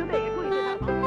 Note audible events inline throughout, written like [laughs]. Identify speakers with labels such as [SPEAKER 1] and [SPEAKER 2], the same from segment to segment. [SPEAKER 1] 球队也注意对他。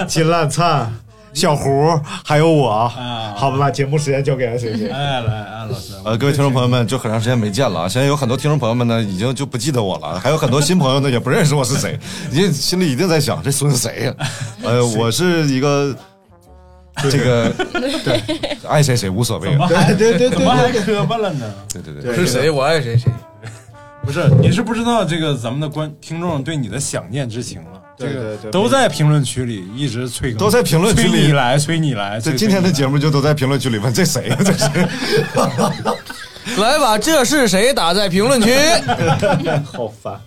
[SPEAKER 2] 金烂灿、小胡，还有我。好吧，把节目时间交给了谁谁。
[SPEAKER 3] 啊哎，来，安老师，
[SPEAKER 4] 呃，各位听众朋友们，就很长时间没见了
[SPEAKER 3] [laughs]
[SPEAKER 4] 啊！现在有很多听众朋友们呢，已经就不记得我了，还有很多新朋友呢，也不认识我
[SPEAKER 3] [laughs]
[SPEAKER 4] 是谁，你心里一定在想这孙子谁呀、呃，我是一个这个对爱谁谁无所谓，啊
[SPEAKER 2] 对对对
[SPEAKER 3] 怎么
[SPEAKER 2] 对
[SPEAKER 3] 还磕巴了呢？
[SPEAKER 4] 对对
[SPEAKER 2] 对，
[SPEAKER 4] 对，
[SPEAKER 2] 是谁？
[SPEAKER 4] 我爱谁谁。
[SPEAKER 3] 不是，你是不知道这个咱们的观听众对你的想念之情了。
[SPEAKER 2] 对
[SPEAKER 3] 这
[SPEAKER 2] 对
[SPEAKER 3] 个
[SPEAKER 2] 对
[SPEAKER 3] 都在评论区里一直催更，
[SPEAKER 4] 都在评论区里
[SPEAKER 3] 催你来，催你来。
[SPEAKER 4] 这
[SPEAKER 3] 催
[SPEAKER 4] 今天的节目就都在评论区里问这谁啊呀、
[SPEAKER 3] [laughs]
[SPEAKER 4] 这是。
[SPEAKER 5] 来把这是谁打在评论区。
[SPEAKER 2] [laughs] 好烦啊。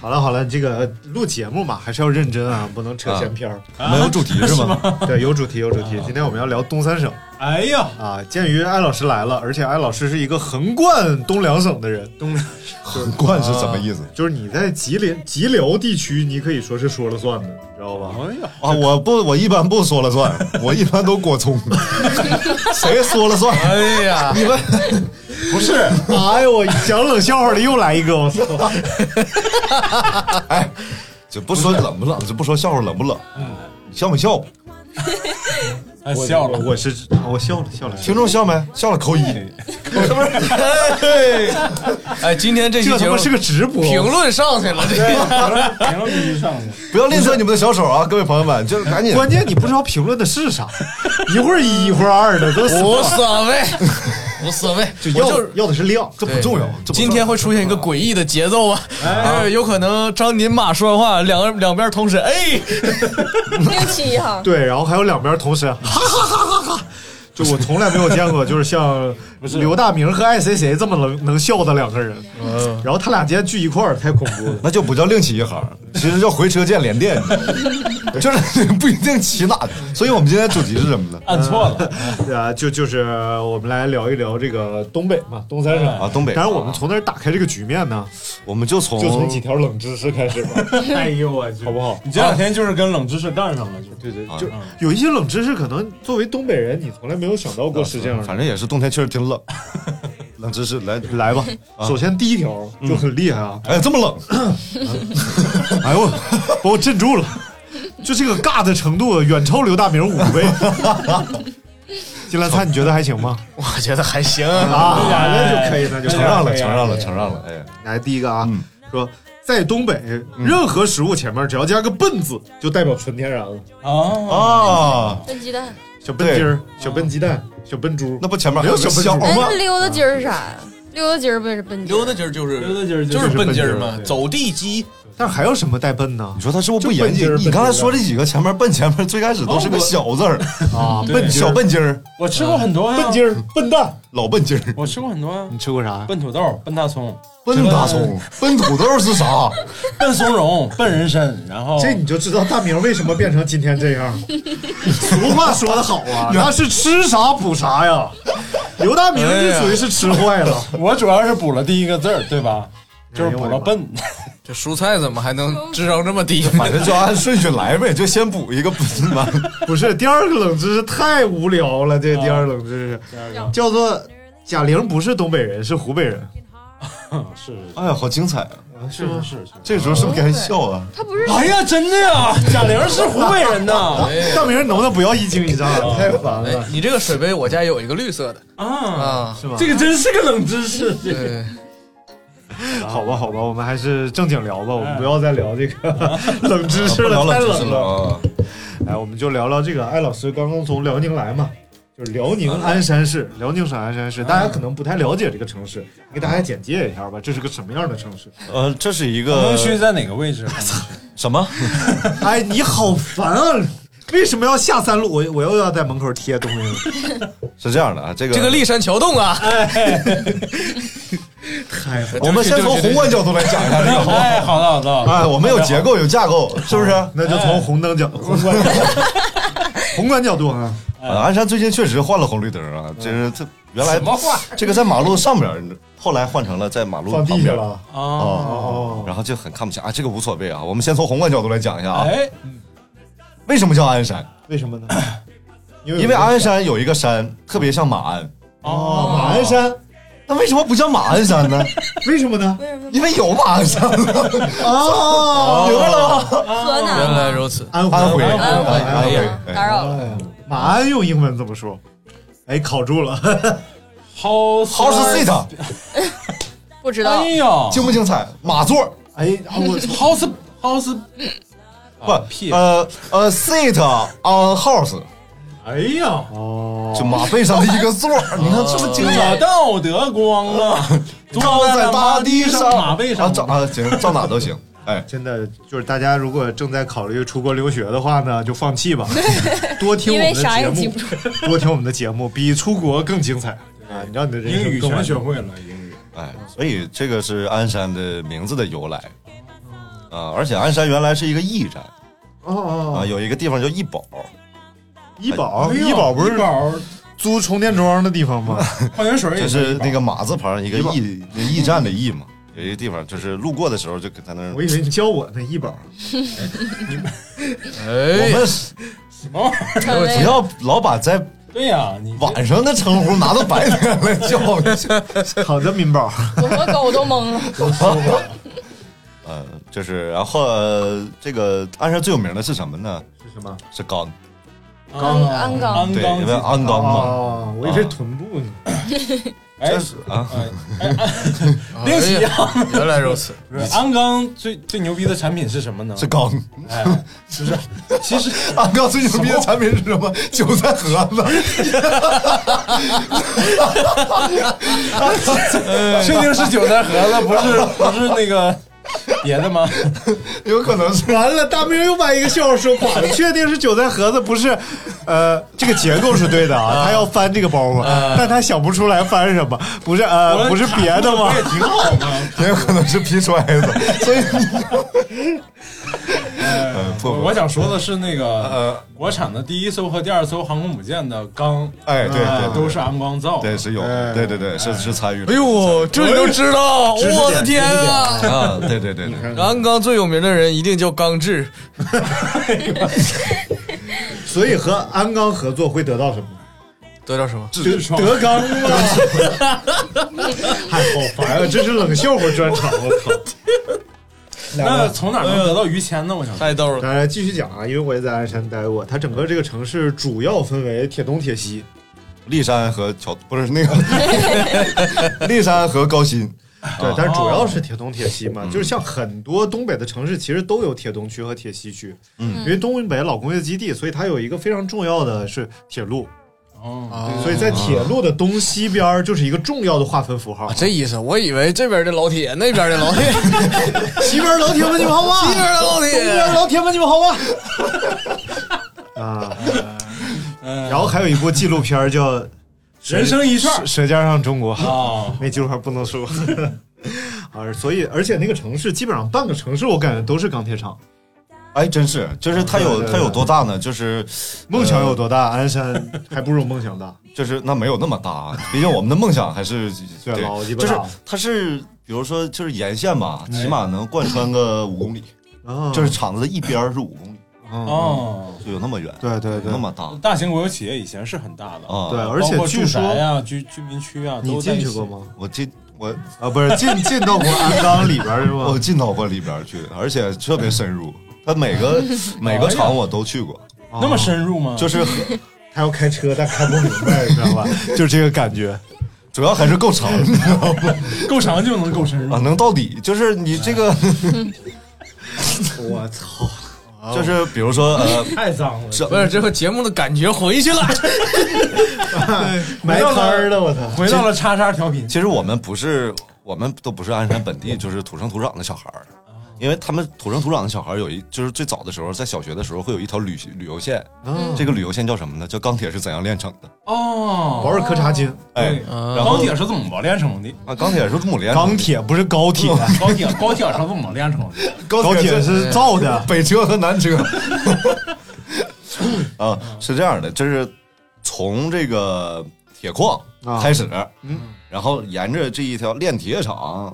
[SPEAKER 2] 好了好了，这个呃录节目嘛，还是要认真啊，不能扯闲篇儿。
[SPEAKER 4] 没有主题是吗？
[SPEAKER 2] [laughs] 对，有主题有主
[SPEAKER 3] 啊
[SPEAKER 2] 题。今天我们要聊东三省
[SPEAKER 3] 催你来哎
[SPEAKER 4] [laughs]
[SPEAKER 3] 呀，
[SPEAKER 2] 啊。鉴于艾老师来了，而且艾老师是一个横贯东两省的人，
[SPEAKER 3] 东梁
[SPEAKER 4] 横贯是什么意思
[SPEAKER 2] 就是你在吉林吉辽地区，你可以说是说了算的，你知道吧？
[SPEAKER 3] 哎呀，
[SPEAKER 4] 啊？我不，我一般不说
[SPEAKER 3] [laughs]
[SPEAKER 4] 了算，我一般都果葱，谁说了算？
[SPEAKER 5] 哎呀，
[SPEAKER 4] 你们 [laughs]
[SPEAKER 2] 不是，哎呦，我讲冷笑话的又来一个，我操！
[SPEAKER 4] 就不说冷不冷，就不说笑话冷不冷，你笑没笑吧？
[SPEAKER 3] 嗯哎 [laughs] 笑了，
[SPEAKER 2] 我是我笑了笑了，
[SPEAKER 4] 听众笑没？笑了扣一。 [laughs]
[SPEAKER 5] 哎，今天这期
[SPEAKER 2] 这
[SPEAKER 5] 节
[SPEAKER 2] 他
[SPEAKER 5] 目
[SPEAKER 2] 妈是个直播，
[SPEAKER 5] 评论上去了，
[SPEAKER 4] 啊
[SPEAKER 5] 这
[SPEAKER 3] 评论区上去，
[SPEAKER 4] 不要吝啬你们的小手啊，各位朋友们，就是赶紧。
[SPEAKER 2] 关键你不知道评论的是啥，一会儿一一会儿二的都死了
[SPEAKER 5] 无所
[SPEAKER 4] [laughs]
[SPEAKER 5] 谓，无所谓，
[SPEAKER 2] 就
[SPEAKER 5] 我
[SPEAKER 2] 要
[SPEAKER 5] 就是。哎
[SPEAKER 2] 要的是量，这
[SPEAKER 4] 不重要这不重要
[SPEAKER 5] 今天会出现一个诡异的节奏啊！哎，有可能张宁马说完话，两个两边同时哎，
[SPEAKER 6] 六七哈，
[SPEAKER 2] 对，然后还有两边同时哈哈哈哈哈，就我从来没有见过，就是像刘大明和爱谁谁这么能能笑的两个人，然后他俩今天聚一块儿，太恐怖了。
[SPEAKER 4] 嗯 [laughs] 那就不叫另起一行，其实叫回车见连电， [laughs] 就是不一定起哪。所以我们今天主题是什么呢？
[SPEAKER 3] 按错了，
[SPEAKER 2] 对啊，就就是我们来聊一聊这个东北嘛，东三省
[SPEAKER 4] 啊东北
[SPEAKER 2] 当然，我们从哪儿打开这个局面呢？
[SPEAKER 4] 我们就从
[SPEAKER 2] 就从几条冷知识开始
[SPEAKER 4] [laughs]
[SPEAKER 2] 吧。
[SPEAKER 3] 哎呦我去，
[SPEAKER 2] 好不好
[SPEAKER 3] 你这两天就是跟冷知识干上了，就对对，
[SPEAKER 2] 就有一些冷知识，可能作为东北人，你从来没有想到过是这样的。
[SPEAKER 4] 啊反正也是冬天确实
[SPEAKER 2] [laughs]
[SPEAKER 4] 挺冷，冷知识来。啊嗯
[SPEAKER 2] 来 [laughs] 吧，首先第一条就很厉害啊，
[SPEAKER 4] 哎，这么冷！
[SPEAKER 2] [laughs]
[SPEAKER 4] 哎呦，
[SPEAKER 2] 把我镇住了。就这个尬的程度，远超刘大明五
[SPEAKER 4] [laughs]
[SPEAKER 2] 倍。金兰灿，你觉得还行吗？
[SPEAKER 5] 我觉得还行。
[SPEAKER 2] 啊，那就可以，那就
[SPEAKER 4] 承让了，承让了，承让了！啊哎，
[SPEAKER 2] 来第一个啊，
[SPEAKER 4] 嗯
[SPEAKER 2] 说在东北，任何食物前面只要加个“笨”字，就代表纯天然了。
[SPEAKER 3] 啊，
[SPEAKER 4] 啊，
[SPEAKER 6] 炖鸡蛋。
[SPEAKER 2] 小笨鸡儿、小笨鸡蛋、小笨猪，
[SPEAKER 4] 嗯那不前面
[SPEAKER 2] 没
[SPEAKER 4] 还
[SPEAKER 2] 有小
[SPEAKER 4] 有个
[SPEAKER 2] 笨
[SPEAKER 4] 小哦
[SPEAKER 2] 猪
[SPEAKER 6] 哎，
[SPEAKER 4] 吗
[SPEAKER 6] 那？溜达鸡儿是啥呀？溜达鸡儿不是笨鸡儿？
[SPEAKER 5] 溜达鸡儿就是
[SPEAKER 3] 溜达鸡儿
[SPEAKER 5] 就
[SPEAKER 3] 就是是
[SPEAKER 5] 笨鸡儿
[SPEAKER 2] 笨鸡儿
[SPEAKER 5] 嘛，
[SPEAKER 2] 对
[SPEAKER 5] 走地鸡。
[SPEAKER 2] 但还有什么带笨呢
[SPEAKER 4] 你？说他是不是不
[SPEAKER 2] 就笨
[SPEAKER 4] 严
[SPEAKER 2] 鸡儿
[SPEAKER 4] 谨？你
[SPEAKER 2] 笨
[SPEAKER 4] 刚才
[SPEAKER 2] 鸡儿哦
[SPEAKER 4] 说这几个前面笨前面最开始都是个小字儿，
[SPEAKER 2] [laughs] 啊，
[SPEAKER 3] 对
[SPEAKER 2] 笨鸡儿
[SPEAKER 4] 小、笨鸡儿、
[SPEAKER 3] 我
[SPEAKER 4] 嗯
[SPEAKER 3] 吃过很多呀，
[SPEAKER 2] 笨鸡儿、笨蛋，
[SPEAKER 4] 老笨鸡儿、
[SPEAKER 3] 我吃过很多呀，
[SPEAKER 2] 你吃过啥呀？
[SPEAKER 3] 笨土豆、笨大葱，
[SPEAKER 4] [laughs]
[SPEAKER 7] 笨大葱，笨土豆是啥？
[SPEAKER 4] 笨松茸，笨人参，然后
[SPEAKER 2] 哦这你就知道大明为什么变成今天这
[SPEAKER 4] [laughs]
[SPEAKER 2] 样。俗话说得好 [laughs] 啊，那是吃啥补啥呀。刘大明就属于是吃坏了，哎
[SPEAKER 4] 我主要是补了第一个字儿，对吧？ [laughs] 就是哎补了笨。
[SPEAKER 8] 这蔬菜怎么还能智商这么低？
[SPEAKER 7] 反 [laughs] 正就按顺序来呗，就先补一个不是吗？
[SPEAKER 2] [laughs] 不是第二个冷知识太无聊了，这第二个冷
[SPEAKER 4] 啊
[SPEAKER 2] 知识叫做贾玲不是东北人，是湖北人。
[SPEAKER 4] [laughs] 是，
[SPEAKER 7] 哎呀，好精彩啊！
[SPEAKER 4] 是是是，
[SPEAKER 7] 这时候是不是该笑啊？
[SPEAKER 4] 他不是？哎呀，真的呀，贾玲是湖北人哎呐。
[SPEAKER 2] [laughs] 大明能不能不要一惊一乍的？太烦了。
[SPEAKER 8] 你这个水杯，我家有一个绿色的啊，
[SPEAKER 2] 是吗
[SPEAKER 4] 这个真是个冷知识。
[SPEAKER 8] 对，
[SPEAKER 2] 好
[SPEAKER 4] 嗯
[SPEAKER 2] 吧，好吧，我们还是正经聊吧，我们不要再聊这
[SPEAKER 4] [laughs]
[SPEAKER 2] 个冷知识了，
[SPEAKER 7] 啊不
[SPEAKER 2] 太
[SPEAKER 7] 聊冷知识
[SPEAKER 2] 冷
[SPEAKER 7] 了啊。
[SPEAKER 2] 哎，我们就聊聊这个艾老师刚刚从辽宁来嘛，就是辽宁鞍山市，
[SPEAKER 4] 嗯
[SPEAKER 2] 辽宁省鞍山市，大家可能不太了解这个城市，给大家简介一下吧，这是个什么样的城市？
[SPEAKER 7] 呃，这是一
[SPEAKER 4] 红
[SPEAKER 7] 个
[SPEAKER 4] 灯区在哪个位置？
[SPEAKER 7] [laughs]
[SPEAKER 4] [laughs]
[SPEAKER 7] 什么？
[SPEAKER 2] 哎，你好烦啊！为什么要下三路？我我又要在门口贴东西了，
[SPEAKER 7] 是这样的啊，这个哎
[SPEAKER 8] 这个历山桥洞啊，
[SPEAKER 2] 太烦。
[SPEAKER 7] 我们先从宏观角度来讲一下这个好不好。
[SPEAKER 4] 哎，好的好的好的。
[SPEAKER 7] 哎，我们有结构，有架构，是不是？
[SPEAKER 2] 那就从红灯角、宏观角度、宏观角度啊，
[SPEAKER 7] 呃鞍山最近确实换了红绿灯啊，这是它原来
[SPEAKER 8] 什么话？
[SPEAKER 7] 这个在马路上边儿，后来换成了在马路
[SPEAKER 2] 放
[SPEAKER 7] 旁
[SPEAKER 2] 地下
[SPEAKER 7] 边
[SPEAKER 2] 了
[SPEAKER 7] 儿。
[SPEAKER 2] 啊。
[SPEAKER 4] 哦，
[SPEAKER 2] 哦，
[SPEAKER 7] 然后就很看不起啊，这个无所谓啊。我们先从宏观角度来讲一下啊，
[SPEAKER 4] 哎，
[SPEAKER 7] 为什么叫鞍山？
[SPEAKER 2] 为什么呢？因
[SPEAKER 7] 因为鞍山有一个山特别像马鞍，
[SPEAKER 2] 哦，马鞍山，
[SPEAKER 7] 那为什么不叫马鞍山呢？
[SPEAKER 2] 为什么呢？
[SPEAKER 7] 因为有马鞍山 [laughs]
[SPEAKER 2] 哦，
[SPEAKER 7] 得了吧，
[SPEAKER 9] 河
[SPEAKER 8] 原
[SPEAKER 9] 南
[SPEAKER 8] 来如此，
[SPEAKER 2] 安徽，
[SPEAKER 7] 安徽，
[SPEAKER 2] 安
[SPEAKER 7] 徽，安
[SPEAKER 2] 徽，
[SPEAKER 7] 哎
[SPEAKER 9] 打扰了，
[SPEAKER 2] 马鞍用英文怎么说？哎，考住了， [laughs]
[SPEAKER 4] 好好
[SPEAKER 7] House seat
[SPEAKER 9] 不知道
[SPEAKER 4] 哎。呀，
[SPEAKER 7] 精不精彩？马座
[SPEAKER 2] 哎，啊
[SPEAKER 7] [laughs]
[SPEAKER 2] 我操，
[SPEAKER 4] house house
[SPEAKER 7] 不
[SPEAKER 4] 啊屁
[SPEAKER 7] 呃呃 sit on house
[SPEAKER 4] 哎呀，
[SPEAKER 2] 哦
[SPEAKER 4] 啊
[SPEAKER 7] 就马背上的一个座儿，你看这么精彩
[SPEAKER 4] 我。道德光啊，
[SPEAKER 7] [laughs] 坐
[SPEAKER 4] 坐
[SPEAKER 7] 在
[SPEAKER 4] 大
[SPEAKER 7] 大地
[SPEAKER 4] 上，
[SPEAKER 7] 上，
[SPEAKER 4] 马背上
[SPEAKER 7] 啊，照啊，行，照哪都行。哎，
[SPEAKER 2] 真的就是大家如果正在考虑出国留学的话呢，就放
[SPEAKER 7] [laughs]
[SPEAKER 2] 弃吧，多听我
[SPEAKER 9] 因
[SPEAKER 2] 们
[SPEAKER 9] 为
[SPEAKER 2] 的
[SPEAKER 9] 啥
[SPEAKER 2] 节
[SPEAKER 9] 也记
[SPEAKER 2] 目
[SPEAKER 9] 不，住，
[SPEAKER 2] [laughs] 多听我们的节目，比出国更精彩啊！你让你的人
[SPEAKER 4] 英
[SPEAKER 2] 生
[SPEAKER 4] 语
[SPEAKER 2] 更
[SPEAKER 4] 全
[SPEAKER 2] 完
[SPEAKER 4] 学
[SPEAKER 2] 整
[SPEAKER 4] 会了，英语。
[SPEAKER 7] 哎，所以这个是鞍山的名字的由来啊，而且鞍山原来是一个驿站
[SPEAKER 2] 哦哦
[SPEAKER 7] 啊，
[SPEAKER 2] 哦，
[SPEAKER 7] 有一个地方叫驿宝，
[SPEAKER 2] 医保，
[SPEAKER 4] 哎呦
[SPEAKER 2] 医保不
[SPEAKER 4] 医
[SPEAKER 2] 是
[SPEAKER 4] 保
[SPEAKER 2] 租充电桩的地方吗？
[SPEAKER 4] [laughs] 矿泉水也
[SPEAKER 7] 就是
[SPEAKER 4] 医保
[SPEAKER 7] 那个马字旁一个
[SPEAKER 2] 驿宝
[SPEAKER 7] 驿驿站的驿嘛，有一个地方就是路过的时候就在那儿。
[SPEAKER 2] 我以为你教我呢，医保。
[SPEAKER 7] 我
[SPEAKER 8] 哎，
[SPEAKER 7] 们
[SPEAKER 4] 什么玩意儿？
[SPEAKER 9] 很累
[SPEAKER 7] 不要老把在
[SPEAKER 4] 对呀，你这
[SPEAKER 7] 晚上的称呼拿到白天来叫，
[SPEAKER 2] [laughs] 好的，民 [laughs] 保，
[SPEAKER 9] 我和狗都懵了。
[SPEAKER 7] 呃，就是然后呃这个鞍山最有名的是什么呢？
[SPEAKER 2] 是什么？
[SPEAKER 7] 是钢，
[SPEAKER 4] 安
[SPEAKER 9] 安钢
[SPEAKER 4] 安
[SPEAKER 7] 对，
[SPEAKER 4] 钢
[SPEAKER 7] 因为鞍钢嘛，
[SPEAKER 2] 哦，我以为臀部呢。
[SPEAKER 4] 哎
[SPEAKER 7] 这是啊。
[SPEAKER 4] 另起啊，
[SPEAKER 8] 原来如
[SPEAKER 7] [laughs]
[SPEAKER 8] 此，
[SPEAKER 4] 不是鞍钢最最牛逼的产品是什么呢？
[SPEAKER 7] 是钢，
[SPEAKER 4] 哎，是不是？其实
[SPEAKER 7] [laughs] 鞍钢最牛逼的产品是什
[SPEAKER 8] [laughs]
[SPEAKER 7] 么？韭菜盒子。
[SPEAKER 4] 确定是韭菜盒子，不是不是那个别的吗？
[SPEAKER 7] 有可能是
[SPEAKER 2] 完了，大明又把一个笑话说垮
[SPEAKER 4] [laughs]
[SPEAKER 2] 了。确定是韭菜盒子，不是？呃，这个结构是对的啊，他要翻这个包袱，
[SPEAKER 4] 啊
[SPEAKER 2] 但他想不出来翻什么。不是呃，不是别的吗
[SPEAKER 4] 不？也挺好
[SPEAKER 2] [laughs]
[SPEAKER 4] 吗？
[SPEAKER 7] 也有可能是皮揣子，
[SPEAKER 4] [laughs]
[SPEAKER 7] 所以
[SPEAKER 2] [laughs]
[SPEAKER 7] 呃不不
[SPEAKER 4] 我想说的是那个
[SPEAKER 7] 呃
[SPEAKER 4] 国产的第一艘和第二艘航空母舰的钢，
[SPEAKER 7] 哎对
[SPEAKER 4] 呃
[SPEAKER 7] 对对
[SPEAKER 4] 都是鞍钢造的哎
[SPEAKER 7] 对。是有的，对对对是是参与
[SPEAKER 8] [laughs]
[SPEAKER 7] 的
[SPEAKER 8] 哎呦，这你都知道，我的天啊！
[SPEAKER 7] 啊，对对对对，
[SPEAKER 8] 鞍钢最有名的人一定叫钢制，
[SPEAKER 2] 所以和鞍钢合作会得到什么？
[SPEAKER 8] 得叫什么？
[SPEAKER 2] 德德钢啊！哎，好烦啊！这是冷笑话专场，我靠！来
[SPEAKER 4] 那
[SPEAKER 2] 吧，
[SPEAKER 4] 从哪儿能得到于谦呢？我想说，
[SPEAKER 8] 太逗了！
[SPEAKER 2] [laughs] 来继续讲啊，因为我也在鞍山待过，它整个这个城市主要分为铁东、铁
[SPEAKER 7] [laughs]
[SPEAKER 2] 西。
[SPEAKER 7] 骊山和乔不是那个骊山和高新，哦
[SPEAKER 2] 对
[SPEAKER 7] 啊，
[SPEAKER 2] 但是主要是铁东、铁西嘛，就是像很多东北的城市，其实都有铁东区和铁西区。
[SPEAKER 7] 嗯
[SPEAKER 2] 因为东北老工业基地，所以它有一个非常重要的是铁路，
[SPEAKER 4] 哦，
[SPEAKER 2] 所以在铁路的东西边儿就是一个重要的划分符号
[SPEAKER 8] 啊。这意思，我以为这边的老铁，那边的老铁，
[SPEAKER 2] 西边老铁们你们好
[SPEAKER 8] 这边
[SPEAKER 2] 吧？
[SPEAKER 8] 的老
[SPEAKER 2] 东
[SPEAKER 8] 铁
[SPEAKER 2] 边老铁们你们好吧？啊，然后还有一部纪录片儿叫《
[SPEAKER 4] 人生一串
[SPEAKER 2] 舌舌尖上中国》， [laughs]
[SPEAKER 4] 啊，
[SPEAKER 2] 那纪录片不能说。而啊所以而且那个城市基本上半个城市我感觉都是钢铁厂。
[SPEAKER 7] 哎，真是，就是它有它有多大呢？就是
[SPEAKER 2] 梦想有多大，鞍
[SPEAKER 4] [laughs]
[SPEAKER 2] 山还不如梦想大。
[SPEAKER 7] 就是那没有那么大，啊毕竟我们的梦想还是
[SPEAKER 2] 对老鸡巴
[SPEAKER 7] 就
[SPEAKER 2] 大
[SPEAKER 7] 是它是比如说就是沿线吧，
[SPEAKER 2] 哎
[SPEAKER 7] 起码能贯穿个五公里，
[SPEAKER 2] 哦
[SPEAKER 7] 就是厂子的一边儿是五公里，嗯
[SPEAKER 4] 哦，
[SPEAKER 7] 就有那么远，
[SPEAKER 2] 嗯对对对
[SPEAKER 7] 那么大。
[SPEAKER 4] 大型国有企业以前是很大的
[SPEAKER 7] 啊
[SPEAKER 2] 对
[SPEAKER 4] 包
[SPEAKER 2] 而且
[SPEAKER 4] 括
[SPEAKER 2] 据
[SPEAKER 4] 住宅
[SPEAKER 2] 说
[SPEAKER 4] 呀、居居民区啊，
[SPEAKER 2] 你
[SPEAKER 4] 都在
[SPEAKER 2] 进
[SPEAKER 4] 一
[SPEAKER 2] 去
[SPEAKER 4] 起
[SPEAKER 2] 过吗？
[SPEAKER 7] 我进我
[SPEAKER 2] 啊，不是进进到过鞍钢里边儿是吗？
[SPEAKER 7] [laughs] 我进到过里边儿去，而且特别深入。它每
[SPEAKER 2] [laughs]
[SPEAKER 7] 个每
[SPEAKER 4] 哦哎
[SPEAKER 7] 个厂我都去过，
[SPEAKER 4] 那
[SPEAKER 2] 哦
[SPEAKER 4] 么深入
[SPEAKER 2] 啊
[SPEAKER 4] 吗？
[SPEAKER 7] 就是
[SPEAKER 2] [laughs] 他要开车，但开不明白，你知 [laughs] 道吧？就是这个感觉，
[SPEAKER 7] 主要还是够长，你知道吗？
[SPEAKER 4] 够长就能够深
[SPEAKER 2] [laughs]
[SPEAKER 4] 入
[SPEAKER 7] 啊，能到底。就是你这个，
[SPEAKER 2] 我操！
[SPEAKER 7] 就是比如说呃，
[SPEAKER 4] 太脏了，
[SPEAKER 8] 不是这个节目的感觉回去了，
[SPEAKER 2] [laughs] 埋摊儿的，我操！
[SPEAKER 4] [laughs] 回到了叉叉调频，
[SPEAKER 7] 其实我们不是，我们都不是鞍山本地，就是土生土长的小孩儿，
[SPEAKER 4] 哦
[SPEAKER 7] 因为他们土生土长的小孩儿有一，就是最早的时候，在小学的时候会有一条旅旅游线，
[SPEAKER 2] 嗯
[SPEAKER 7] 这个旅游线叫什么呢？叫钢铁是怎样炼成的？
[SPEAKER 4] 哦，
[SPEAKER 2] 保尔柯察金，
[SPEAKER 7] 哎
[SPEAKER 4] 对，
[SPEAKER 2] 啊
[SPEAKER 7] 然后
[SPEAKER 4] 钢铁是怎么炼成的？
[SPEAKER 7] 啊，钢铁是怎么炼成的？
[SPEAKER 2] 钢铁不是高铁，
[SPEAKER 4] 高铁高铁上怎么炼成的？
[SPEAKER 2] [laughs] 高铁是造 [laughs] 的。
[SPEAKER 7] 北车和南车。啊， [laughs] 是这样的，就是从这个铁矿
[SPEAKER 2] 啊
[SPEAKER 7] 开始，然后沿着这一条炼铁厂，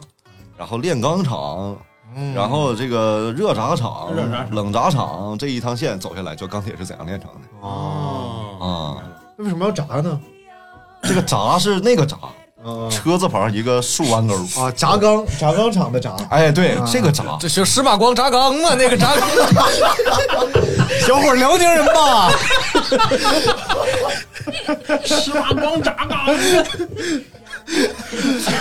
[SPEAKER 7] 然后炼钢厂，
[SPEAKER 2] 嗯
[SPEAKER 7] 然后这个热轧厂、
[SPEAKER 4] 热轧厂
[SPEAKER 7] 冷轧厂这一趟线走下来，叫钢铁是怎样炼成的
[SPEAKER 2] 哦，
[SPEAKER 7] 啊？
[SPEAKER 2] 那为什么要炸呢？
[SPEAKER 7] 这个闸是那个闸，
[SPEAKER 2] 嗯
[SPEAKER 7] 车字旁一个竖弯钩。
[SPEAKER 2] 啊，轧钢轧钢厂的轧。
[SPEAKER 7] 哎，对
[SPEAKER 2] 啊，
[SPEAKER 7] 这个闸，
[SPEAKER 8] 这就石马光扎缸嘛，那个扎缸，
[SPEAKER 2] 小伙儿辽宁人
[SPEAKER 8] [laughs]
[SPEAKER 2] 吧？
[SPEAKER 4] 十八光炸缸，
[SPEAKER 2] [laughs]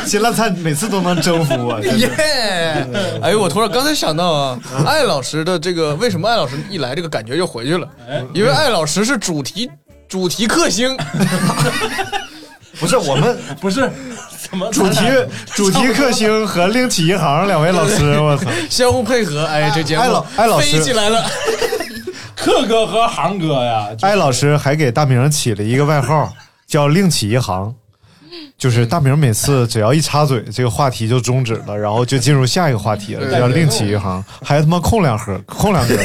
[SPEAKER 2] 辛辣菜每次都能征服我，真
[SPEAKER 8] 耶
[SPEAKER 2] 的！
[SPEAKER 8] 哎呦，我突然刚才想到啊，艾老师的这个为什么艾老师一来这个感觉又回去了？因为艾老师是主题主题克星， [laughs]
[SPEAKER 7] 不是我们
[SPEAKER 4] [laughs] 不是怎么
[SPEAKER 2] 主题
[SPEAKER 4] 咱俩
[SPEAKER 2] 主题克星和另起一行两位老师，我操！
[SPEAKER 8] 相互配合，哎，这节目
[SPEAKER 2] 艾老艾老师
[SPEAKER 8] 飞起来了，
[SPEAKER 4] 克哥和航哥呀，就
[SPEAKER 2] 艾老师还给大明起了一个外号，叫“另起一行”，就是大明每次只要一插嘴，这个话题就终止了，然后就进入下一个话题了，叫“另起一行”，还他妈空两盒，空两
[SPEAKER 7] [laughs]
[SPEAKER 2] 格，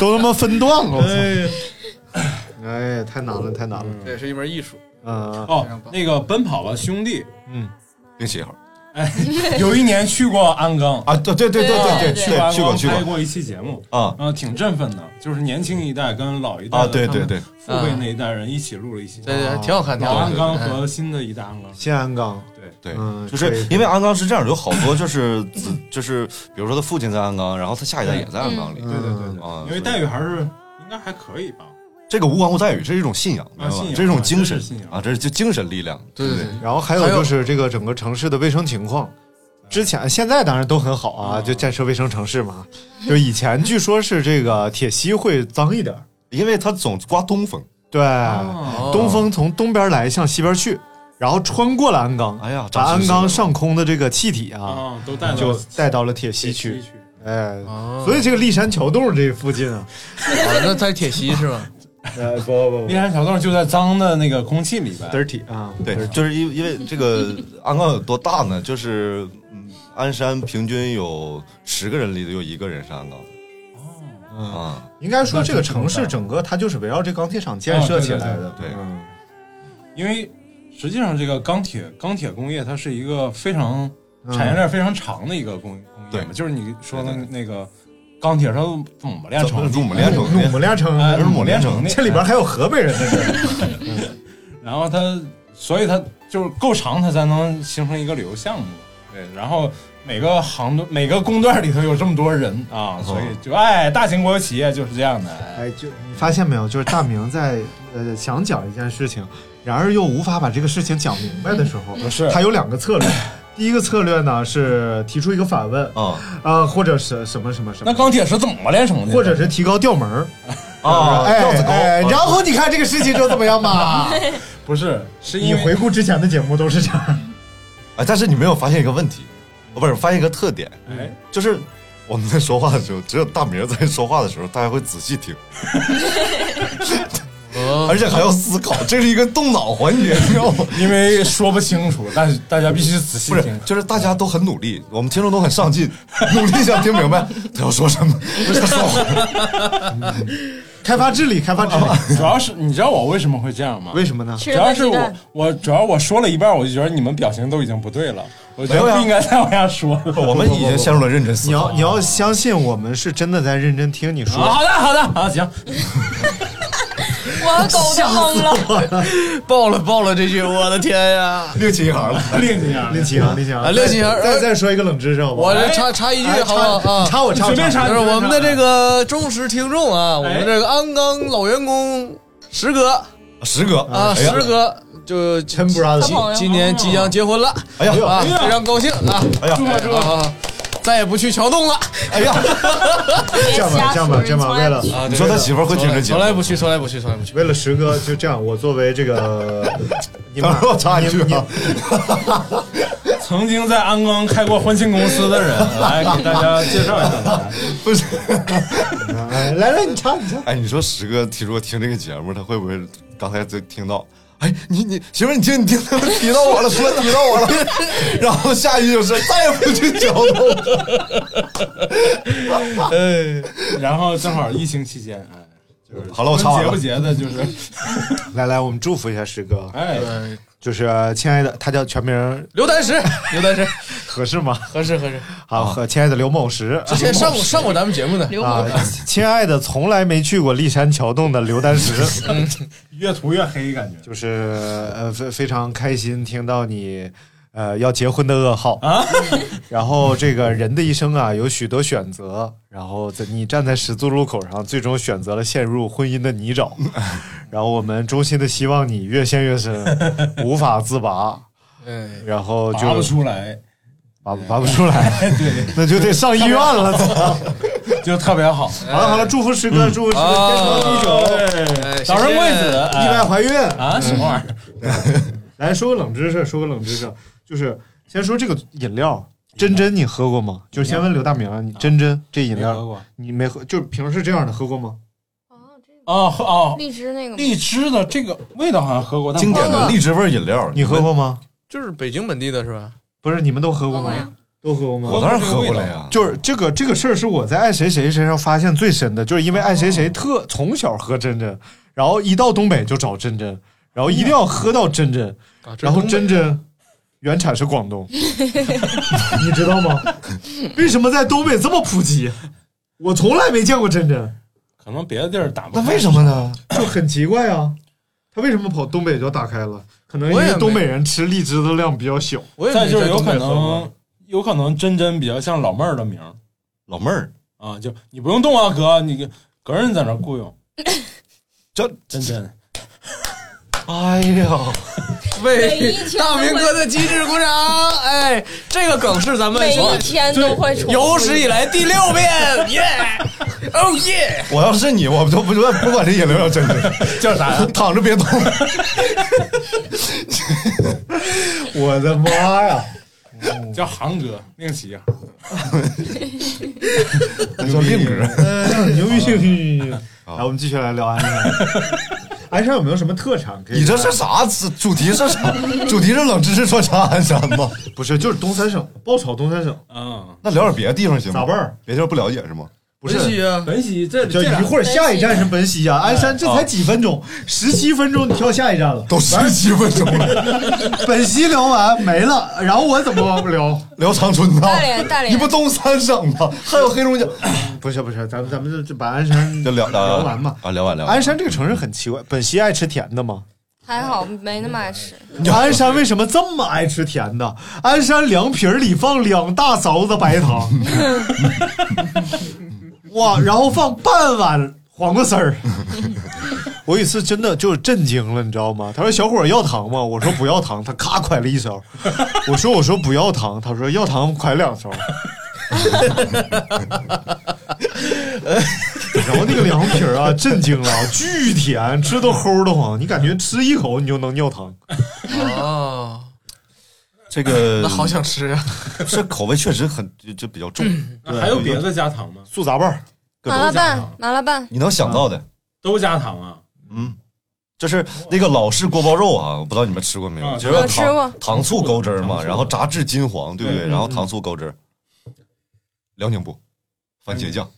[SPEAKER 2] 都他妈分段了，我
[SPEAKER 7] 哎
[SPEAKER 2] 操！哎，太难了，太难了，
[SPEAKER 8] 这是一门艺术。
[SPEAKER 2] 嗯，
[SPEAKER 4] 哦，那个《奔跑吧兄弟
[SPEAKER 7] 并且一会儿》
[SPEAKER 4] 有一年去过鞍钢，
[SPEAKER 7] 啊，对对对对对对
[SPEAKER 4] 去鞍
[SPEAKER 7] 对，去过
[SPEAKER 4] 钢
[SPEAKER 7] 去
[SPEAKER 4] 拍
[SPEAKER 7] 过
[SPEAKER 4] 过一期节目，
[SPEAKER 7] 啊
[SPEAKER 4] 啊，挺振奋的，就是年轻一代跟老一代
[SPEAKER 7] 啊，
[SPEAKER 4] 的
[SPEAKER 7] 对对
[SPEAKER 4] 他们
[SPEAKER 7] 对。
[SPEAKER 4] 父辈那一代人一起录了一期节
[SPEAKER 8] 对
[SPEAKER 4] 目，
[SPEAKER 8] 对，挺
[SPEAKER 2] 嗯
[SPEAKER 8] 好看，挺
[SPEAKER 4] 老
[SPEAKER 8] 好
[SPEAKER 4] 鞍
[SPEAKER 8] 看。
[SPEAKER 4] 钢和新的一代鞍钢，
[SPEAKER 2] 谢安刚，
[SPEAKER 4] 对，
[SPEAKER 7] 对，
[SPEAKER 2] 嗯
[SPEAKER 7] 就是
[SPEAKER 2] 可以
[SPEAKER 7] 因为鞍钢是这样，有好多就是
[SPEAKER 4] [laughs]
[SPEAKER 7] 子就是，比如说他父亲在鞍钢，然后他下一代也在鞍钢里，
[SPEAKER 2] 嗯
[SPEAKER 4] 对对对对，
[SPEAKER 7] 啊，
[SPEAKER 4] 因为
[SPEAKER 7] 所以
[SPEAKER 4] 待遇还是应该还可以吧，
[SPEAKER 7] 这个无关乎待遇，这是一种信仰，
[SPEAKER 4] 啊
[SPEAKER 7] 明白吗
[SPEAKER 4] 信仰
[SPEAKER 7] 这是一种精神
[SPEAKER 4] 真是信仰
[SPEAKER 7] 啊，这是就精神力量，
[SPEAKER 8] 对对对，
[SPEAKER 2] 然后还有就是这个整个城市的卫生情况，之前现在当然都很好啊，就建设卫生城市嘛。就以前据说是这个铁西会脏一点儿，
[SPEAKER 7] 因为他总刮东风，
[SPEAKER 2] 对，
[SPEAKER 4] 哦
[SPEAKER 2] 东风从东边来向西边去，然后穿过了鞍钢，
[SPEAKER 7] 哎呀，
[SPEAKER 2] 把鞍钢
[SPEAKER 7] 长知识了
[SPEAKER 2] 上空的这个气体啊，
[SPEAKER 8] 嗯
[SPEAKER 4] 啊，都带到
[SPEAKER 2] 就带到了铁
[SPEAKER 4] 西
[SPEAKER 2] 西区。
[SPEAKER 4] 区，
[SPEAKER 2] 哎，所以这个立山桥洞这附近啊，
[SPEAKER 8] 啊那在铁西是吧？
[SPEAKER 2] 呃，不不
[SPEAKER 4] 立山桥洞就在脏的那个空气里边，
[SPEAKER 2] ，dirty 啊，
[SPEAKER 7] 对，就是因为因为这个鞍钢有多大呢？就是嗯鞍山平均有十个人里有一个人是鞍钢的
[SPEAKER 2] 嗯，
[SPEAKER 7] 啊，
[SPEAKER 2] 应该说这个城市整个它就是围绕这钢铁厂建设起来的
[SPEAKER 4] 啊，
[SPEAKER 7] 对对对
[SPEAKER 2] 嗯
[SPEAKER 4] 因为实际上这个钢铁钢铁工业它是一个非常
[SPEAKER 2] 嗯
[SPEAKER 4] 产业链非常长的一个工工业嘛，
[SPEAKER 7] 对
[SPEAKER 4] 就是你说的那个钢铁它怎么炼成的？
[SPEAKER 7] 怎么炼成
[SPEAKER 2] 努木
[SPEAKER 7] 的？
[SPEAKER 2] 连城，
[SPEAKER 4] 哎
[SPEAKER 7] 努木炼
[SPEAKER 4] 成的
[SPEAKER 2] 这里边还有河北人在这儿。
[SPEAKER 4] [laughs] 然后它，所以它就是够长，它才能形成一个旅游项目。对，然后每个行段、每个工段里头有这么多人啊，所以就哎，大型国有企业就是这样的。
[SPEAKER 2] [laughs]
[SPEAKER 4] 哎
[SPEAKER 2] 哎，就你发现没有，就是大明在呃想讲一件事情，然而又无法把这个事情讲明白的时候，
[SPEAKER 4] 不嗯是
[SPEAKER 2] 他有两个策略。第一个策略呢是提出一个反问啊、
[SPEAKER 7] 啊
[SPEAKER 2] 或者是什么什么什
[SPEAKER 4] 嗯那
[SPEAKER 2] 么，
[SPEAKER 4] 钢铁是怎么炼成的？
[SPEAKER 2] 或者是提高调门儿
[SPEAKER 4] 哦
[SPEAKER 7] 啊，
[SPEAKER 2] 哎
[SPEAKER 7] 调子高
[SPEAKER 2] 哎，
[SPEAKER 7] 啊
[SPEAKER 2] 然后你看这个事情就怎么样嘛？
[SPEAKER 4] [laughs] 不是？是
[SPEAKER 2] 你
[SPEAKER 4] 因为
[SPEAKER 2] 回顾之前的节目都是这
[SPEAKER 4] [laughs]
[SPEAKER 2] 样，
[SPEAKER 7] 哎，但是你没有发现一个问题，哦，不是发现一个特点，
[SPEAKER 4] 哎，
[SPEAKER 7] 就是我们在说话的时候，只有大明在说话的时候，大家会仔细听。
[SPEAKER 2] 呃
[SPEAKER 7] 而且还要思考，这是一个动脑环节，你知道吗？
[SPEAKER 4] 因为说不清 [laughs] 楚，但是大家必须仔细
[SPEAKER 7] 不是
[SPEAKER 4] 听，
[SPEAKER 7] 就是大家都很努力，我们听众都很上 [laughs] 进，努力想听明白他要说什么，他说
[SPEAKER 2] 开发智力，开发智力，
[SPEAKER 4] 主要是你知道我为什么会这样吗？
[SPEAKER 2] 为什么呢
[SPEAKER 4] 主要是我我主要我说了一半，我就觉得你们表情都已经不对了，我觉得
[SPEAKER 2] 没有呀
[SPEAKER 4] 不应该再往下说了。
[SPEAKER 7] [laughs] 我们已经陷入了认真思
[SPEAKER 2] 你要你要相信我们是真的在认真听你说。
[SPEAKER 4] [laughs] 啊好的好的好行，
[SPEAKER 9] 我和狗都懵了。
[SPEAKER 8] [laughs] 爆了爆了这句，我的天呀！
[SPEAKER 7] 另起一行了，
[SPEAKER 4] 另起一行，
[SPEAKER 2] 另起一行，另起一
[SPEAKER 8] 啊
[SPEAKER 2] 行，
[SPEAKER 8] 另起一行
[SPEAKER 2] 再
[SPEAKER 8] 哎
[SPEAKER 2] 再说一个冷知识，好不好
[SPEAKER 8] 我这插插一句
[SPEAKER 2] 哎
[SPEAKER 8] 好不好
[SPEAKER 2] 插
[SPEAKER 8] 啊？
[SPEAKER 2] 插我插我
[SPEAKER 4] 随便插
[SPEAKER 8] 就是我们的这
[SPEAKER 4] 个
[SPEAKER 8] 个忠实听众啊，我
[SPEAKER 7] 哎
[SPEAKER 8] 们这个鞍钢老员工石哥
[SPEAKER 7] 石哥
[SPEAKER 8] 啊，
[SPEAKER 7] 哎呀
[SPEAKER 8] 石哥就
[SPEAKER 2] 陈 brother，
[SPEAKER 8] 今今年即将结婚了，
[SPEAKER 7] 哎呀
[SPEAKER 8] 啊，
[SPEAKER 4] 呀
[SPEAKER 8] 非常高兴啊
[SPEAKER 7] 哎呀，
[SPEAKER 8] 啊啊！啊再也不去桥洞了，
[SPEAKER 7] 哎呀，
[SPEAKER 2] 这样吧，这样吧，这样吧，为了
[SPEAKER 7] 你说他媳妇儿会听这节
[SPEAKER 8] 啊从
[SPEAKER 7] 目？
[SPEAKER 8] 来不去，从来不去，从来不去。
[SPEAKER 2] 为了石哥，就这样，我作为这个，你们
[SPEAKER 7] 等会儿我插一句啊
[SPEAKER 2] 你们
[SPEAKER 4] 曾经在鞍钢开过婚庆公司的人，
[SPEAKER 8] [laughs]
[SPEAKER 4] 来给大家介绍一下吧。
[SPEAKER 7] 不是， [laughs]
[SPEAKER 2] 你们哎来来，你插你插，
[SPEAKER 7] 哎，你说石哥提出听这个节目，他会不会刚才就听到？哎，你你媳妇儿，你听你听，提到我了，说提到 [laughs] 我了，然后下一句就是再也不去角落了。
[SPEAKER 4] 呃，然后正好疫情期间，哎，就是
[SPEAKER 7] 好了我插完
[SPEAKER 4] 节
[SPEAKER 7] 了
[SPEAKER 4] 不节的，就是
[SPEAKER 2] 来来，我们祝福一下石哥，
[SPEAKER 4] 哎，
[SPEAKER 2] 就是亲爱的，他叫全名
[SPEAKER 8] 刘丹石，刘丹石，
[SPEAKER 2] 合适吗？
[SPEAKER 8] 合适合适。
[SPEAKER 2] 好，和亲爱的刘某石，
[SPEAKER 8] 之前上过上过咱们节目的，
[SPEAKER 2] 啊，亲爱的，从来没去过骊山桥洞的刘丹石，
[SPEAKER 4] 越涂越黑，感觉
[SPEAKER 2] 就是呃非非常开心听到你呃要结婚的噩耗啊。 [laughs] 然后这个人的一生啊有许多选择，然后在你站在十字路口上，最终选择了陷入婚姻的泥沼。然后我们衷心的希望你越陷越深，无法自拔，
[SPEAKER 8] 嗯，
[SPEAKER 2] 然后就
[SPEAKER 4] 拔不出来，
[SPEAKER 2] 拔不拔不出来，那就得上医院了。
[SPEAKER 4] 就特别好。
[SPEAKER 2] 好了好了，祝福师哥，祝福师哥，天长地久。
[SPEAKER 4] 对，
[SPEAKER 8] 哎
[SPEAKER 4] 早生贵子，
[SPEAKER 8] 谢谢
[SPEAKER 4] 哎
[SPEAKER 2] 意外怀孕。
[SPEAKER 4] 啊，什么玩意儿？
[SPEAKER 2] [laughs] 来说个冷知识，说个冷知识，就是先说这个饮料，真真你喝过吗？就是先问刘大明啊，你真真这饮
[SPEAKER 4] 没喝
[SPEAKER 2] 料
[SPEAKER 4] 过
[SPEAKER 2] 你没喝，就是平时这样的喝过吗？
[SPEAKER 4] 哦喝哦，
[SPEAKER 6] 荔枝那个吗
[SPEAKER 4] 荔枝的这个味道好像喝过，但
[SPEAKER 7] 经典的荔枝味儿饮料，
[SPEAKER 2] 你喝？过吗？
[SPEAKER 8] 就是北京本地的是吧？
[SPEAKER 2] 不是，你们都喝过
[SPEAKER 6] 喝过呀
[SPEAKER 2] 吗？都喝过
[SPEAKER 7] 我
[SPEAKER 2] 吗？
[SPEAKER 7] 当然喝过了呀。
[SPEAKER 2] 就是这个这个事儿是我在爱谁谁身上发现最深的，就是因为爱谁
[SPEAKER 6] 哦
[SPEAKER 2] 谁特从小喝真真，然后一到东北就找真真，然后一定要喝到真真，
[SPEAKER 8] 啊，这
[SPEAKER 2] 然后
[SPEAKER 8] 东北
[SPEAKER 2] 真真原产是广
[SPEAKER 7] [laughs]
[SPEAKER 2] 东，你知道吗？为什么在东北这么普及？我从来没见过真真，
[SPEAKER 4] 可能别的地儿打不
[SPEAKER 2] 那
[SPEAKER 4] 开。
[SPEAKER 2] 为什么呢？就很奇怪啊，他为什么跑东北就打开了？可能因
[SPEAKER 8] 我也
[SPEAKER 2] 为
[SPEAKER 8] 没
[SPEAKER 2] 东北人吃荔枝的量比较小。
[SPEAKER 8] 我也
[SPEAKER 4] 再
[SPEAKER 8] 没
[SPEAKER 4] 就是
[SPEAKER 8] 在
[SPEAKER 4] 有
[SPEAKER 8] 东
[SPEAKER 4] 可
[SPEAKER 8] 北喝过
[SPEAKER 4] 能，有可能真真比较像老妹儿的名儿
[SPEAKER 7] 老妹儿，
[SPEAKER 4] 啊，就你不用动啊，哥，你个人在那儿雇佣。
[SPEAKER 7] [coughs] 这
[SPEAKER 4] 真真，
[SPEAKER 2] 哎呀，
[SPEAKER 6] 每
[SPEAKER 8] 为
[SPEAKER 6] 一天都
[SPEAKER 8] 大
[SPEAKER 6] 会
[SPEAKER 8] 明哥的机智鼓掌！哎，这个梗是咱们
[SPEAKER 6] 每
[SPEAKER 8] 从
[SPEAKER 6] 一天都会重复
[SPEAKER 8] 有史以来第六遍，耶！哦耶！
[SPEAKER 7] 我要是你，我就不管不管这饮料叫真
[SPEAKER 2] [laughs]
[SPEAKER 7] 真叫啥，躺着别动。
[SPEAKER 2] 我的妈呀！
[SPEAKER 4] 叫航哥，另起一行。
[SPEAKER 2] [laughs]
[SPEAKER 7] 那叫令哥。
[SPEAKER 2] 呃牛逼！牛逼！ [laughs] 牛逼来，我们继续来聊鞍 [laughs] 山。鞍山有没有什么特产可以？
[SPEAKER 7] 你这是啥？主主题是啥？ [laughs] 主题是冷知识穿插鞍山吗？
[SPEAKER 2] 不是就是东三省爆炒东三省
[SPEAKER 4] 嗯，
[SPEAKER 7] 那聊点别的地方行吗？
[SPEAKER 2] 咋办儿？
[SPEAKER 7] 别地方不了解是吗？
[SPEAKER 2] 不是
[SPEAKER 8] 文熙啊，
[SPEAKER 4] 本喜这
[SPEAKER 2] 这
[SPEAKER 4] 这
[SPEAKER 2] 一
[SPEAKER 4] 俩
[SPEAKER 2] 会儿下一站是本溪啊，鞍山这才几分钟，十七分钟你跳下一站了。
[SPEAKER 7] 都十七分钟了，
[SPEAKER 2] 本溪聊完没了，然后我怎么聊？
[SPEAKER 7] 聊长春呢？
[SPEAKER 6] 大连大连
[SPEAKER 7] 你不东三省吗？还有黑龙江，
[SPEAKER 2] 不是不是，咱们咱们就就把鞍山
[SPEAKER 7] 就聊
[SPEAKER 2] 嗯聊完哎吧。
[SPEAKER 7] 啊，聊完聊完。
[SPEAKER 2] 鞍山这个城市很奇怪，本溪爱吃甜的吗？
[SPEAKER 6] 还好没那么爱吃。
[SPEAKER 2] [laughs] 鞍山为什么这么爱吃甜的？鞍山凉皮儿里放两大勺子白糖，哇，然后放半碗黄瓜丝儿。我有一次真的就是震惊了，你知道吗？他说：“小伙儿要糖吗？”我说：“不要糖。”他咔㧟了一勺。我说：“我说不要糖。”他说：“要糖，㧟两勺。” [laughs] 然后那个凉皮儿啊，震惊了，巨甜，吃都齁的慌。你感觉吃一口你就能尿糖。
[SPEAKER 4] 啊
[SPEAKER 8] 哦，
[SPEAKER 7] 这个
[SPEAKER 8] 那好想吃啊！
[SPEAKER 7] 这口味确实很就就比较重，
[SPEAKER 4] 那嗯还有别的加糖吗？
[SPEAKER 2] 素杂拌儿，
[SPEAKER 7] 各
[SPEAKER 6] 麻
[SPEAKER 7] 种
[SPEAKER 6] 辣拌，麻辣拌，
[SPEAKER 7] 你能想到的，
[SPEAKER 4] 都加糖啊？
[SPEAKER 7] 嗯，这是那个老式锅包肉啊，我不知道你们吃过没有？
[SPEAKER 4] 啊
[SPEAKER 7] 就是
[SPEAKER 4] 我吃过
[SPEAKER 7] 糖糖醋勾汁儿嘛，
[SPEAKER 4] 糖醋
[SPEAKER 7] 然后炸至金黄，对不对？
[SPEAKER 4] 对
[SPEAKER 7] 然后
[SPEAKER 4] 嗯
[SPEAKER 7] 糖醋勾汁儿，辽宁不，番茄酱。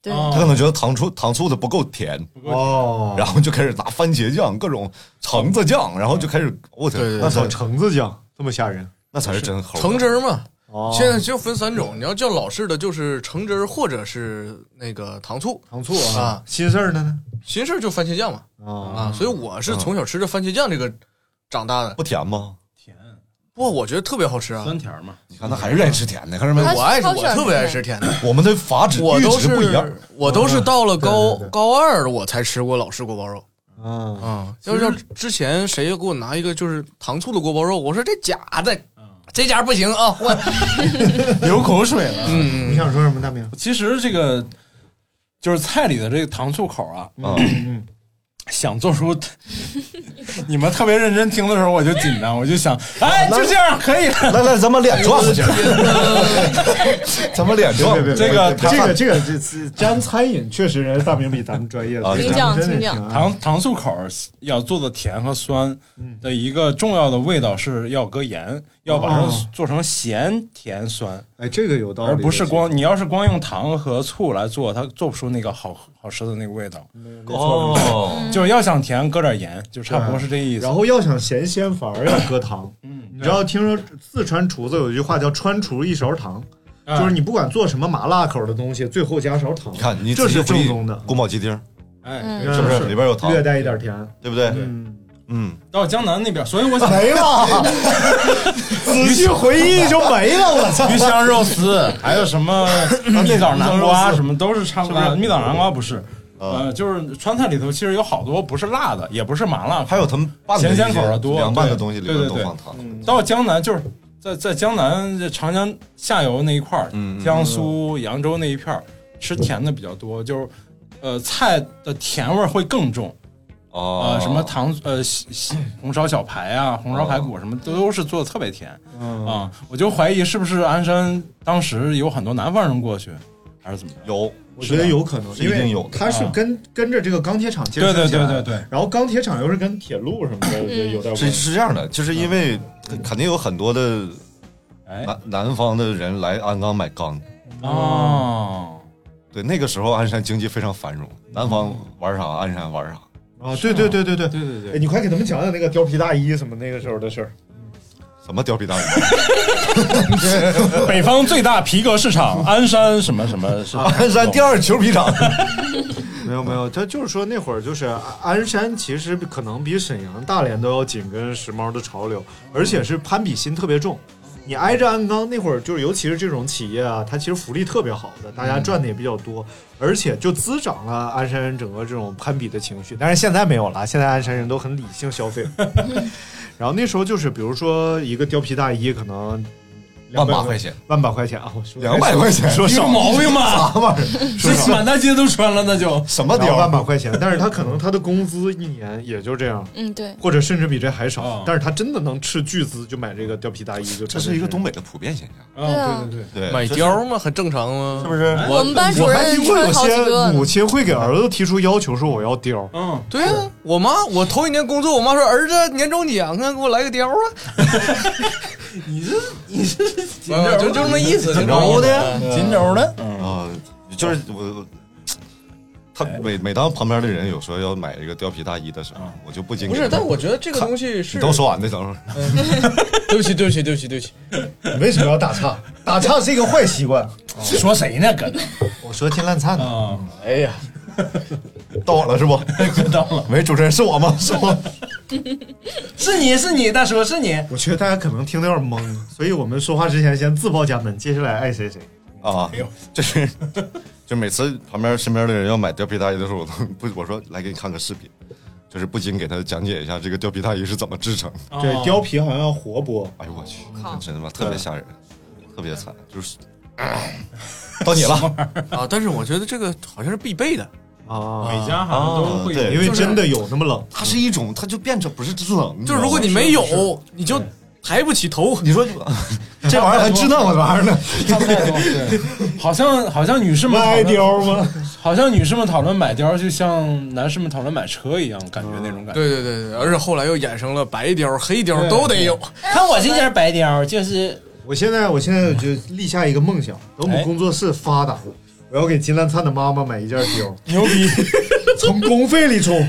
[SPEAKER 4] 对
[SPEAKER 7] 他可能觉得糖醋糖醋的不够甜
[SPEAKER 2] 哦，
[SPEAKER 7] 然后就开始拿番茄酱、各种橙子酱，然后就开始，我天，
[SPEAKER 2] 那
[SPEAKER 7] 那
[SPEAKER 2] 炒
[SPEAKER 7] 才
[SPEAKER 2] 橙子酱这么吓人，
[SPEAKER 7] 那才是真猴。
[SPEAKER 8] 橙汁儿嘛。
[SPEAKER 2] 哦
[SPEAKER 8] 现在就分三种，你要叫老式的就是橙汁儿或者是那个糖醋，
[SPEAKER 2] 糖醋
[SPEAKER 8] 啊
[SPEAKER 2] 啊，，新事儿呢？
[SPEAKER 8] 新式就番茄酱嘛
[SPEAKER 2] 哦
[SPEAKER 8] 啊，所以我是从小吃着番茄酱这个长大的，
[SPEAKER 7] 不甜吗？
[SPEAKER 8] 不过我觉得特别好吃啊，酸
[SPEAKER 4] 甜嘛，
[SPEAKER 7] 你看他还是愿意吃甜的，看着没？
[SPEAKER 8] 我爱吃，我特别爱吃甜的，
[SPEAKER 7] 我们的法旨
[SPEAKER 8] 我
[SPEAKER 7] 阈
[SPEAKER 8] 都是
[SPEAKER 7] 值不一样，
[SPEAKER 8] 我都是到了高高二我才吃过老式锅包肉。
[SPEAKER 2] 嗯
[SPEAKER 8] 嗯，要是之前谁给我拿一个就是糖醋的锅包肉，我说这假的，
[SPEAKER 4] 嗯
[SPEAKER 8] 这家不行啊，我
[SPEAKER 4] 流口水了。
[SPEAKER 8] 嗯，
[SPEAKER 2] 你想说什么，大明？
[SPEAKER 4] 其实这个就是菜里的这个糖醋口
[SPEAKER 2] [laughs]
[SPEAKER 4] 啊，
[SPEAKER 2] 嗯
[SPEAKER 4] 想做出你们特别认真听的时候，我就紧张，我就想，哎，就这样可以了。
[SPEAKER 7] 来来，咱们脸撞过去，咱们脸撞
[SPEAKER 2] 别别
[SPEAKER 4] 这
[SPEAKER 2] 别
[SPEAKER 4] 个
[SPEAKER 2] 这个这个这次沾餐饮确实人家大明比咱们专业的，咱们真的挺爱
[SPEAKER 4] 糖糖醋口要做的甜和酸的一个重要的味道是要搁盐，要把它做成咸甜酸。
[SPEAKER 2] 哎，这个有道理
[SPEAKER 4] 而不是光你要是光用糖和醋来做，它做不出那个好好吃的那个味道。
[SPEAKER 7] 哦
[SPEAKER 4] 就是要想甜，搁点盐，就差不多是这意思。
[SPEAKER 2] 然后要想咸鲜，反而要搁糖。嗯，你知道，听说四川厨子有一句话叫“川厨一勺糖”，
[SPEAKER 4] 嗯
[SPEAKER 2] 就是你不管做什么麻辣口的东西，最后加勺糖。
[SPEAKER 7] 你看你
[SPEAKER 2] 这
[SPEAKER 7] 仔细
[SPEAKER 2] 是
[SPEAKER 7] 回
[SPEAKER 2] 正
[SPEAKER 7] 忆
[SPEAKER 2] 宗的，
[SPEAKER 7] 宫保鸡丁，
[SPEAKER 4] 哎
[SPEAKER 2] 嗯
[SPEAKER 7] 是不是里边有糖，
[SPEAKER 2] 略带一点甜，
[SPEAKER 7] 对不对？
[SPEAKER 2] 嗯
[SPEAKER 7] 嗯，
[SPEAKER 4] 到江南那边，所以我想
[SPEAKER 2] 没了。仔细回忆就没了，我操！
[SPEAKER 4] 鱼香肉丝，还
[SPEAKER 2] [coughs]
[SPEAKER 4] 有什么啊蜜枣南瓜，什么都是差不
[SPEAKER 7] 是不
[SPEAKER 4] 多。
[SPEAKER 7] 是
[SPEAKER 4] 蜜枣南瓜不是，
[SPEAKER 2] 啊
[SPEAKER 4] 呃，就是川菜里头其实有好多不是辣的，也不是麻辣口，
[SPEAKER 7] 还有他们拌的
[SPEAKER 4] 咸
[SPEAKER 7] 一些
[SPEAKER 4] 鲜口的多，
[SPEAKER 7] 凉拌的
[SPEAKER 4] 对
[SPEAKER 7] 东西里
[SPEAKER 4] 对
[SPEAKER 7] 边
[SPEAKER 4] 对
[SPEAKER 7] 都
[SPEAKER 4] 对
[SPEAKER 7] 放糖
[SPEAKER 2] 嗯
[SPEAKER 4] 到江南就是在在江南这长江下游那一块儿，
[SPEAKER 2] 嗯
[SPEAKER 4] 江苏、扬州那一片儿吃甜的比较多，就是呃菜的甜味儿会更重。
[SPEAKER 2] 啊
[SPEAKER 7] 哦
[SPEAKER 4] 呃，什么糖呃西西红烧小排啊，红烧排骨什么都都是做的特别甜
[SPEAKER 2] 嗯
[SPEAKER 4] 啊，我就怀疑是不是鞍山当时有很多南方人过去，还是怎么着？
[SPEAKER 7] 有，
[SPEAKER 2] 我觉得有可能，因为它是跟跟着这个钢铁厂接
[SPEAKER 4] 对对
[SPEAKER 2] 起来
[SPEAKER 4] 啊对
[SPEAKER 2] 的
[SPEAKER 4] 对对，
[SPEAKER 2] 然后钢铁厂又是跟铁路什么的有有点关系。
[SPEAKER 7] 是是这样的，就是
[SPEAKER 2] 嗯
[SPEAKER 7] 因为肯定有很多的
[SPEAKER 4] 哎
[SPEAKER 2] 哎
[SPEAKER 7] 南南方的人来鞍钢买钢
[SPEAKER 4] 哦，
[SPEAKER 7] 对，那个时候鞍山经济非常繁荣，南方玩啥鞍山玩啥。
[SPEAKER 4] 嗯
[SPEAKER 2] 啊，嗯对对对对对
[SPEAKER 4] 对对
[SPEAKER 2] 哎，你快给他们讲讲那个貂皮大衣什么那个时候的事儿。
[SPEAKER 7] 什么貂皮大衣？
[SPEAKER 4] 呃北方最大皮革市场鞍山什么什么是吧？
[SPEAKER 7] [laughs] 鞍山第二裘皮
[SPEAKER 2] [laughs]
[SPEAKER 7] 厂，
[SPEAKER 2] 没有没有，他就是说那会儿就是鞍山，其实可能比沈阳、大连都要紧跟时髦的潮流，而且是攀比心特别重。你挨着鞍钢那会儿，就是尤其是这种企业啊，它其实福利特别好的，大家赚的也比较多，而且就滋长了鞍山人整个这种攀比的情绪。但是现在没有了，现在鞍山人都很理性消费。然后那时候就是，比如说一个貂皮大衣可能
[SPEAKER 7] 万把
[SPEAKER 2] 200
[SPEAKER 7] 块钱，
[SPEAKER 2] 万把块钱啊，我说
[SPEAKER 7] 200块钱
[SPEAKER 2] 说少
[SPEAKER 4] 有毛病
[SPEAKER 7] [laughs]
[SPEAKER 4] 吧
[SPEAKER 2] 啥玩意儿？说
[SPEAKER 4] 这
[SPEAKER 2] 少
[SPEAKER 4] 满大街都穿了，那就
[SPEAKER 7] 什
[SPEAKER 2] 然后万把块钱，但是他可能他的工资一年也就这样，
[SPEAKER 6] 嗯，对，
[SPEAKER 2] 或者甚至比这还少，但是他真的能斥巨资就买这个貂皮大衣，就
[SPEAKER 7] 这是一个东北的普遍现象。
[SPEAKER 4] 对
[SPEAKER 6] 啊
[SPEAKER 4] 对
[SPEAKER 7] [laughs] 对，
[SPEAKER 8] 买貂吗？很正常吗？
[SPEAKER 7] 是不是
[SPEAKER 6] 我们班主
[SPEAKER 2] 我
[SPEAKER 6] 任
[SPEAKER 2] 还听过有
[SPEAKER 6] 穿好几个
[SPEAKER 2] 些
[SPEAKER 6] 呢
[SPEAKER 2] 母亲会给儿子提出要求说我要貂，
[SPEAKER 4] 嗯，
[SPEAKER 8] 对啊，我妈我头一年工作，我妈说儿子年终奖啊，给我来个貂啊。
[SPEAKER 7] [laughs]
[SPEAKER 4] 你是
[SPEAKER 8] 呃就就这么意思，
[SPEAKER 7] 锦
[SPEAKER 8] 就这么意
[SPEAKER 7] 州
[SPEAKER 8] 思
[SPEAKER 7] 的，
[SPEAKER 8] 嗯
[SPEAKER 4] 锦州的，
[SPEAKER 7] 啊，就是
[SPEAKER 2] 嗯
[SPEAKER 7] 我，他每每当旁边的人有说要买一个貂皮大衣的时
[SPEAKER 2] 啊
[SPEAKER 7] 候，我就不禁
[SPEAKER 8] 不是，但我觉得这个东西是
[SPEAKER 7] 你等我说完呢，等会儿。
[SPEAKER 8] [laughs] 对不起，对不起，对不起，对不起，
[SPEAKER 2] 你为什么要打岔？打岔是一个坏习惯。
[SPEAKER 4] 说谁呢？搁这
[SPEAKER 2] 我舌尖烂灿呢，
[SPEAKER 4] 啊，
[SPEAKER 8] 哎呀，
[SPEAKER 7] 到我了是
[SPEAKER 2] [laughs]
[SPEAKER 7] 不？
[SPEAKER 4] 到了，
[SPEAKER 7] 喂，主持人是我吗？是我。
[SPEAKER 4] 是你是你，大叔是你，
[SPEAKER 2] 我觉得大家可能听得有点懵，所以我们说话之前先自报家门，接下来爱谁谁。
[SPEAKER 7] 啊，
[SPEAKER 2] 哎
[SPEAKER 7] 就是就每次旁边身边的人要买貂皮大衣的时候，我都不我说来给你看个视频，就是不禁给他讲解一下这个貂皮大衣是怎么制成。
[SPEAKER 4] 哦
[SPEAKER 2] 对，貂皮好像要活剥，
[SPEAKER 7] 哎呦我去
[SPEAKER 6] 靠，
[SPEAKER 7] 真
[SPEAKER 2] 嗯
[SPEAKER 7] 他妈特别吓人，特别惨，就是。到你 [laughs] 了
[SPEAKER 8] 啊！但是我觉得这个好像是必备的，
[SPEAKER 2] 啊，
[SPEAKER 4] 每家好像都会有
[SPEAKER 7] 对
[SPEAKER 2] 因为真的有那么冷，
[SPEAKER 7] 它是一种，它就变成不是制冷，
[SPEAKER 4] 嗯
[SPEAKER 8] 就是如果你没有，你就抬不起头。
[SPEAKER 2] [laughs]
[SPEAKER 7] 你说
[SPEAKER 2] 这玩意儿还知道我这玩意儿呢
[SPEAKER 4] 差不太多。对，好像好像女士们
[SPEAKER 2] 买貂
[SPEAKER 4] 吗？好像女士们讨论买貂，就像男士们讨论买车一样，感觉那种感觉。
[SPEAKER 8] 对对对对，而且后来又衍生了白貂、黑貂
[SPEAKER 4] 对
[SPEAKER 8] 都得有。
[SPEAKER 4] 看我这件
[SPEAKER 8] 白貂，就是
[SPEAKER 2] 我现在我现在就立下一个梦想，等我们工作室发达，我要给金兰灿的妈妈买一件貂，
[SPEAKER 4] 牛逼，
[SPEAKER 2] 从公费里 [laughs] 充，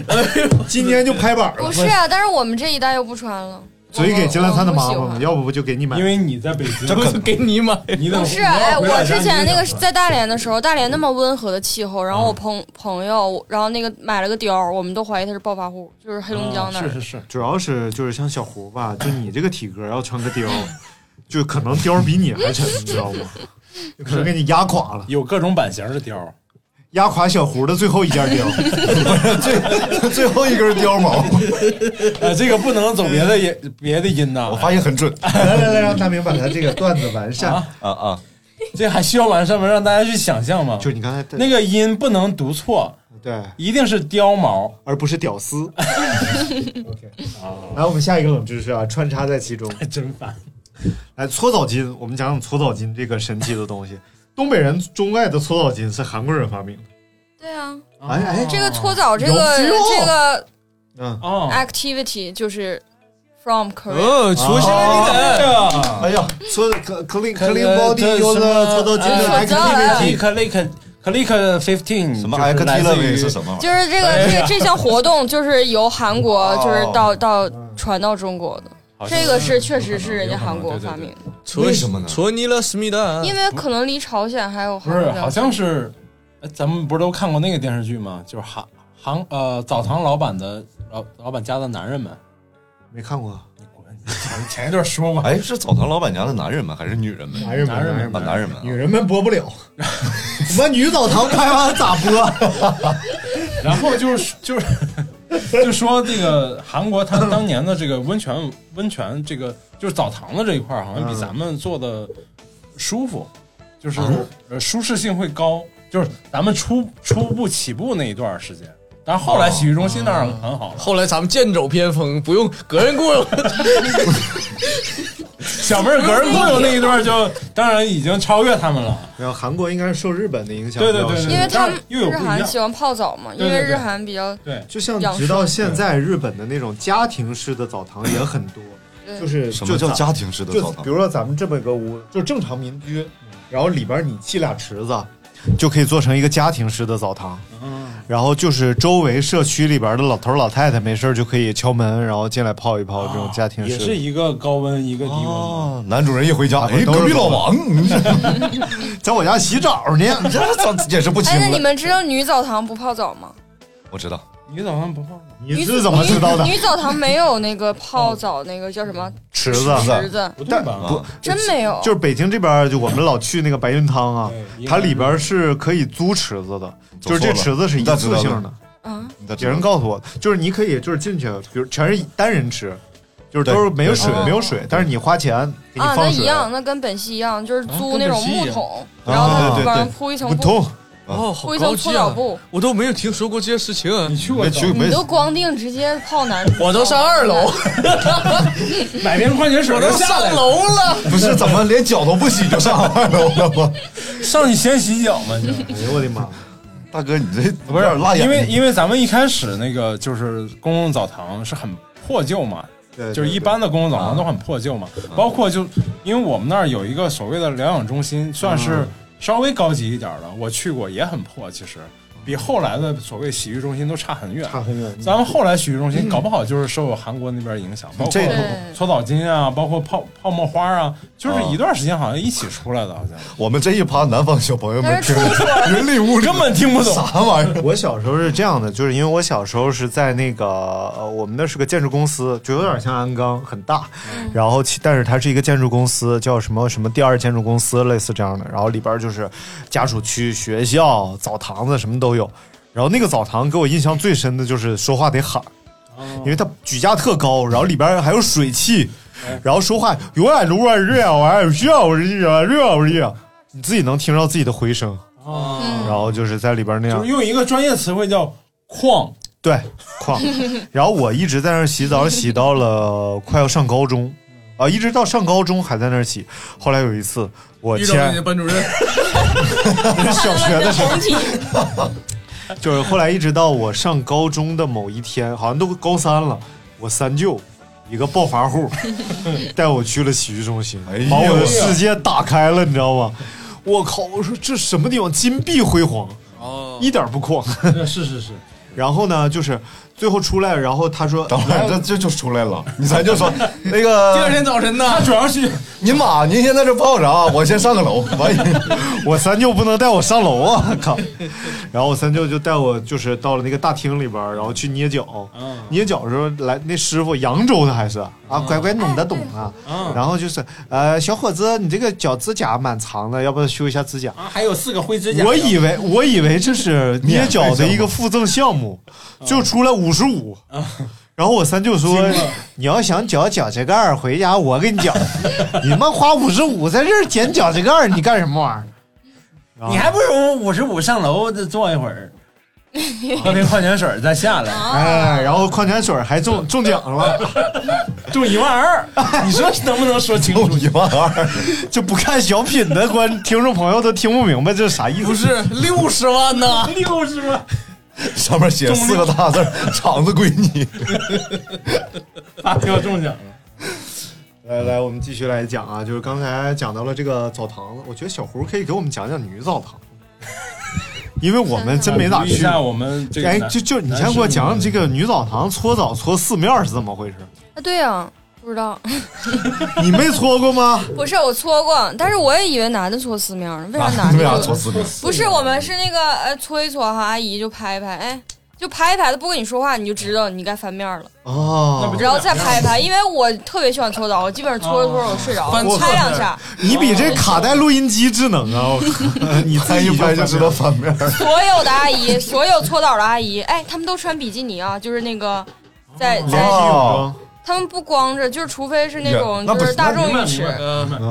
[SPEAKER 2] 今年就拍板了。
[SPEAKER 6] 不是啊，但是我们这一代又不穿了。
[SPEAKER 2] 所以给金兰灿的
[SPEAKER 6] 哦
[SPEAKER 2] 妈妈，要不不就给你买，因
[SPEAKER 4] 为你在北京，
[SPEAKER 2] 这可
[SPEAKER 8] 给你买。
[SPEAKER 4] 你
[SPEAKER 6] 不是，哎，我之前那个是在大连的时候，大连那么温和的气候，然后我朋朋友，然后那个买了个貂儿，我们都怀疑他是暴发户，就是黑龙江那儿。
[SPEAKER 4] 哦是，
[SPEAKER 2] 主要是就是像小胡吧，就你这个体格要穿个貂， [laughs] 就可能貂比你还沉，你知道吗？有可能给你压垮了。
[SPEAKER 4] 有各种版型的貂，
[SPEAKER 2] 压垮小胡的最后一件貂， [laughs] 最最后一根貂 [laughs] 毛。
[SPEAKER 4] 呃，这个不能走别的也别的音呐。我发
[SPEAKER 7] 音很准。
[SPEAKER 2] 来来来，让大明把他这个段子完善
[SPEAKER 4] 啊
[SPEAKER 7] 啊啊！
[SPEAKER 4] 这还需要完善吗？让大家去想象吗？
[SPEAKER 2] 就你刚才
[SPEAKER 4] 那个音不能读错，
[SPEAKER 2] 对，
[SPEAKER 4] 一定是貂毛，
[SPEAKER 2] 而不是屌 [laughs] 丝。来，我们下一个冷知识啊，穿插在其中，
[SPEAKER 4] 真烦。
[SPEAKER 2] 来，哎搓澡巾，我们讲讲搓澡巾这个神奇的东西。东北人钟爱的搓澡巾是韩国人发明的。
[SPEAKER 6] 对啊，
[SPEAKER 2] 哎哎，
[SPEAKER 6] 这个搓澡这
[SPEAKER 2] 有
[SPEAKER 6] 个
[SPEAKER 2] 肌肉
[SPEAKER 6] 这个
[SPEAKER 2] 嗯
[SPEAKER 4] 哦
[SPEAKER 6] activity 就是 from Korea。
[SPEAKER 4] 呃
[SPEAKER 8] 哦，
[SPEAKER 2] 熟悉
[SPEAKER 4] 了你
[SPEAKER 2] 哎呀，
[SPEAKER 6] 嗯
[SPEAKER 2] 搓 clean
[SPEAKER 4] 可
[SPEAKER 2] clean body 有的搓澡巾
[SPEAKER 4] 哎
[SPEAKER 2] 的 activity。
[SPEAKER 4] click click fifteen 什
[SPEAKER 7] 么 activity 嗯是什么玩意
[SPEAKER 6] 就是这个这这项活动，就是由韩国就是到到传到中国的
[SPEAKER 8] 好，像
[SPEAKER 6] 这个是确实是人家韩国发明的，
[SPEAKER 8] 为什么呢？戳尼了思密达，
[SPEAKER 6] 因为可能离朝鲜还有
[SPEAKER 4] 不
[SPEAKER 6] 韩
[SPEAKER 4] 是
[SPEAKER 6] 国，
[SPEAKER 4] 好像是，哎咱们不是都看过那个电视剧吗？就是韩韩呃澡堂老板的老老板家的男人们，
[SPEAKER 2] 没看过。
[SPEAKER 4] 前前一段说嘛，
[SPEAKER 7] 哎，是澡堂老板家的男人们还是女人们？
[SPEAKER 2] 男人们男人们
[SPEAKER 7] 啊男人们。
[SPEAKER 2] 女人们播不 [laughs] 了，我们女澡堂开完咋播？
[SPEAKER 4] [laughs] 然后就是就是 [laughs] 就说这个韩国它当年的这个温泉温泉这个就是澡堂子这一块儿，好像比咱们做的舒服，就是呃舒适性会高。就是咱们初初步起步那一段儿时间，但是后来洗浴中心那儿很好了。
[SPEAKER 8] 后来咱们剑走偏锋，不用隔人雇佣。
[SPEAKER 2] [laughs]
[SPEAKER 4] 小妹儿个人雇佣那一段就当然已经超越他们了。
[SPEAKER 2] 然后韩国应该是受日本的影响，
[SPEAKER 4] 对对对对
[SPEAKER 6] 嗯
[SPEAKER 4] 对
[SPEAKER 6] 因为他们
[SPEAKER 4] 又有
[SPEAKER 6] 日
[SPEAKER 4] 不一样
[SPEAKER 6] 韩喜欢泡澡嘛，因
[SPEAKER 4] 对对
[SPEAKER 6] 为
[SPEAKER 4] 对
[SPEAKER 6] 日韩比较
[SPEAKER 4] 对，
[SPEAKER 2] 就像
[SPEAKER 6] 养
[SPEAKER 2] 直到
[SPEAKER 6] 生
[SPEAKER 2] 现在，日本的那种家庭式的澡堂也很多，
[SPEAKER 6] 对
[SPEAKER 2] 就是
[SPEAKER 7] 什么叫
[SPEAKER 2] 就咱
[SPEAKER 7] 家庭式的澡堂嗯
[SPEAKER 2] 就比如说咱们这么一个屋，就正常民居，然后里边你砌俩池子，就可以做成一个家庭式的澡堂。
[SPEAKER 7] 嗯
[SPEAKER 2] 然后就是周围社区里边的老头老太太没事儿就可以敲门，然后进来泡一泡这
[SPEAKER 7] 啊
[SPEAKER 2] 种家庭式
[SPEAKER 4] 也
[SPEAKER 2] 的。
[SPEAKER 4] 是一个高温一个低温。哦，
[SPEAKER 7] 男主人一回家，哎，
[SPEAKER 2] 都是
[SPEAKER 7] 隔壁老王 [laughs]
[SPEAKER 2] [laughs] 在我家洗澡呢，你这
[SPEAKER 7] 这也是不
[SPEAKER 6] 哎
[SPEAKER 7] 清，
[SPEAKER 6] 那你
[SPEAKER 7] 了。
[SPEAKER 6] 们知道女澡堂不泡澡吗？
[SPEAKER 7] 我知道，
[SPEAKER 4] 女澡堂不泡，
[SPEAKER 2] 你是怎么知道的？哦
[SPEAKER 6] 女澡堂没有那个泡
[SPEAKER 2] [laughs]
[SPEAKER 6] 澡那个叫什么
[SPEAKER 2] 池子
[SPEAKER 6] 池子，
[SPEAKER 2] 但
[SPEAKER 7] 啊
[SPEAKER 2] 不
[SPEAKER 6] 真没有。
[SPEAKER 2] 就是北京这边儿，就我们老去那个白云汤啊，它里边儿是可以租池子的，
[SPEAKER 7] 走错
[SPEAKER 2] 就是这
[SPEAKER 7] 了
[SPEAKER 2] 池子是一次
[SPEAKER 7] 你咋知
[SPEAKER 2] 性
[SPEAKER 7] 道
[SPEAKER 2] 的
[SPEAKER 7] 的。
[SPEAKER 6] 啊，
[SPEAKER 2] 有人告诉我，就是你可以就是进去，比如全是单人池，就是
[SPEAKER 7] 对
[SPEAKER 2] 都是没有水
[SPEAKER 7] 对对
[SPEAKER 2] 没有水，但是你花钱给你
[SPEAKER 6] 啊，那
[SPEAKER 2] 放
[SPEAKER 6] 一
[SPEAKER 2] 水。
[SPEAKER 6] 样，那跟本溪一样，就是租那种木桶，
[SPEAKER 2] 跟本溪一样
[SPEAKER 6] 然后
[SPEAKER 2] 啊
[SPEAKER 6] 往上
[SPEAKER 2] 对对对
[SPEAKER 6] 铺一层
[SPEAKER 2] 木
[SPEAKER 6] 布
[SPEAKER 2] 桶
[SPEAKER 8] 哦，好
[SPEAKER 6] 铺一层
[SPEAKER 8] 高
[SPEAKER 6] 搓
[SPEAKER 8] 级
[SPEAKER 6] 澡
[SPEAKER 8] 啊！
[SPEAKER 6] 布。
[SPEAKER 8] 我都没有听说过这些事情。
[SPEAKER 4] 你去
[SPEAKER 8] 过？
[SPEAKER 6] [laughs] 你都光腚直接泡男子，
[SPEAKER 8] 我都上二楼，
[SPEAKER 4] [laughs] 买瓶矿泉水
[SPEAKER 8] 我
[SPEAKER 4] 就
[SPEAKER 8] 都
[SPEAKER 4] 下来
[SPEAKER 8] 上
[SPEAKER 4] 了
[SPEAKER 8] 楼了。
[SPEAKER 7] 不是怎么连脚都不洗就上二楼了吗？
[SPEAKER 4] 上去先洗脚嘛。你
[SPEAKER 2] 哎呦我的妈！
[SPEAKER 7] [laughs] 大哥，你 [laughs] 这
[SPEAKER 4] 不
[SPEAKER 7] 有点辣眼睛
[SPEAKER 4] 因为因为咱们一开始那个就是公共澡堂是很破旧嘛，
[SPEAKER 2] 对对啊
[SPEAKER 4] 就是一般的公共澡堂都很破旧嘛，包括就因为我们那儿有一个所谓的疗养中心，算
[SPEAKER 2] 啊
[SPEAKER 4] 是稍微高级一点的，我去过也很破，其实比后来的所谓洗浴中心都差很远，
[SPEAKER 2] 差很远。嗯
[SPEAKER 4] 咱们后来洗浴中心搞不好就是受韩国那边影响，包括
[SPEAKER 2] 这个
[SPEAKER 4] 搓澡巾啊，包括泡泡沫花啊，就是一段时间好像一起出来的，好像
[SPEAKER 2] 啊
[SPEAKER 7] 我们这一趴南方小朋友们听
[SPEAKER 4] 但是出来了
[SPEAKER 7] 云里雾里，
[SPEAKER 4] 根本听不懂
[SPEAKER 7] 啥玩意
[SPEAKER 4] [laughs]
[SPEAKER 7] 儿。
[SPEAKER 2] 我小时候是这样的，就是因为我小时候是在那个呃，我们那是个建筑公司，就有点像鞍钢，很大，然后其但是它是一个建筑公司，叫什么什么第二建筑公司，类似这样的。然后里边就是家属区、学校、澡堂子什么都有。然后那个澡堂给我印象最深的就是说话得喊，因为它举架特高，然后里边还有水汽，然后说话永远都我热我热我热我热，你自己能听到自己的回声，然后就是在里边那样
[SPEAKER 4] 就是。用一个专业词汇叫“旷
[SPEAKER 2] 对，旷。然后我一直在那儿洗澡，洗到了快要上高中，啊，一直到上高中还在那儿洗。后来有一次，我
[SPEAKER 8] 遇到了
[SPEAKER 2] 签
[SPEAKER 8] 你的班主任，
[SPEAKER 2] 小学的时候
[SPEAKER 8] 红旗，
[SPEAKER 2] 就是后来一直到我上高中的某一天，好像都高三了，我三舅一个暴发
[SPEAKER 8] [laughs]
[SPEAKER 2] 户带我去了洗浴中心，
[SPEAKER 7] 呀
[SPEAKER 2] 把我的世界打开了，你知道吗？我靠！我说这什么地方金碧辉煌，
[SPEAKER 8] 哦，
[SPEAKER 2] 一点
[SPEAKER 8] [laughs]
[SPEAKER 2] 不旷。
[SPEAKER 8] 是是是，
[SPEAKER 2] 然后呢，就是最后出来，然后他说，
[SPEAKER 7] 等会儿这这就出来了，你咱就说 [laughs] 那个
[SPEAKER 8] 第二天早晨呢，
[SPEAKER 7] 他主要是您妈，您先在这泡着啊， [laughs] 我先上个楼。完，
[SPEAKER 2] [laughs] 我三舅不能带我上楼啊， [laughs] 靠！然后我三舅就带我就是到了那个大厅里边儿，然后去捏脚，捏脚的时候来那师傅扬州的还是啊，乖乖懂得懂啊。
[SPEAKER 4] 嗯
[SPEAKER 2] 然后就是呃，小伙子，你这个脚指甲蛮长的，要不要修一下指甲？
[SPEAKER 8] 还有四个灰指甲。
[SPEAKER 2] 我以为我以为这是捏脚的一个附赠项目，
[SPEAKER 8] 嗯
[SPEAKER 2] 就出来五十五。然后我三舅说：“你要想绞脚趾盖儿，回家我给你
[SPEAKER 8] [laughs]
[SPEAKER 2] 绞。你妈花五十五在这儿剪脚趾盖儿，你干什么玩意儿？”
[SPEAKER 10] 你还不如五十五上楼再坐一会儿，喝瓶矿泉水再下来。
[SPEAKER 8] 啊
[SPEAKER 2] 哎，然后矿泉水
[SPEAKER 8] [laughs]
[SPEAKER 2] 还中中奖了，
[SPEAKER 10] 中一万二，你说能不能说清楚？
[SPEAKER 7] 一万二，
[SPEAKER 2] 就不看小品的观听众朋友都听不明白这是啥意思。
[SPEAKER 8] 不是六十万呐，六十万，
[SPEAKER 7] 上面写四个大字儿，厂子归你。
[SPEAKER 2] 大哥中奖了。来来，我们继续来讲啊，就是刚才讲到了这个澡堂子，我觉得小胡可以给我们讲讲女澡堂，因为我们真没咋
[SPEAKER 4] 一
[SPEAKER 2] 去。
[SPEAKER 4] 下我们这个
[SPEAKER 2] 哎，
[SPEAKER 4] 男
[SPEAKER 2] 就就你先给我讲讲这个女澡堂搓澡搓寺庙是怎么回事？
[SPEAKER 6] 啊，对呀、不知道， [laughs]
[SPEAKER 2] 你没搓过吗？
[SPEAKER 6] 不是我搓过，但是我也以为男的搓丝面呢，
[SPEAKER 2] 啊
[SPEAKER 6] 为啥男的
[SPEAKER 7] 为啥
[SPEAKER 6] 就
[SPEAKER 7] 搓寺庙？
[SPEAKER 6] 不是，我们是那个呃，搓一搓哈，阿姨就拍一拍，哎，就拍一拍，她不跟你说话，你就知道你该翻面了，
[SPEAKER 2] [laughs] 哦，
[SPEAKER 6] 然后再拍一拍。因为我特别喜欢搓澡，我基本上搓着搓着我睡着，
[SPEAKER 2] 我
[SPEAKER 6] 拍两下，
[SPEAKER 2] 你比这卡带录音机智能啊！我靠， [laughs] 你自己
[SPEAKER 7] 一拍就知道
[SPEAKER 2] 翻面。
[SPEAKER 6] 所有的阿姨，所有搓澡的阿姨，哎，她们都穿比基尼啊，就是那个在在，
[SPEAKER 7] 哦，
[SPEAKER 6] 她们不光着，就是除非是那种
[SPEAKER 7] 那不
[SPEAKER 6] 就是是大众浴池。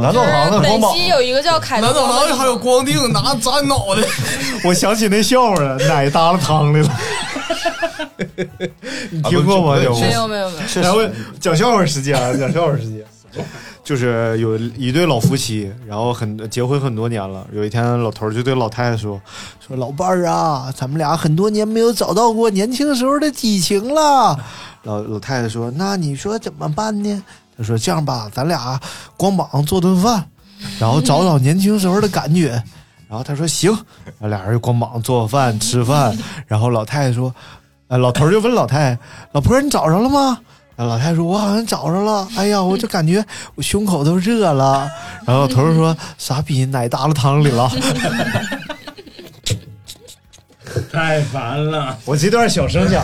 [SPEAKER 2] 男澡堂子
[SPEAKER 6] 本
[SPEAKER 2] 光膀
[SPEAKER 6] 期有一个叫凯
[SPEAKER 8] 男澡堂
[SPEAKER 6] 子
[SPEAKER 8] 里还有光腚拿砸脑袋，
[SPEAKER 2] 我想起那笑话了，奶耷拉汤里了。你听过吗？小吴
[SPEAKER 6] 没有没有没有
[SPEAKER 7] 确实
[SPEAKER 2] 来问讲笑话时间啊，讲笑话时间。 [laughs] 就是有一对老夫妻，然后很结婚很多年了。有一天，老头儿就对老太太说：“说老伴儿啊，咱们俩很多年没有找到过年轻时候的激情了。”老老太太说：“那你说怎么办呢？”他说：“这样吧，咱俩光膀做顿饭，然后找找年轻时候的感觉。”然后他说：“行。”然后俩人就光膀做饭吃饭。然后老太太说：“呃，老头儿就问老太太，老婆儿你找着了吗？”然后老太太说：“我好像找着了，哎呀，我就感觉我胸口都热了。”然后老头儿说：“傻逼，奶耷拉汤里了。 [laughs]
[SPEAKER 10] 太烦了。”
[SPEAKER 2] 我这段小声讲，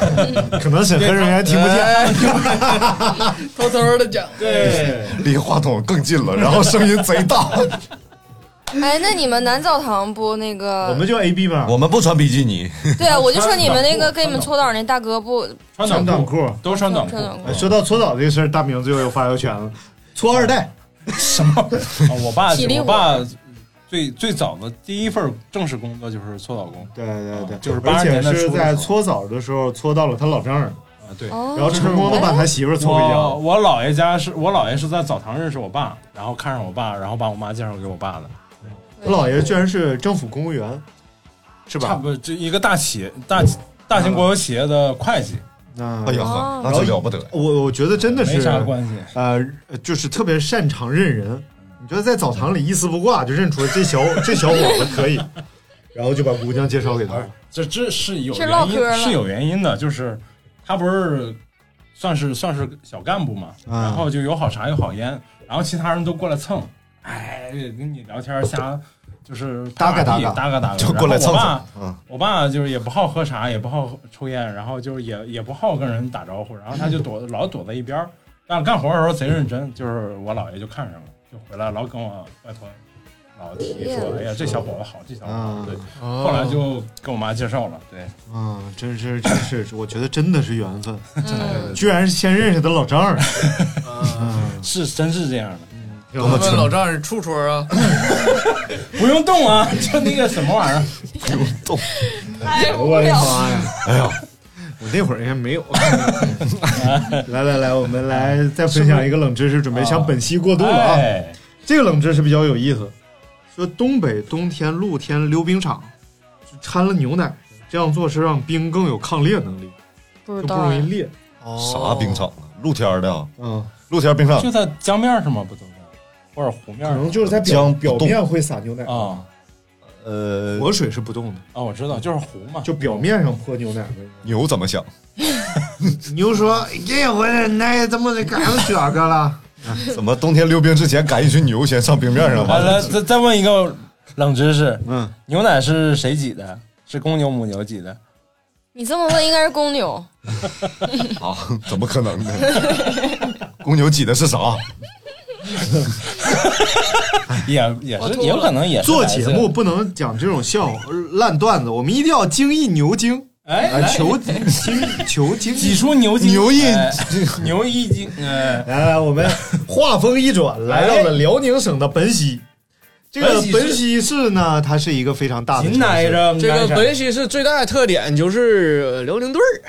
[SPEAKER 2] 可能审核人员听不见。 [laughs]
[SPEAKER 8] 哎偷偷的讲，
[SPEAKER 10] 对，
[SPEAKER 7] 离话筒更近了，然后声音贼
[SPEAKER 2] [laughs]
[SPEAKER 7] 大。
[SPEAKER 6] 哎，那你们男澡堂不那个？
[SPEAKER 2] 就 A B 嘛，
[SPEAKER 7] 我们不穿比基尼，
[SPEAKER 6] 对啊，我就说你们那个给你们搓澡那大哥不
[SPEAKER 2] 穿短裤，
[SPEAKER 4] 都穿
[SPEAKER 6] 短裤穿短裤
[SPEAKER 2] 哎说到搓澡这事儿，大明最后有发言权了。搓二代，
[SPEAKER 4] 哦什么？啊我爸
[SPEAKER 6] 体力
[SPEAKER 4] 我
[SPEAKER 6] 活
[SPEAKER 4] 爸最最早的第一份正式工作就是搓澡工，
[SPEAKER 2] 对对对，
[SPEAKER 4] 就是
[SPEAKER 2] 而
[SPEAKER 4] 八十
[SPEAKER 2] 且
[SPEAKER 4] 年代
[SPEAKER 2] 是
[SPEAKER 4] 初的
[SPEAKER 2] 在
[SPEAKER 4] 时候
[SPEAKER 2] 搓澡的时候搓到了他老丈人，
[SPEAKER 4] 啊，对，
[SPEAKER 6] 哦
[SPEAKER 2] 然后成功的把他媳妇儿搓回家
[SPEAKER 4] 我
[SPEAKER 2] 了。
[SPEAKER 4] 我姥爷家是我姥爷是在澡堂认识我爸，然后看上我爸，然后把我妈介绍给我爸的，
[SPEAKER 2] 我姥爷居然是政府公务员，是吧
[SPEAKER 4] 差不多这一个大企业大大型国有企业的会计，
[SPEAKER 2] 那
[SPEAKER 7] 哎 [laughs] 呀
[SPEAKER 4] 哦
[SPEAKER 7] 呵，那就了不得。
[SPEAKER 2] 我我觉得真的是
[SPEAKER 4] 没啥关系。
[SPEAKER 2] 呃，就是特别擅长认人。你觉得在澡堂里一丝不挂就认出了这小这小伙子可以，然后就把姑娘介绍给他。
[SPEAKER 4] 这这是有
[SPEAKER 6] 这唠
[SPEAKER 4] 原
[SPEAKER 6] 嗑了
[SPEAKER 4] 因，是有原因的，就是他不是算是算是小干部嘛，
[SPEAKER 7] 啊
[SPEAKER 2] 嗯
[SPEAKER 4] 然后就有好茶有好烟，然后其他人都过来蹭，哎，跟你聊天瞎就是
[SPEAKER 2] 搭嘎
[SPEAKER 4] 搭
[SPEAKER 2] 搭嘎
[SPEAKER 4] 搭嘎搭嘎，
[SPEAKER 7] [laughs] 就过来
[SPEAKER 4] 然后
[SPEAKER 7] 蹭蹭
[SPEAKER 4] 我爸。
[SPEAKER 7] 嗯，
[SPEAKER 4] 我爸就是也不好喝茶，也不好抽烟，然后就是也也不好跟人打招呼，然后他就躲老躲在一边儿，但是干活的时候贼认真，就是我姥爷就看上了，就回来老跟我外婆老提说，哎呀这小伙子好，这小伙
[SPEAKER 2] 啊
[SPEAKER 4] 子对，后来就跟我妈介绍了，对，
[SPEAKER 2] 啊，真是真是，我觉得真的是缘分，
[SPEAKER 4] 嗯
[SPEAKER 2] 居然是先认识的老丈人。嗯
[SPEAKER 4] 是真是这样的，
[SPEAKER 8] 我问老丈人处处啊，
[SPEAKER 4] 不用动啊， [laughs] 就那个什么玩意儿，
[SPEAKER 6] 太
[SPEAKER 2] 啊我的妈呀！
[SPEAKER 7] 哎呀，
[SPEAKER 2] 我那会儿应该没有。 [laughs] 来来来，我们来再分享一个冷知识，准备向本期过渡了啊
[SPEAKER 4] 哎。
[SPEAKER 2] 这个冷知识比较有意思，说东北冬天露天溜冰场就掺了牛奶，这样做是让冰更有抗裂能力，
[SPEAKER 6] 不
[SPEAKER 2] 就
[SPEAKER 6] 知
[SPEAKER 2] 不
[SPEAKER 6] 道哎
[SPEAKER 2] 容易裂。
[SPEAKER 7] 啥冰场啊？露天的啊？
[SPEAKER 2] 嗯，
[SPEAKER 7] 露天冰场
[SPEAKER 4] 就在江面上嘛，不都是，或者湖面上，
[SPEAKER 7] 可能就是在表江不动表面
[SPEAKER 2] 会撒牛奶
[SPEAKER 4] 啊。
[SPEAKER 7] 呃，
[SPEAKER 2] 活水是不动的
[SPEAKER 4] 啊，我知道，就是湖嘛，
[SPEAKER 2] 就表面上泼牛奶呗。
[SPEAKER 7] 牛怎么想？
[SPEAKER 2] 牛说这回那怎么赶上这个了？
[SPEAKER 7] 怎么冬天溜冰之前赶一群牛先上冰面上吧？
[SPEAKER 4] 来来，再再问一个冷知识，
[SPEAKER 2] 嗯，
[SPEAKER 4] 牛奶是谁挤的？是公牛母牛挤的？
[SPEAKER 6] 你这么问应该是公牛，
[SPEAKER 7] 啊，怎么可能呢？ [laughs] 公牛挤的是啥？
[SPEAKER 4] 也也是，也有可能也是
[SPEAKER 2] [laughs] 做
[SPEAKER 4] 来
[SPEAKER 2] 节
[SPEAKER 4] 自
[SPEAKER 2] 目不能讲这种笑话、烂段子，我们一定要精益牛精。
[SPEAKER 4] 哎
[SPEAKER 2] 啊
[SPEAKER 4] 来
[SPEAKER 2] 求精
[SPEAKER 8] [laughs]
[SPEAKER 2] 求精，
[SPEAKER 4] 挤出牛精
[SPEAKER 2] 牛一
[SPEAKER 4] 哎牛一精。哎，
[SPEAKER 2] 来来，我们话锋一转，来到了辽宁省的本溪。这个本溪市呢，它是一个非常大的城市。
[SPEAKER 8] 这个本溪市最大的特点就是呃辽宁队儿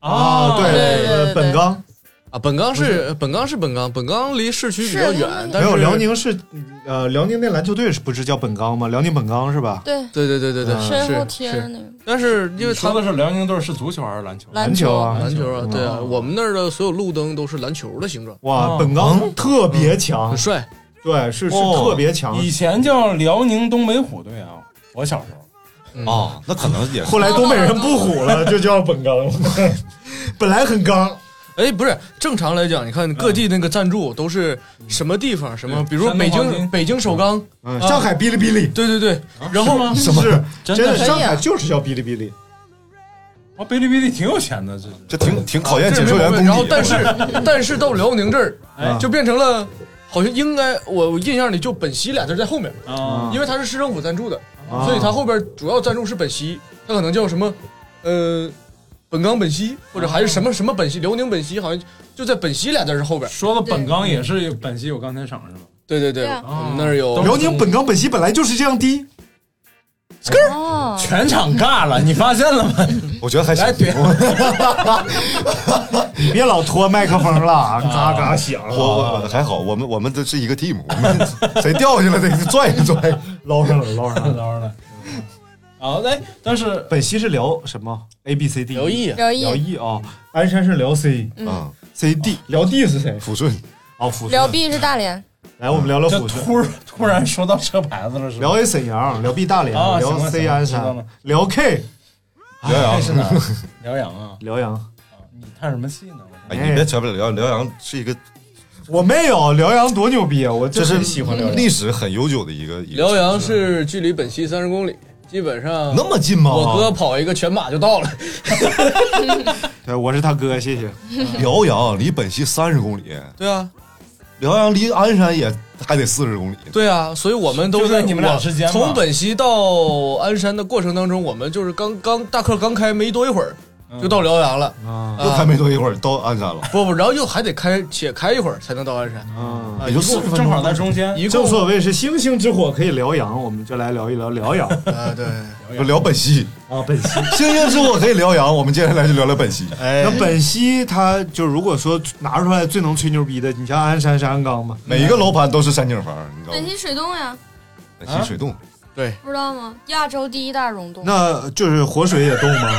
[SPEAKER 2] 啊对对对对本冈
[SPEAKER 8] 啊，本冈是本冈是本冈，本冈离市区比较远，
[SPEAKER 2] 没
[SPEAKER 8] 但是
[SPEAKER 2] 有辽宁市，呃，辽宁那篮球队是不是叫本冈吗？辽宁本冈是吧？
[SPEAKER 6] 对
[SPEAKER 8] 对对对对对，
[SPEAKER 2] 嗯
[SPEAKER 8] 是啊
[SPEAKER 2] 身后
[SPEAKER 6] 贴着那个。
[SPEAKER 8] 但是因为他
[SPEAKER 4] 们是辽宁队是足球还是篮球？
[SPEAKER 2] 篮球啊
[SPEAKER 8] 篮球啊
[SPEAKER 2] 篮球，
[SPEAKER 8] 对啊，我们那儿的所有路灯都是篮球的形状。
[SPEAKER 2] 哇，
[SPEAKER 8] 哦
[SPEAKER 2] 本冈特别强，很
[SPEAKER 8] 帅，
[SPEAKER 2] 对，是是
[SPEAKER 4] 哦
[SPEAKER 2] 特别强。
[SPEAKER 4] 以前叫辽宁东北虎队啊，我小时
[SPEAKER 8] 候。
[SPEAKER 7] [laughs] 啊，那可能也
[SPEAKER 2] 后来东北人不虎了，就叫
[SPEAKER 8] [laughs]
[SPEAKER 2] 本冈了。本来很刚。
[SPEAKER 8] 哎，不是，正常来讲，你看各地那个赞助都是什么地方什么，比如
[SPEAKER 2] 山东
[SPEAKER 8] 北
[SPEAKER 2] 黄
[SPEAKER 8] 京
[SPEAKER 2] 金
[SPEAKER 8] 北京首钢，啊
[SPEAKER 2] 嗯上海哔哩哔哩
[SPEAKER 8] 对对对，
[SPEAKER 4] 啊
[SPEAKER 8] 然后
[SPEAKER 2] 吗？是真的，上
[SPEAKER 8] 哎
[SPEAKER 2] 海就是叫哔哩哔哩。
[SPEAKER 4] 候，啊，哔哩哔哩挺有钱的，
[SPEAKER 7] 这
[SPEAKER 4] 这
[SPEAKER 7] 挺挺考
[SPEAKER 8] 嗯啊这没毛病然后但
[SPEAKER 2] [laughs]
[SPEAKER 8] 是但是到辽宁这儿，
[SPEAKER 4] 哎
[SPEAKER 8] 就变成了，好像应该我我印象里就本溪俩字在后面，
[SPEAKER 4] 啊
[SPEAKER 8] 因为它是市政府赞助的，
[SPEAKER 4] 啊
[SPEAKER 8] 所以它后边主要赞助是本溪，它可能叫什么，呃。本冈本溪，或者还是什
[SPEAKER 2] 哦
[SPEAKER 8] 么什么本溪，辽宁本溪，好像就在本溪俩字是后边。
[SPEAKER 4] 说到本冈也是有本溪有钢铁厂是吗？
[SPEAKER 8] 对对对，
[SPEAKER 4] 对啊
[SPEAKER 8] 我们那儿有
[SPEAKER 2] 辽宁本冈本溪本来就是这样低，
[SPEAKER 6] 哦，
[SPEAKER 4] 全场
[SPEAKER 8] [laughs]
[SPEAKER 4] 尬了，你发现了吗？
[SPEAKER 7] 我觉得还
[SPEAKER 8] 哎
[SPEAKER 4] 行。
[SPEAKER 2] 你别老拖麦克风了，
[SPEAKER 8] 啊
[SPEAKER 2] 嘎嘎响。
[SPEAKER 7] 我我我还好，我们我们这是一个 team，我
[SPEAKER 8] [laughs]
[SPEAKER 7] 们 [laughs] 谁掉下来得拽一拽，
[SPEAKER 2] 捞上了，捞上了，
[SPEAKER 4] 捞上了。啊，哎，但是
[SPEAKER 2] [laughs] 本溪是辽什么？A B C D？
[SPEAKER 8] 辽艺
[SPEAKER 2] 辽
[SPEAKER 8] 辽艺
[SPEAKER 2] 艺啊，鞍山是辽 C
[SPEAKER 6] 嗯
[SPEAKER 7] 啊
[SPEAKER 2] ，C D 辽 D 是谁？
[SPEAKER 7] 抚顺
[SPEAKER 2] 啊，抚顺。
[SPEAKER 6] 辽 B 是大连，
[SPEAKER 2] 来，我们聊聊
[SPEAKER 4] 这
[SPEAKER 2] 抚顺。
[SPEAKER 4] 突然突然说到车牌子了，是
[SPEAKER 8] [laughs]
[SPEAKER 4] 吧？
[SPEAKER 2] 辽 A 沈阳，辽 B 大连，
[SPEAKER 4] 啊
[SPEAKER 2] 辽
[SPEAKER 4] 行了
[SPEAKER 2] C
[SPEAKER 4] 行了
[SPEAKER 2] 鞍
[SPEAKER 4] 知道
[SPEAKER 2] 山
[SPEAKER 4] 了，
[SPEAKER 2] 辽 K
[SPEAKER 7] 辽阳
[SPEAKER 4] 哎是哪儿？辽阳啊，
[SPEAKER 2] 辽阳。
[SPEAKER 4] 你叹什么气呢？
[SPEAKER 7] 哎，你别瞧不起辽辽阳是一个，
[SPEAKER 2] 我没有辽阳多牛逼啊！我嗯
[SPEAKER 7] 这
[SPEAKER 2] 真
[SPEAKER 7] 是
[SPEAKER 2] 很喜欢辽阳。
[SPEAKER 7] 历史很悠久的一个一个。
[SPEAKER 8] 辽阳是距离本溪三十公里，基本上
[SPEAKER 7] 那么近吗
[SPEAKER 8] 我哥跑一个全马就到了。
[SPEAKER 2] [laughs] 对，我是他哥，谢谢。
[SPEAKER 7] 辽阳离本溪三十公里，
[SPEAKER 8] 对啊，
[SPEAKER 7] 辽阳离鞍山也还得四十公里。
[SPEAKER 8] 对啊，所以我们都
[SPEAKER 7] 就是在你们俩之间嘛
[SPEAKER 8] 从本溪到鞍山的过程当中，我们就是刚刚大客刚开没多一会儿， [laughs]
[SPEAKER 4] 嗯
[SPEAKER 8] 就到辽阳了。
[SPEAKER 2] 啊
[SPEAKER 7] 又还没多一会儿到鞍山了。
[SPEAKER 8] 不不，然后又还得开且开一会儿才能到鞍山。
[SPEAKER 2] 啊
[SPEAKER 8] 也就四十分钟正好在中间一共
[SPEAKER 2] 正所谓是星星之火可以燎原，我们就来聊一聊辽阳。
[SPEAKER 8] 啊，对，
[SPEAKER 7] 不聊本溪
[SPEAKER 2] 啊，本溪。
[SPEAKER 7] 星星之火可以辽阳，我们接下来就聊聊本溪。
[SPEAKER 8] 哎
[SPEAKER 2] 那本溪它就如果说拿出来最能吹牛逼的，你像鞍山是鞍钢嘛，
[SPEAKER 7] 每一个楼盘都是山景房，你知道吗？
[SPEAKER 6] 本溪水洞呀，
[SPEAKER 7] 本溪水洞，
[SPEAKER 8] 对，
[SPEAKER 6] 不知道吗？亚洲第一大溶洞，
[SPEAKER 2] 那就是活水也动吗？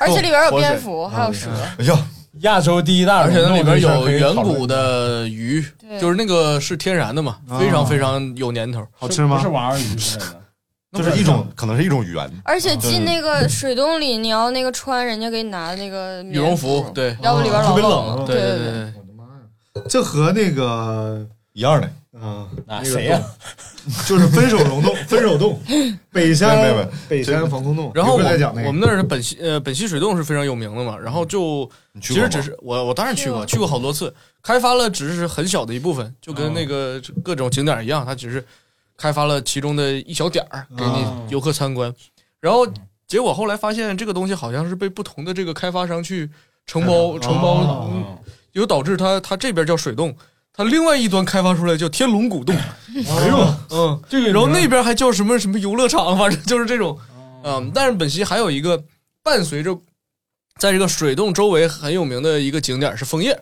[SPEAKER 6] 而且里边有蝙
[SPEAKER 8] 哦
[SPEAKER 6] 蝠，
[SPEAKER 8] 活水
[SPEAKER 6] 还有蛇。
[SPEAKER 7] 哎呀，
[SPEAKER 4] 亚洲第一大，
[SPEAKER 8] [laughs] 而且那里边有远古的鱼
[SPEAKER 6] 对，
[SPEAKER 8] 就是那个是天然的嘛，
[SPEAKER 7] 啊
[SPEAKER 8] 非常非常有年头，
[SPEAKER 7] 好吃吗不是
[SPEAKER 4] 玩意儿鱼之类的，
[SPEAKER 7] 就是一种，可能是一种语言。
[SPEAKER 6] 而且进那
[SPEAKER 7] 个
[SPEAKER 6] 个水洞里，你要那个穿人家给你拿的那个
[SPEAKER 8] 羽绒服，对，
[SPEAKER 6] 要不里边
[SPEAKER 8] 特
[SPEAKER 6] 老
[SPEAKER 8] 别
[SPEAKER 6] 冷
[SPEAKER 8] 冷，
[SPEAKER 6] 了。
[SPEAKER 8] 对
[SPEAKER 6] 对
[SPEAKER 8] 对对，
[SPEAKER 2] 啊这和那个
[SPEAKER 7] 一样的
[SPEAKER 2] 啊，
[SPEAKER 4] 那
[SPEAKER 2] 个
[SPEAKER 4] 谁呀
[SPEAKER 2] 洞就是分手溶洞，分手洞，北
[SPEAKER 8] 没有
[SPEAKER 2] 山
[SPEAKER 8] 没有
[SPEAKER 2] 北山防空洞。
[SPEAKER 8] 然后我
[SPEAKER 2] 一会儿再讲那个嗯
[SPEAKER 8] 我们那儿的本溪呃本溪水洞是非常有名的嘛，然后就其
[SPEAKER 2] 去过吗
[SPEAKER 8] 实只是我我当然去过，去过好多次，开发了只是很小的一部分，就
[SPEAKER 2] 哦
[SPEAKER 8] 跟那个各种景点儿一样，它只是开发了其中的一小点
[SPEAKER 2] 哦
[SPEAKER 8] 儿给你游客参观，然后结果后来发现这个东西好像是被不同的这个开发商去承包承
[SPEAKER 2] 哦
[SPEAKER 8] 包，嗯有导致它它这边叫水洞。它另外一端开发出来叫天龙古洞，哎呦，嗯，这个，然后那边还叫什么什么游乐场，反正就是这种，嗯，但是本溪还有一个伴随着在这个水洞周围很有名的一个景点是枫叶，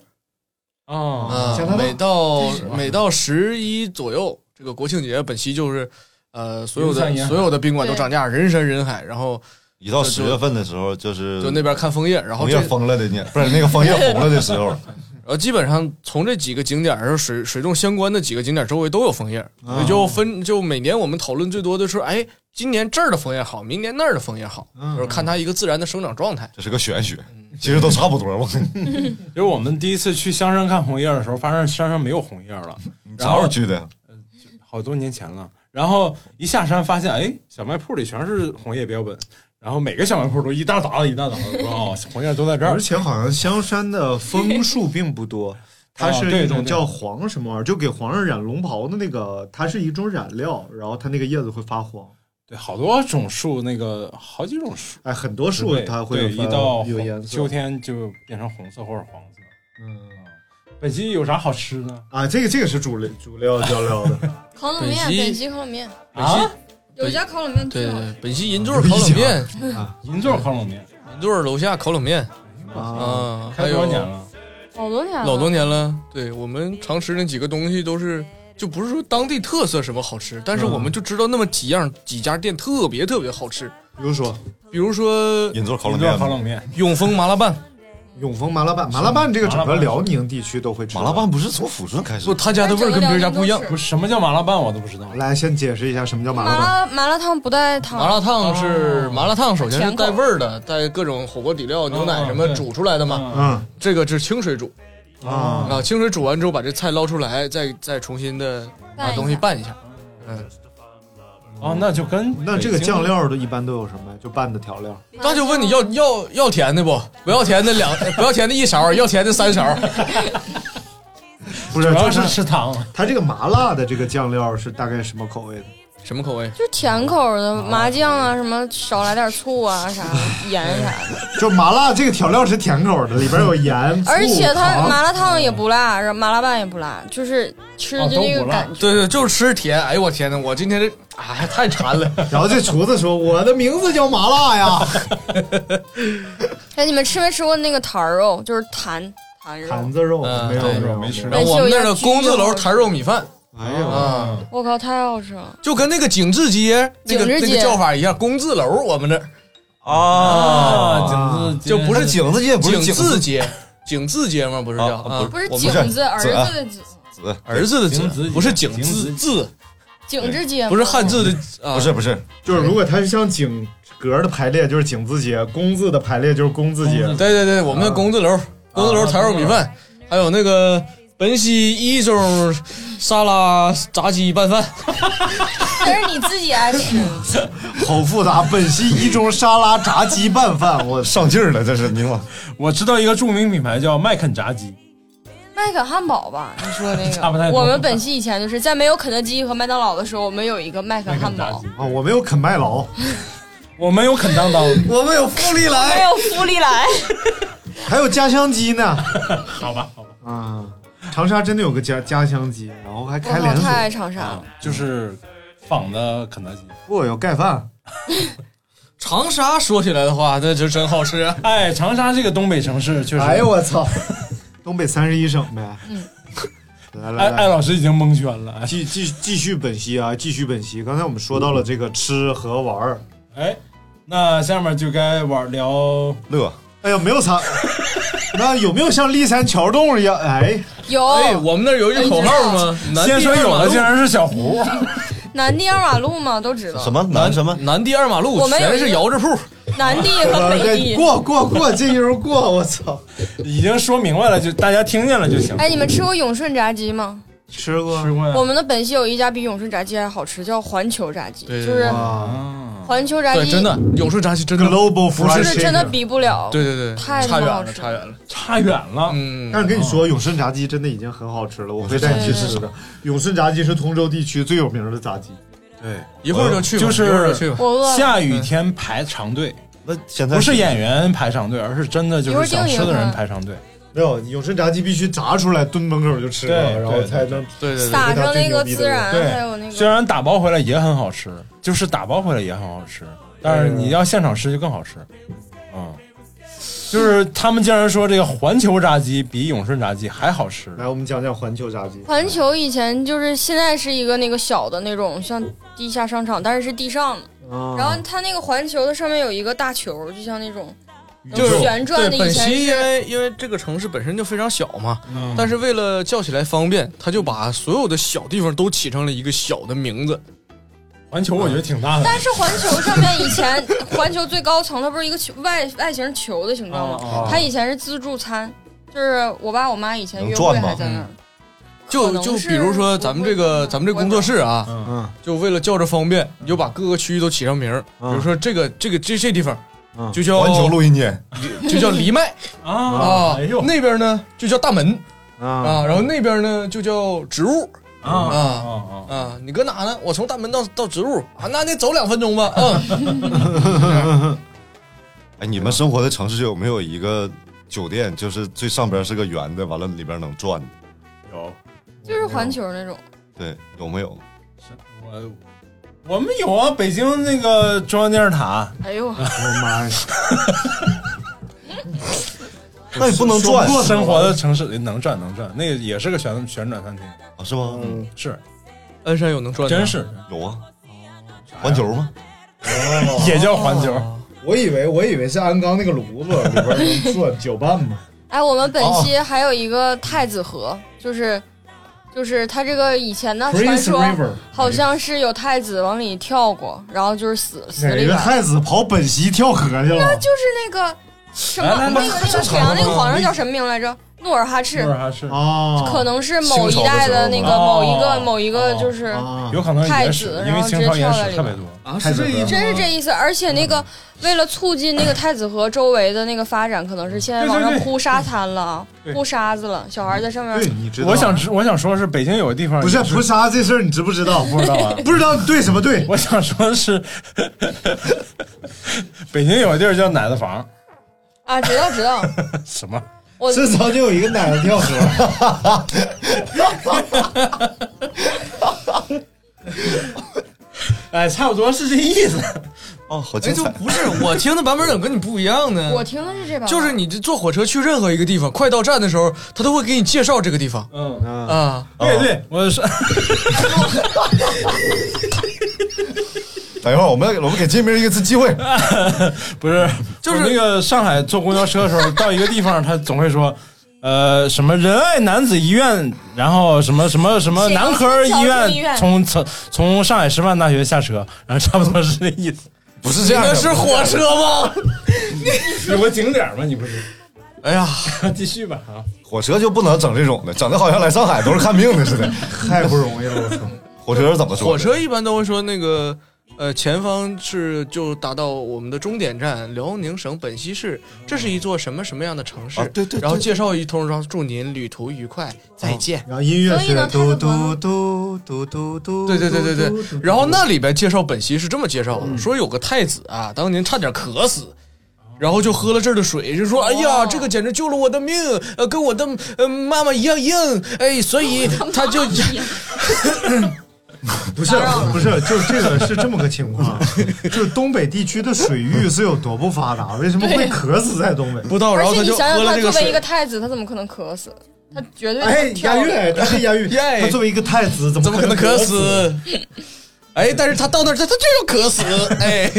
[SPEAKER 8] 啊、
[SPEAKER 4] 加拿大
[SPEAKER 8] 每到
[SPEAKER 4] 真是
[SPEAKER 8] 每到十一左右，这个国庆节本溪就是呃所有
[SPEAKER 7] 人
[SPEAKER 8] 的
[SPEAKER 7] 山人海
[SPEAKER 8] 所有的宾馆都涨价，人山人海，然后
[SPEAKER 7] 一到
[SPEAKER 8] 就
[SPEAKER 7] 十月份的时候，就是
[SPEAKER 8] 就那边看枫叶，然后
[SPEAKER 7] 枫
[SPEAKER 8] 这
[SPEAKER 7] 叶疯了的呢，不是那个枫叶红了的时候，
[SPEAKER 8] 然呃后基本上从这几个景点儿、水水洞相关的几个景点儿周围都有枫叶，所
[SPEAKER 2] 啊
[SPEAKER 8] 以就分就每年我们讨论最多的是，哎，今年这儿的枫叶好，明年那儿的枫叶好，
[SPEAKER 2] 嗯
[SPEAKER 8] 就是看它一个自然的生长状态。
[SPEAKER 7] 这是个玄学，其实都差不多。我跟你
[SPEAKER 4] 就是我们第一次去香山看红叶的时候，发现山上没有红叶了。然
[SPEAKER 7] 啥时
[SPEAKER 4] 后
[SPEAKER 7] 候去的？
[SPEAKER 4] 好多年前了。然后一下山发现，哎，小卖铺里全是红叶标本，然后每个小卖铺都一大沓子一大沓子，我说哦，红叶都在这儿。
[SPEAKER 2] 而且好像香山的枫树并
[SPEAKER 8] [laughs]
[SPEAKER 2] 不多，它
[SPEAKER 4] 啊
[SPEAKER 2] 是
[SPEAKER 4] 对
[SPEAKER 2] 一种
[SPEAKER 4] 对对
[SPEAKER 2] 叫黄什么玩意儿，就给皇上染龙袍的那个，它是一种染料，然后它那个叶子会发黄。
[SPEAKER 4] 对，好多种树，那个好几种树，
[SPEAKER 2] 哎，很多树
[SPEAKER 4] 对
[SPEAKER 2] 它会
[SPEAKER 4] 对
[SPEAKER 2] 发
[SPEAKER 4] 一到
[SPEAKER 2] 有
[SPEAKER 4] 红
[SPEAKER 2] 颜色
[SPEAKER 4] 秋天就变成红色或者黄色。
[SPEAKER 2] 嗯，
[SPEAKER 4] 本溪有啥好吃呢？
[SPEAKER 2] 啊，这个这个是主料主料调料的
[SPEAKER 8] [laughs]
[SPEAKER 6] 烤冷面，
[SPEAKER 4] 本溪
[SPEAKER 6] 本溪烤冷面
[SPEAKER 4] 啊，
[SPEAKER 6] 有一家烤冷面
[SPEAKER 8] 对
[SPEAKER 6] 巨好吃
[SPEAKER 8] 对，本溪银座烤冷面，
[SPEAKER 2] 啊
[SPEAKER 4] 银座烤冷面，
[SPEAKER 8] 银座楼下烤冷面，啊，还
[SPEAKER 4] 开
[SPEAKER 8] 有
[SPEAKER 4] 多少年了？
[SPEAKER 6] 好多年了，
[SPEAKER 8] 老多年了。对我们常吃那几个东西都是，就不是说当地特色什么好吃，但是我们
[SPEAKER 2] 嗯
[SPEAKER 8] 就知道那么几样几家店特别特别好吃。
[SPEAKER 2] 比如说，
[SPEAKER 8] 比如说
[SPEAKER 7] 银座烤
[SPEAKER 4] 冷面银座烤冷面、
[SPEAKER 8] 永丰麻辣拌、
[SPEAKER 2] 永丰麻辣拌，麻辣拌这个整个辽宁地区都会吃。麻辣拌
[SPEAKER 7] 不是从抚顺开始
[SPEAKER 8] 不，他家的味儿跟别人家不一样。
[SPEAKER 4] 不是什么叫麻辣拌，我都不知道。
[SPEAKER 2] 来，先解释一下什么叫麻
[SPEAKER 6] 麻
[SPEAKER 2] 辣拌。
[SPEAKER 6] 辣麻辣烫不带糖，
[SPEAKER 8] 麻辣烫是麻辣烫，首先是
[SPEAKER 6] 甜口
[SPEAKER 8] 带味儿的，带各种火锅底料、牛奶什么煮出来的嘛。
[SPEAKER 2] 嗯，
[SPEAKER 8] 这个是清水煮
[SPEAKER 2] 啊
[SPEAKER 8] 啊，清水煮完之后把这菜捞出来，再再重新的把东西拌一下。嗯，
[SPEAKER 4] 哦，那就跟
[SPEAKER 2] 那这个酱料都一般都有什么呀？就拌的调料。
[SPEAKER 8] 那就问你要要要甜的不？不要甜的两，不要甜的一勺，要甜的三勺。
[SPEAKER 2] 不是，
[SPEAKER 8] 主要
[SPEAKER 2] 就是
[SPEAKER 8] 吃糖。
[SPEAKER 2] 它这个麻辣的这个酱料是大概什么口味的？
[SPEAKER 8] 什么口味？
[SPEAKER 6] 就甜口的麻酱啊，什么少来点醋啊，啥盐啥的。，
[SPEAKER 2] 就麻辣这个调料是甜口的，里边有盐
[SPEAKER 6] 而且它
[SPEAKER 2] 醋糖
[SPEAKER 6] 麻辣烫也不辣，然后麻辣拌也不辣，就是吃
[SPEAKER 4] 哦
[SPEAKER 6] 的那个感觉。
[SPEAKER 8] 对对，就是吃甜。哎呦我天呐，我今天这哎太馋了。
[SPEAKER 2] 然后这厨子说：“我的名字叫麻辣 [laughs] 呀。
[SPEAKER 6] 哎，你们吃没吃过那个坛儿肉？就是坛坛肉。
[SPEAKER 2] 坛子肉
[SPEAKER 8] 没
[SPEAKER 2] 有嗯没有
[SPEAKER 8] 没吃
[SPEAKER 6] 过
[SPEAKER 8] 然后我们那儿的公字楼坛肉米饭，
[SPEAKER 2] 哎
[SPEAKER 8] 呦啊，
[SPEAKER 6] 我靠，太好吃了！
[SPEAKER 8] 就跟那个景字街那个
[SPEAKER 6] 景字街
[SPEAKER 8] 那个叫法一样，公字楼我们这儿
[SPEAKER 7] 啊
[SPEAKER 8] 景字就不
[SPEAKER 4] 哎
[SPEAKER 8] 是
[SPEAKER 7] 景字街不是
[SPEAKER 8] 景
[SPEAKER 7] 景
[SPEAKER 8] 字街，景字街吗？不是叫啊
[SPEAKER 6] 不是
[SPEAKER 8] 我们
[SPEAKER 6] 景字，儿子
[SPEAKER 8] 啊
[SPEAKER 6] 的景，
[SPEAKER 7] 子
[SPEAKER 8] 儿子的子，不是景字字，
[SPEAKER 6] 景之街吗，
[SPEAKER 8] 字的，啊
[SPEAKER 7] 不是不是，
[SPEAKER 2] 就是如果它是像井格的排列，就是井字街；工字的排列就是工字街。
[SPEAKER 8] 对对对，我们的工字楼，
[SPEAKER 4] 啊
[SPEAKER 8] 工字楼坛肉米饭，还有那个本溪一中沙拉炸鸡拌饭，
[SPEAKER 6] 但是你自己爱吃。
[SPEAKER 2] 好复杂。本溪一中沙拉炸鸡拌饭，我
[SPEAKER 7] 上劲儿了，这是你妈！
[SPEAKER 4] [laughs] 我知道一个著名品牌叫麦肯炸鸡，
[SPEAKER 6] 麦肯汉堡吧，你说
[SPEAKER 8] 嗯
[SPEAKER 6] 那
[SPEAKER 4] 差不太
[SPEAKER 6] 个，
[SPEAKER 4] 多
[SPEAKER 6] 我们本系以前就是在没有肯德基和麦当劳的时候，我们有一个麦肯汉堡，
[SPEAKER 2] [laughs] 啊，我没有肯麦劳，
[SPEAKER 4] 我没有肯当当，
[SPEAKER 8] 我们有富力
[SPEAKER 6] 没 [laughs] 有福利来，
[SPEAKER 2] 还有家乡鸡呢。
[SPEAKER 4] 好吧，好吧，
[SPEAKER 2] 啊，长沙真的有个家家乡鸡，然后还
[SPEAKER 6] 我
[SPEAKER 2] 开
[SPEAKER 6] 靠，
[SPEAKER 2] 连
[SPEAKER 6] 太爱
[SPEAKER 2] 锁。
[SPEAKER 6] 长沙
[SPEAKER 4] 啊
[SPEAKER 6] 了。
[SPEAKER 4] 就是仿的肯德基。
[SPEAKER 2] 不，有哦盖饭。
[SPEAKER 8] 长沙说起来的话，那就真好吃、啊。
[SPEAKER 4] [laughs] 哎，长沙这个东北城市确实，
[SPEAKER 2] 哎呦我操！ [laughs] 东北三十一省呗。
[SPEAKER 6] 嗯。
[SPEAKER 2] [laughs] 来来
[SPEAKER 4] 艾
[SPEAKER 2] 来，
[SPEAKER 4] 艾老师已经蒙圈了。
[SPEAKER 2] [laughs] 继继继续本溪啊，继续本溪。刚才我们说到了这个吃和玩儿，
[SPEAKER 4] 哎，那下面就该玩聊
[SPEAKER 7] 乐。
[SPEAKER 2] 哎呀，没有啥。那有没有像立山桥洞一样？哎，
[SPEAKER 6] 有，
[SPEAKER 8] 哎，我们那儿有一句口号吗？
[SPEAKER 6] 哎
[SPEAKER 8] 南
[SPEAKER 4] 先说
[SPEAKER 8] 第二
[SPEAKER 4] 有
[SPEAKER 8] 马
[SPEAKER 4] 的
[SPEAKER 8] 路
[SPEAKER 4] 竟然是小胡，啊
[SPEAKER 6] 南地二马路嘛，都知道。
[SPEAKER 7] 么
[SPEAKER 8] 南什么南第二马路
[SPEAKER 6] 我们有
[SPEAKER 8] 全是
[SPEAKER 6] 一个
[SPEAKER 8] 摇着铺，
[SPEAKER 6] 南地和
[SPEAKER 2] [laughs]
[SPEAKER 6] 北地。
[SPEAKER 2] 过过过，这一轮过，我操！
[SPEAKER 4] 已经说明白了，就大家听见了就行。
[SPEAKER 6] 哎，你们吃过永顺炸鸡吗？
[SPEAKER 2] 吃过
[SPEAKER 4] 吃过呀
[SPEAKER 6] 我们的本系有一家比永顺炸鸡还好吃，叫环球炸鸡，
[SPEAKER 8] 对
[SPEAKER 6] 就是环球炸
[SPEAKER 8] 对，
[SPEAKER 6] 鸡，
[SPEAKER 8] 真的永顺炸鸡真的
[SPEAKER 2] Global
[SPEAKER 8] 不
[SPEAKER 6] 就是是真的比不了。
[SPEAKER 8] 对对对，
[SPEAKER 6] 太他
[SPEAKER 8] 差
[SPEAKER 6] 妈
[SPEAKER 8] 远
[SPEAKER 6] 好
[SPEAKER 8] 了，
[SPEAKER 6] 吃
[SPEAKER 8] 差远了。
[SPEAKER 4] 差远了。
[SPEAKER 8] 嗯，
[SPEAKER 2] 但是跟你说，永顺炸鸡真的已经很好吃了，我会带你去吃的。永顺炸鸡是通州地区最有名的炸鸡。
[SPEAKER 8] 对，一会儿就去吧，
[SPEAKER 4] 就
[SPEAKER 8] 一会儿就是去吧。嗯
[SPEAKER 6] 我饿了
[SPEAKER 4] 下雨天排长队，
[SPEAKER 7] 那现
[SPEAKER 4] 不是演员排长队，而是真的就是想吃
[SPEAKER 6] 啊
[SPEAKER 4] 的人排长队。
[SPEAKER 2] 没有，永顺炸鸡必须炸出来，蹲门口就吃了，
[SPEAKER 4] 对
[SPEAKER 2] 然后
[SPEAKER 4] 对
[SPEAKER 2] 才能
[SPEAKER 8] 对对
[SPEAKER 6] 撒上那个孜然，
[SPEAKER 4] 对
[SPEAKER 6] 还有那
[SPEAKER 4] 虽
[SPEAKER 6] 个
[SPEAKER 4] 然打包回来也很好吃，
[SPEAKER 8] 哎
[SPEAKER 4] 就是打包回来也很好吃，但是你要现场吃就更好吃。嗯，就是他们竟然说这个环球炸鸡比永顺炸鸡还好吃。
[SPEAKER 2] 来，我们讲讲环球炸鸡。
[SPEAKER 6] 环球以前就是现在是一个那个小的那种像地下商场，但是是地上的。
[SPEAKER 2] 啊
[SPEAKER 6] 然后它那个环球的上面有一个大球，就像那种能
[SPEAKER 8] 就是
[SPEAKER 6] 旋转的。
[SPEAKER 8] 对，
[SPEAKER 6] 以
[SPEAKER 8] 本
[SPEAKER 6] 前
[SPEAKER 8] 溪因
[SPEAKER 6] 是
[SPEAKER 8] 为因为这个城市本身就非常小嘛，但是为了叫起来方便，他就把所有的小地方都起成了一个小的名字。
[SPEAKER 4] 环球我觉得挺大的
[SPEAKER 6] 但是环球上面以前环球最高层它不是一个球外外形球的形状吗？
[SPEAKER 8] 哦哦
[SPEAKER 6] 它以前是自助餐，就是我爸我妈以前约会
[SPEAKER 8] 转
[SPEAKER 6] 还在那儿。
[SPEAKER 8] 就
[SPEAKER 6] 能
[SPEAKER 8] 就是比如说咱们这个咱们这工作室啊，
[SPEAKER 2] 嗯，
[SPEAKER 8] 就为了叫着方便，你就把各个区域都起上名儿，比如说这个这个这这地方，就
[SPEAKER 2] 哦
[SPEAKER 8] 叫
[SPEAKER 7] 环球录音间，
[SPEAKER 8] 就叫黎麦
[SPEAKER 4] 啊
[SPEAKER 6] 哦
[SPEAKER 8] 啊，那边呢就叫大门啊，然后那边呢就叫植物
[SPEAKER 4] 啊
[SPEAKER 8] 啊啊，你搁哪呢？我从大门到到植物啊，那得走两分钟吧，嗯，
[SPEAKER 7] 哎，你们生活的城市有没有一个酒店，就是最上边是个圆的，完了里边能转的？有。
[SPEAKER 6] 就是环球那种。
[SPEAKER 7] 对，有没有？
[SPEAKER 4] 我我们有啊，北京那个中央电视塔。
[SPEAKER 6] 哎呦，
[SPEAKER 4] 妈呀！
[SPEAKER 7] 那也不能转
[SPEAKER 4] 过生活的城市能转能转，那个也是个旋旋转餐厅
[SPEAKER 7] 啊？是吗？
[SPEAKER 4] 嗯，是。
[SPEAKER 8] 鞍山有能转的
[SPEAKER 4] 真是
[SPEAKER 7] 有啊。环球吗？
[SPEAKER 6] 哦
[SPEAKER 4] 也叫环球。
[SPEAKER 2] 我以为我以为是鞍钢那个
[SPEAKER 8] [laughs]
[SPEAKER 2] 炉子里边能做搅拌嘛。
[SPEAKER 6] 哎，我们本期还有一个太子河，就是就是它这个以前的
[SPEAKER 2] Prince
[SPEAKER 6] 传说
[SPEAKER 2] River，
[SPEAKER 6] 好像是有太子往里跳过，然后就是死死
[SPEAKER 8] 哎
[SPEAKER 2] 哪
[SPEAKER 6] 里
[SPEAKER 2] 个
[SPEAKER 6] 边。
[SPEAKER 2] 太子跑本溪跳河去
[SPEAKER 6] 那
[SPEAKER 2] 了？
[SPEAKER 6] 就是那个什么
[SPEAKER 2] 哎那
[SPEAKER 6] 那个
[SPEAKER 2] 那
[SPEAKER 6] 那
[SPEAKER 2] 那
[SPEAKER 6] 个
[SPEAKER 2] 正
[SPEAKER 6] 沈
[SPEAKER 2] 常
[SPEAKER 6] 阳那个
[SPEAKER 2] 吗
[SPEAKER 6] 皇上叫什么名来着？努尔哈赤。
[SPEAKER 4] 赤
[SPEAKER 2] 啊，
[SPEAKER 6] 可能是某一代的那个某一
[SPEAKER 2] 哦
[SPEAKER 6] 个某一个就是
[SPEAKER 4] 有可能
[SPEAKER 6] 太
[SPEAKER 4] 野史
[SPEAKER 6] 子，，
[SPEAKER 4] 因
[SPEAKER 6] 然
[SPEAKER 4] 为
[SPEAKER 6] 后直
[SPEAKER 4] 清
[SPEAKER 6] 接
[SPEAKER 4] 朝野
[SPEAKER 6] 跳在
[SPEAKER 4] 史
[SPEAKER 6] 里
[SPEAKER 4] 特
[SPEAKER 6] 面。
[SPEAKER 4] 别多
[SPEAKER 8] 啊
[SPEAKER 2] 是这意
[SPEAKER 6] 真是这意思，而且
[SPEAKER 2] 嗯
[SPEAKER 6] 那个为了促进那个太子河周围的那个发展，可能是现在往上铺沙滩了啊，
[SPEAKER 4] 对
[SPEAKER 6] 铺沙子了，小孩在上面。
[SPEAKER 2] 知道
[SPEAKER 4] 我想知，我想说是北京有个地方
[SPEAKER 2] 不是
[SPEAKER 4] 也
[SPEAKER 2] 菩萨这事儿，你知不
[SPEAKER 8] [laughs]
[SPEAKER 2] 知道？
[SPEAKER 4] 不知道啊
[SPEAKER 2] 不知道对什么对？
[SPEAKER 4] [laughs] 我想说是 [laughs] 北京有个地儿叫奶子房，
[SPEAKER 6] 啊，知道知道，
[SPEAKER 4] 什么？
[SPEAKER 2] [laughs]
[SPEAKER 6] 我
[SPEAKER 2] 这早就有一个奶子跳河。
[SPEAKER 8] [laughs]
[SPEAKER 4] 哎，差不多是这意思。
[SPEAKER 7] 哦，好
[SPEAKER 8] 哎，就不是我听的版本怎么跟你不一样呢？
[SPEAKER 6] 我听的是这版，
[SPEAKER 8] 就是你这坐火车去任何一个地方，快到站的时候，他都会给你介绍这个地方。
[SPEAKER 4] 嗯
[SPEAKER 8] 啊，
[SPEAKER 4] 对对，我是
[SPEAKER 7] 等一会儿，我们我们给金明一次机会。
[SPEAKER 8] [laughs]
[SPEAKER 4] 不是，就是那个上海坐公交车的时候，到一个地方，他总会说。呃，什么仁爱男子医院，然后什么什么什么
[SPEAKER 10] 沈阳
[SPEAKER 4] 男科医
[SPEAKER 10] 桥中医
[SPEAKER 4] 院，
[SPEAKER 10] 院
[SPEAKER 4] 从从从上海师范大学下车，然后差不多是这意思。
[SPEAKER 7] 不
[SPEAKER 8] 是这样的你那是火车吗？
[SPEAKER 4] [laughs] 有个景点吗？你不是？
[SPEAKER 8] 哎呀，
[SPEAKER 4] [laughs] 继续吧啊！
[SPEAKER 7] 火车就不能整这种的，整的好像来上海都是看病的似的，太不容易了。我操！火车是怎么说的？
[SPEAKER 8] 火车一般都会说那个，呃，前方是就达到我们的终点站辽宁省本溪市，这是一座什么什么样的城市？啊对对然哦后介绍一通，然后祝您旅途愉快，再见。
[SPEAKER 2] 然后音乐是嘟嘟嘟嘟嘟嘟，嗯
[SPEAKER 8] 对对对对对，然后那里边介绍本溪是这么介绍的，说有个太子啊，当年差点渴死，然后就喝了这儿的水，就说哎
[SPEAKER 2] 哦
[SPEAKER 8] 呀，这个简直救了我的命，呃，跟我的呃妈妈一样硬，哎，所
[SPEAKER 2] [laughs]
[SPEAKER 8] 以他就
[SPEAKER 2] 不是不是，就是这个是这么个
[SPEAKER 8] [laughs]
[SPEAKER 2] 情况，啊就是东北地区的水域是有多不发达，为什么会渴死在东北？
[SPEAKER 8] 不到
[SPEAKER 6] 而且你想想，他作为一个 [laughs] 太子，他怎么可能渴死？他绝对
[SPEAKER 2] 哎，
[SPEAKER 6] 跳
[SPEAKER 2] 押韵，他是押
[SPEAKER 8] [laughs]
[SPEAKER 2] 韵。他作为一个太子，怎
[SPEAKER 8] 怎么可能渴
[SPEAKER 2] 渴
[SPEAKER 6] [laughs]
[SPEAKER 8] 死？哎，但是他到那儿，他他就要渴死，哎，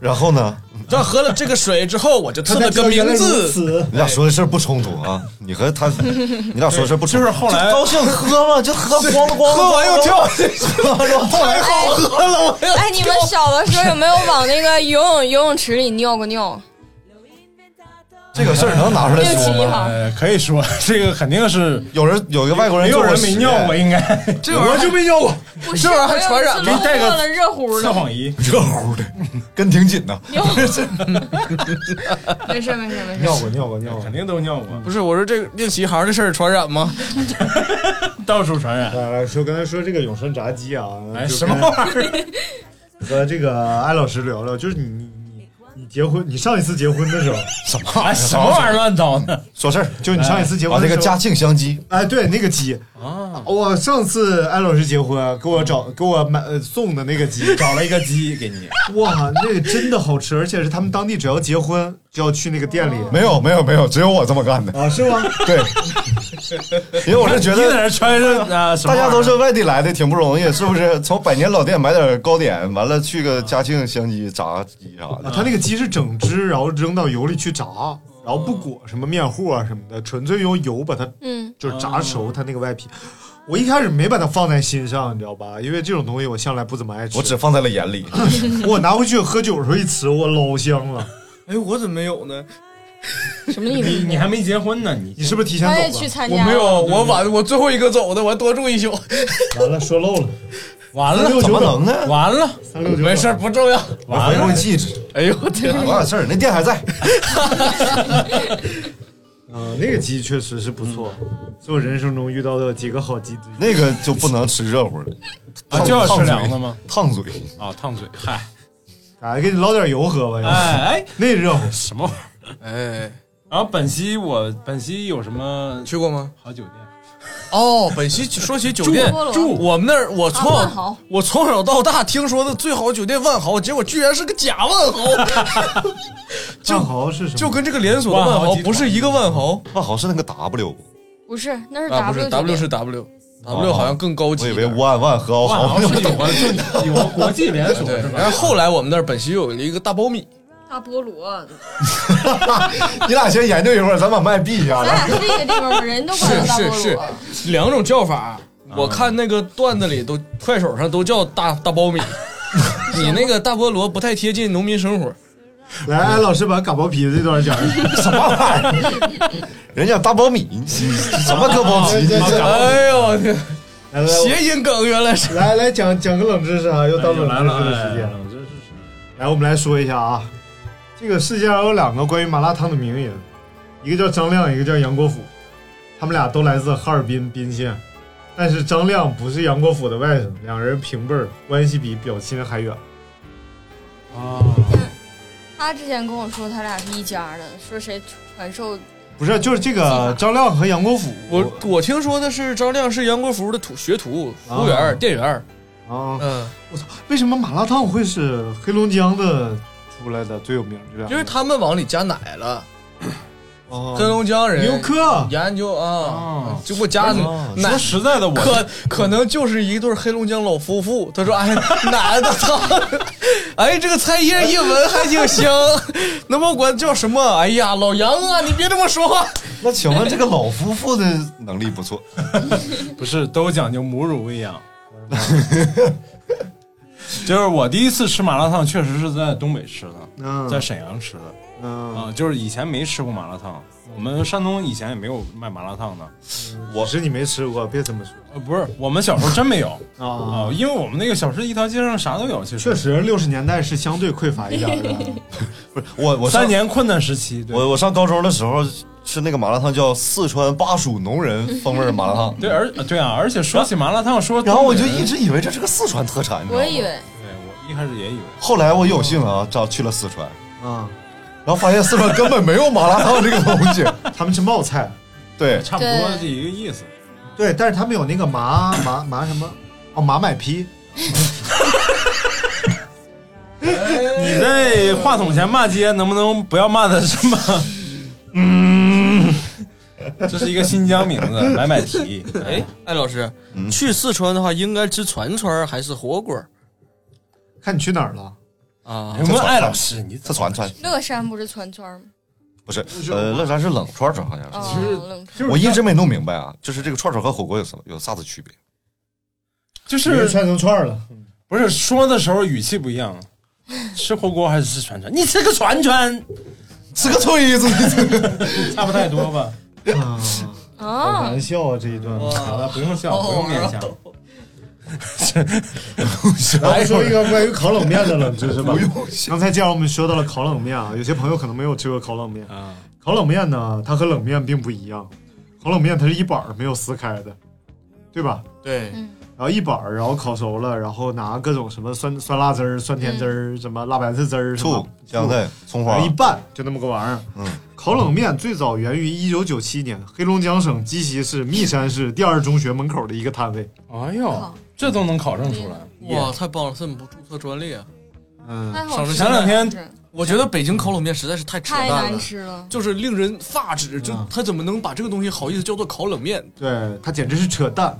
[SPEAKER 7] 然后呢？
[SPEAKER 8] 这喝了这个水之后，我就赐了个名字，
[SPEAKER 7] 你俩说的事儿不冲突啊？你和他，你俩说的事儿不冲突。
[SPEAKER 4] 就是后来
[SPEAKER 7] 高
[SPEAKER 4] 兴
[SPEAKER 7] 喝嘛，就喝
[SPEAKER 4] 咣
[SPEAKER 7] 咣
[SPEAKER 8] [laughs]
[SPEAKER 4] 喝完又跳下
[SPEAKER 7] 去，后
[SPEAKER 4] 来好喝了，
[SPEAKER 8] [laughs]
[SPEAKER 4] 我要
[SPEAKER 6] 哎，你们小的时候有没有往那个游泳游泳池里尿过尿？
[SPEAKER 7] 这个事儿能拿出来
[SPEAKER 6] 六七
[SPEAKER 7] 说吗？
[SPEAKER 6] 行
[SPEAKER 4] 呃，可以说这个肯定是
[SPEAKER 7] 有人有一个外国人
[SPEAKER 4] 没有
[SPEAKER 7] 做过
[SPEAKER 4] 人
[SPEAKER 7] 实
[SPEAKER 4] 没
[SPEAKER 7] 验
[SPEAKER 4] 尿过，应
[SPEAKER 8] [laughs]
[SPEAKER 2] [laughs]
[SPEAKER 4] 该
[SPEAKER 8] 这玩意儿
[SPEAKER 4] 就没尿过，
[SPEAKER 6] 不
[SPEAKER 8] 这玩意儿还传染
[SPEAKER 6] 我有一
[SPEAKER 8] 吗？
[SPEAKER 6] 次路过了热乎
[SPEAKER 4] 测
[SPEAKER 6] 的，
[SPEAKER 4] 谎仪，
[SPEAKER 7] 热乎的，跟挺紧的。
[SPEAKER 6] 没事没事没事。
[SPEAKER 2] 尿过尿过尿过，
[SPEAKER 4] 肯定都尿过。
[SPEAKER 8] 不是，我说这个令旗行的事儿传染吗？
[SPEAKER 4] [laughs] 到处传染。
[SPEAKER 2] 来来，说刚才说这个永顺炸鸡啊，
[SPEAKER 4] 哎，
[SPEAKER 2] 就
[SPEAKER 4] 什
[SPEAKER 8] [laughs]
[SPEAKER 2] 跟
[SPEAKER 4] 么玩意儿？
[SPEAKER 2] 和这个艾老师聊聊，就是你你你你结婚，你上一次结婚的时候
[SPEAKER 4] 什么玩意儿哎什么玩意儿乱糟的？
[SPEAKER 2] 说事儿，就你上一次结婚
[SPEAKER 7] 哎把那个嘉庆
[SPEAKER 2] 相机，哎，对，那个鸡
[SPEAKER 4] 啊，
[SPEAKER 2] 我上次安老师结婚给我找给我买、呃送的那个鸡，
[SPEAKER 4] 找了一个鸡给你，
[SPEAKER 2] [laughs] 哇，那个真的好吃，而且是他们当地只要结婚就要去那个店里，
[SPEAKER 7] 没有没有没有，只有我这么
[SPEAKER 4] [laughs]
[SPEAKER 7] 干的
[SPEAKER 2] 哦啊，是吗？
[SPEAKER 7] 对，因为我是觉得
[SPEAKER 4] 你在那穿上啊，什么
[SPEAKER 7] 大
[SPEAKER 4] 玩意儿
[SPEAKER 7] 家都是外地来的，挺不容易，是不是？从百年老店买点糕点，完了去个嘉庆香鸡炸鸡啥
[SPEAKER 2] 啊
[SPEAKER 7] 的。
[SPEAKER 2] 他那个鸡是整只，然后扔到油里去炸，然后不裹什么面糊啊什么的，纯粹用油把它
[SPEAKER 6] 嗯，
[SPEAKER 2] 就是炸熟它那个外皮。我一开始没把它放在心上，你知道吧？因为这种东西我向来不怎么爱吃。
[SPEAKER 7] 我只放在了眼
[SPEAKER 4] [laughs]
[SPEAKER 7] 里。哎
[SPEAKER 2] 我拿回去喝酒的时候一吃，我老香了。
[SPEAKER 8] 哎，我怎么没有呢？
[SPEAKER 6] 什么
[SPEAKER 8] 意思
[SPEAKER 4] 你你还没结婚呢，你
[SPEAKER 2] 你是不是提前
[SPEAKER 6] 他也去参
[SPEAKER 8] [laughs]
[SPEAKER 6] 加
[SPEAKER 8] 我
[SPEAKER 6] 了，
[SPEAKER 8] 没有，啊我晚，我最后一个走的，我还多住一宿。
[SPEAKER 2] 完了，说漏了，
[SPEAKER 4] 完了，
[SPEAKER 8] 怎么能
[SPEAKER 4] 呢？完了，
[SPEAKER 8] 没事儿，不重要。
[SPEAKER 4] 完了
[SPEAKER 7] 记着。
[SPEAKER 8] 哎呦我天，
[SPEAKER 7] 多少事儿？那店还在。
[SPEAKER 2] 啊，那个鸡确实是不错，
[SPEAKER 8] 嗯
[SPEAKER 2] 是我人生中遇到的几个好鸡之一。
[SPEAKER 7] 那个就不能吃热乎的，
[SPEAKER 4] 啊就要吃凉的吗？
[SPEAKER 7] 烫嘴
[SPEAKER 4] 啊，烫嘴，嗨，
[SPEAKER 2] 啊，给你捞点油喝吧。要不
[SPEAKER 4] 哎哎，
[SPEAKER 2] 那
[SPEAKER 8] [laughs]
[SPEAKER 2] 热乎
[SPEAKER 4] 什么玩意儿？
[SPEAKER 8] 哎，
[SPEAKER 4] 然后本溪我本溪有什么
[SPEAKER 8] 去过吗？
[SPEAKER 4] 好酒店，
[SPEAKER 8] 哦，本溪说起酒店
[SPEAKER 4] 住，
[SPEAKER 8] 住我们那儿，我从
[SPEAKER 4] 啊万豪
[SPEAKER 8] 小我从小到大听说的最好酒店万豪，结果居然是个假万豪，
[SPEAKER 2] 万豪是什么？
[SPEAKER 8] 就跟这个连锁的万豪不是一个万豪，
[SPEAKER 7] 万豪是那个 W，
[SPEAKER 6] 不是，那是
[SPEAKER 8] 啊不
[SPEAKER 6] W
[SPEAKER 8] 是
[SPEAKER 6] 酒
[SPEAKER 8] W
[SPEAKER 6] 店
[SPEAKER 8] 是 W。W 好像更高级，
[SPEAKER 7] 我以为
[SPEAKER 4] 啊
[SPEAKER 7] 五万万和
[SPEAKER 8] 万
[SPEAKER 7] 豪
[SPEAKER 8] 豪
[SPEAKER 7] 不
[SPEAKER 8] 是
[SPEAKER 7] 懂。
[SPEAKER 4] 有啊有国际连锁
[SPEAKER 8] 对
[SPEAKER 4] 是，吧？
[SPEAKER 8] 然后后来我们那儿本溪有了一个大苞米，
[SPEAKER 11] 大菠萝，
[SPEAKER 7] 你俩先研究一会儿，咱把麦闭一下
[SPEAKER 4] [laughs]
[SPEAKER 6] 咱。俩是这个地方吗？人都管
[SPEAKER 8] 是
[SPEAKER 6] 叫大菠
[SPEAKER 8] 是
[SPEAKER 6] 萝。
[SPEAKER 8] 是，两种叫
[SPEAKER 2] 啊
[SPEAKER 8] 法。我看那个段子里
[SPEAKER 2] [laughs]
[SPEAKER 8] 都，快手上都叫大大苞米，你那个大菠萝不太贴近农民生活。
[SPEAKER 2] 来，安老师把嘎包皮这段讲一
[SPEAKER 8] [laughs]
[SPEAKER 2] 下。
[SPEAKER 7] 什么玩意儿？ [laughs] 人家大苞米，你什么割
[SPEAKER 4] [laughs] 啊
[SPEAKER 7] 包皮？
[SPEAKER 8] 啊哎呦我天！
[SPEAKER 2] 谐
[SPEAKER 8] 音梗原来是。
[SPEAKER 2] 来来讲讲个冷知识啊，又
[SPEAKER 8] 哎
[SPEAKER 2] 到哎冷知识的时间。
[SPEAKER 4] 冷知识
[SPEAKER 2] 来，我们来说一下啊，这个世界上有两个关于麻辣烫的名人，一个叫张亮，一个叫杨国福，他们俩都来自哈尔滨彬县，但是张亮不是杨国福的外甥，两人平辈儿，关系比表亲还远。
[SPEAKER 4] 啊，
[SPEAKER 6] 他之前跟我说他俩是一家的，说谁传授
[SPEAKER 2] 不是，啊就是这个张亮和杨国福，
[SPEAKER 8] 啊我我听说的是张亮是杨国福的徒学徒，服务员、
[SPEAKER 2] 啊
[SPEAKER 8] 店员。
[SPEAKER 2] 啊，
[SPEAKER 8] 嗯，
[SPEAKER 2] 我操，为什么麻辣烫会是黑龙江的出来的最有名？这两
[SPEAKER 8] 因
[SPEAKER 2] 个
[SPEAKER 8] 为他们往里加奶了。
[SPEAKER 4] 嗯
[SPEAKER 2] 哦
[SPEAKER 8] 黑龙江人
[SPEAKER 2] 牛克
[SPEAKER 8] 研究啊，就给我加
[SPEAKER 4] 哦
[SPEAKER 8] 奶。
[SPEAKER 4] 说实在的我
[SPEAKER 8] 可可能就是一对黑龙江老夫妇。他说：“哎，奶的操，哎，这个菜叶一闻还挺香，那么管叫什么？哎呀，老杨啊，你别这么说话。
[SPEAKER 7] 那请问这个老夫妇的能力不错，
[SPEAKER 4] 不是都讲究母乳喂养。 [laughs] 就是我第一次吃麻辣烫，确实是在东北吃的，
[SPEAKER 2] 嗯
[SPEAKER 4] 在沈阳吃的。
[SPEAKER 2] 嗯
[SPEAKER 4] 啊，就是以前没吃过麻辣烫，我们山东以前也没有卖麻辣烫的。
[SPEAKER 2] 我是你没吃过，别这么说。
[SPEAKER 4] 呃，不是，我们小时候
[SPEAKER 7] [laughs]
[SPEAKER 4] 真没有
[SPEAKER 2] 啊
[SPEAKER 4] 啊，因为我们那个小吃一条街上啥都有，其实
[SPEAKER 2] 确实六十年代是相对匮乏一
[SPEAKER 8] [laughs]
[SPEAKER 2] 点的。
[SPEAKER 7] 我我上
[SPEAKER 4] 三年困难时期，对
[SPEAKER 7] 我我上高中的时候吃那个麻辣烫叫四川巴蜀农人风味麻辣烫，
[SPEAKER 4] 对，而对啊，而且说起麻辣烫，说
[SPEAKER 7] 然后我就
[SPEAKER 4] 东北人
[SPEAKER 7] 一直以为这是个四川特产，你知道
[SPEAKER 6] 我
[SPEAKER 7] 吗？
[SPEAKER 6] 以为
[SPEAKER 4] 一开始也以为
[SPEAKER 7] 后来我有幸啊，找去了四川，
[SPEAKER 2] 啊，
[SPEAKER 7] 然后发现四川根本没有麻辣烫这个东西，
[SPEAKER 2] [laughs] 他们是冒菜，
[SPEAKER 7] 对，
[SPEAKER 4] 差不多是一个意思。
[SPEAKER 2] 对，但是他们有那个麻麻麻什么？哦，麻麦批。
[SPEAKER 4] 你在话筒前骂街，能不能不要骂的这么？嗯，这是一个新疆
[SPEAKER 8] [laughs]
[SPEAKER 4] 名字，买买提。
[SPEAKER 8] 哎，艾老师，去四川的话，应该吃串串还是火锅
[SPEAKER 2] 看你去哪儿了
[SPEAKER 8] 啊？
[SPEAKER 7] 我们艾老
[SPEAKER 4] 师，你
[SPEAKER 7] 四川川
[SPEAKER 6] 乐山不是串串吗？
[SPEAKER 7] 不是，呃，乐山是冷串串，好像
[SPEAKER 6] 哦
[SPEAKER 7] 是。，
[SPEAKER 6] 冷
[SPEAKER 7] 其实我一直没弄明白啊，就是这个串串和火锅有什么有啥子区别？
[SPEAKER 4] 就是
[SPEAKER 2] 串成串了，
[SPEAKER 7] 嗯
[SPEAKER 4] 不是说的时候语气不一样。吃火锅还是吃串串？你吃个串串，
[SPEAKER 7] 吃个锤子，
[SPEAKER 4] [laughs] 差不太多吧？
[SPEAKER 2] 啊，好
[SPEAKER 6] 啊
[SPEAKER 2] 难，笑啊这一段。
[SPEAKER 7] 哦
[SPEAKER 4] 好了，不用
[SPEAKER 8] 哦
[SPEAKER 4] 笑，不用勉强。
[SPEAKER 2] [laughs] 来说一个关于烤冷面的冷知识吧。刚才既然我们说到了烤冷面啊，有些朋友可能没有吃过烤冷面。
[SPEAKER 7] 啊
[SPEAKER 2] 烤冷面呢，它和冷面并不一样，烤冷面它是一板儿没有撕开的，对吧？
[SPEAKER 8] 对，
[SPEAKER 2] 然后一板儿，然后烤熟了，然后拿各种什么酸酸辣汁儿、酸甜汁儿、什么辣白菜汁儿、什么
[SPEAKER 7] 醋香菜葱花
[SPEAKER 2] 然后一拌就那么个玩意儿。
[SPEAKER 7] 嗯，
[SPEAKER 2] 烤冷面最早源于一九九七年黑龙江省鸡西市密山市第二中学门口的一个摊位。
[SPEAKER 4] 哎呦，这都能考证出来，
[SPEAKER 8] 哇，太棒了！这么不注册专利啊？
[SPEAKER 2] 嗯
[SPEAKER 6] 太好吃了
[SPEAKER 8] 前两
[SPEAKER 6] 是
[SPEAKER 8] 天我觉得北京烤冷面实在是太扯淡了，
[SPEAKER 6] 太难吃了
[SPEAKER 8] 就是令人发指。就
[SPEAKER 4] 啊
[SPEAKER 8] 他怎么能把这个东西好意思叫做烤冷面？
[SPEAKER 2] 对，它简直是扯淡，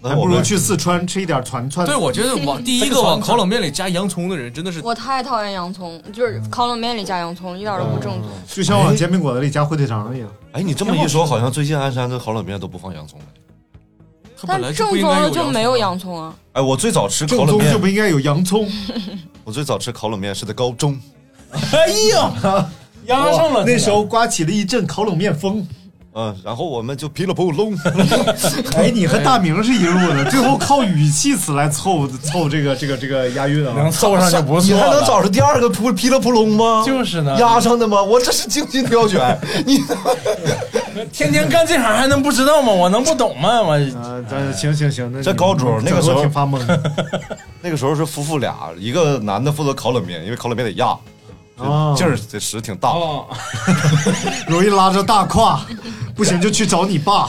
[SPEAKER 2] 还
[SPEAKER 8] 我
[SPEAKER 2] 不如
[SPEAKER 8] 问
[SPEAKER 2] 去四川吃一点串串。
[SPEAKER 8] 对，我觉得往第一个往烤冷面里加洋葱的人真的是
[SPEAKER 6] 我太讨厌洋葱，就是烤冷面里加洋葱，一点都不正宗。
[SPEAKER 2] 就像
[SPEAKER 8] 哎
[SPEAKER 2] 往煎饼果子里加火腿肠一样。
[SPEAKER 7] 哎，你这么一说，好像最近鞍山的烤冷面都不放洋葱了。
[SPEAKER 6] 但正宗的就没有洋葱啊。
[SPEAKER 7] 哎，我最早吃烤冷
[SPEAKER 2] 正宗
[SPEAKER 7] 面
[SPEAKER 2] 就不应该有
[SPEAKER 8] [laughs]
[SPEAKER 2] 洋葱。
[SPEAKER 7] 我最早吃烤冷面是在高中，
[SPEAKER 8] 啊
[SPEAKER 2] 哎呀，
[SPEAKER 7] 压上了
[SPEAKER 2] 哇那时候刮起了一阵烤冷面风。
[SPEAKER 7] 嗯，然后我们就噼里啪隆。
[SPEAKER 2] 哎，你和大明是一路的，最后靠语气词来凑凑这个这个这个押韵啊，
[SPEAKER 7] 能凑上就不错了你还能找着第二个扑噼里扑隆吗？
[SPEAKER 4] 就是呢，
[SPEAKER 7] 压上的吗？我这是精心挑选，你
[SPEAKER 4] 天天干这行还能不知道吗？我能不懂吗？我
[SPEAKER 2] 啊咱行行行，那嗯
[SPEAKER 7] 在高中那个时候
[SPEAKER 2] 挺发懵的。
[SPEAKER 7] 那个时候是夫妇俩，一个男的负责烤冷面，因为烤冷面得压，
[SPEAKER 2] 哦
[SPEAKER 7] 这劲儿得使挺大。
[SPEAKER 2] 容易拉着大胯，不行就去找你爸。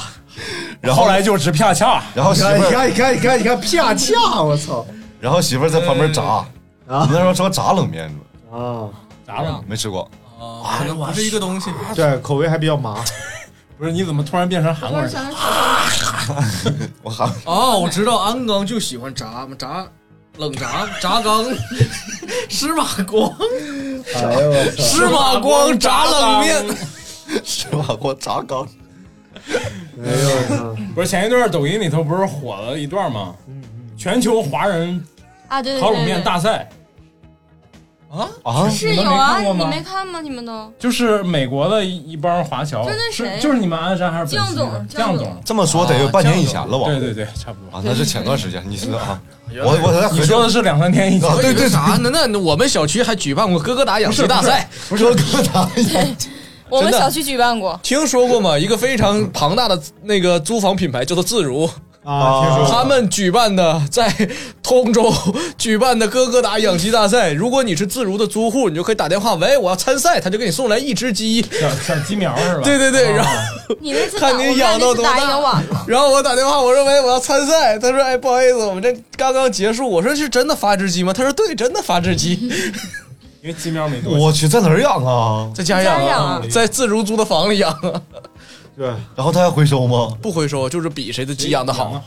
[SPEAKER 7] 然后后来
[SPEAKER 4] 就直啪恰，
[SPEAKER 7] 然后媳妇儿
[SPEAKER 2] 你看你看你看你看啪恰，我操！
[SPEAKER 7] 然后媳妇儿在旁边炸，我们那时候说炸冷面
[SPEAKER 2] 啊，
[SPEAKER 4] 炸冷
[SPEAKER 7] 没吃过。
[SPEAKER 8] 啊，可能不是一个东西。
[SPEAKER 2] 对，口味还比较麻。
[SPEAKER 4] 不是，你怎么突然变成韩国人？
[SPEAKER 7] 我韩
[SPEAKER 8] 哦，我知道，安钢就喜欢炸炸冷炸炸
[SPEAKER 4] [laughs]
[SPEAKER 8] 钢，司马光，
[SPEAKER 4] 哎
[SPEAKER 8] 司马光炸冷面。
[SPEAKER 7] 司马光炸缸。
[SPEAKER 2] 哎呦，
[SPEAKER 4] [laughs] 不是前一段抖音里头不是火了一段吗？全球华人
[SPEAKER 6] 啊，对对对对，
[SPEAKER 4] 烤冷面大赛
[SPEAKER 8] 啊
[SPEAKER 4] 啊
[SPEAKER 6] 是
[SPEAKER 4] 你们
[SPEAKER 6] 有
[SPEAKER 4] 没
[SPEAKER 6] 啊，
[SPEAKER 4] 看过
[SPEAKER 6] 你
[SPEAKER 4] 吗
[SPEAKER 6] 没？看吗？你们都
[SPEAKER 4] 就是美国的一帮华侨，
[SPEAKER 6] 就那谁
[SPEAKER 4] 是就是你们鞍山还是本溪的
[SPEAKER 6] 酱总
[SPEAKER 4] 酱
[SPEAKER 6] 酱总
[SPEAKER 4] 总？
[SPEAKER 7] 这么说得有半年以前了吧
[SPEAKER 4] 啊酱总对对对，差不多
[SPEAKER 7] 啊，那是前段时间，你是啊？我我在
[SPEAKER 8] 你说的
[SPEAKER 4] 是两三天以前
[SPEAKER 7] 啊对对
[SPEAKER 8] 啥呢？那我们小区还举办过哥哥打养鸡大赛，
[SPEAKER 7] 不是哥哥打
[SPEAKER 6] 对，我
[SPEAKER 8] 真
[SPEAKER 6] 们
[SPEAKER 8] 的
[SPEAKER 6] 小区举办过。
[SPEAKER 8] 听说过吗？一个非常庞大的那个租房品牌叫做自如。
[SPEAKER 2] 啊听说过
[SPEAKER 8] 他们举办的在通州举办的哥哥打养鸡大赛，如果你是自如的租户，你就可以打电话，喂，我要参赛，他就给你送来一只鸡，
[SPEAKER 4] 小小鸡苗是吧哦
[SPEAKER 8] 对对对，然后
[SPEAKER 6] 你那次打
[SPEAKER 8] 看
[SPEAKER 6] 我看
[SPEAKER 8] 你养到
[SPEAKER 6] 那次
[SPEAKER 8] 多
[SPEAKER 6] 打
[SPEAKER 8] 大
[SPEAKER 6] 已经晚了。
[SPEAKER 8] 然后我打电话，我说喂，我要参赛。他说哎，不好意思，我们这刚刚结束。我说是真的发只鸡吗？他说对，真的发只鸡，
[SPEAKER 4] [laughs] 因为鸡苗没多。
[SPEAKER 7] 我去，在哪儿养啊？
[SPEAKER 8] 在家养啊，在自如租的房里养啊，
[SPEAKER 2] 对，
[SPEAKER 7] 然后他还回收吗？
[SPEAKER 8] 不回收，就是比谁的鸡养的好。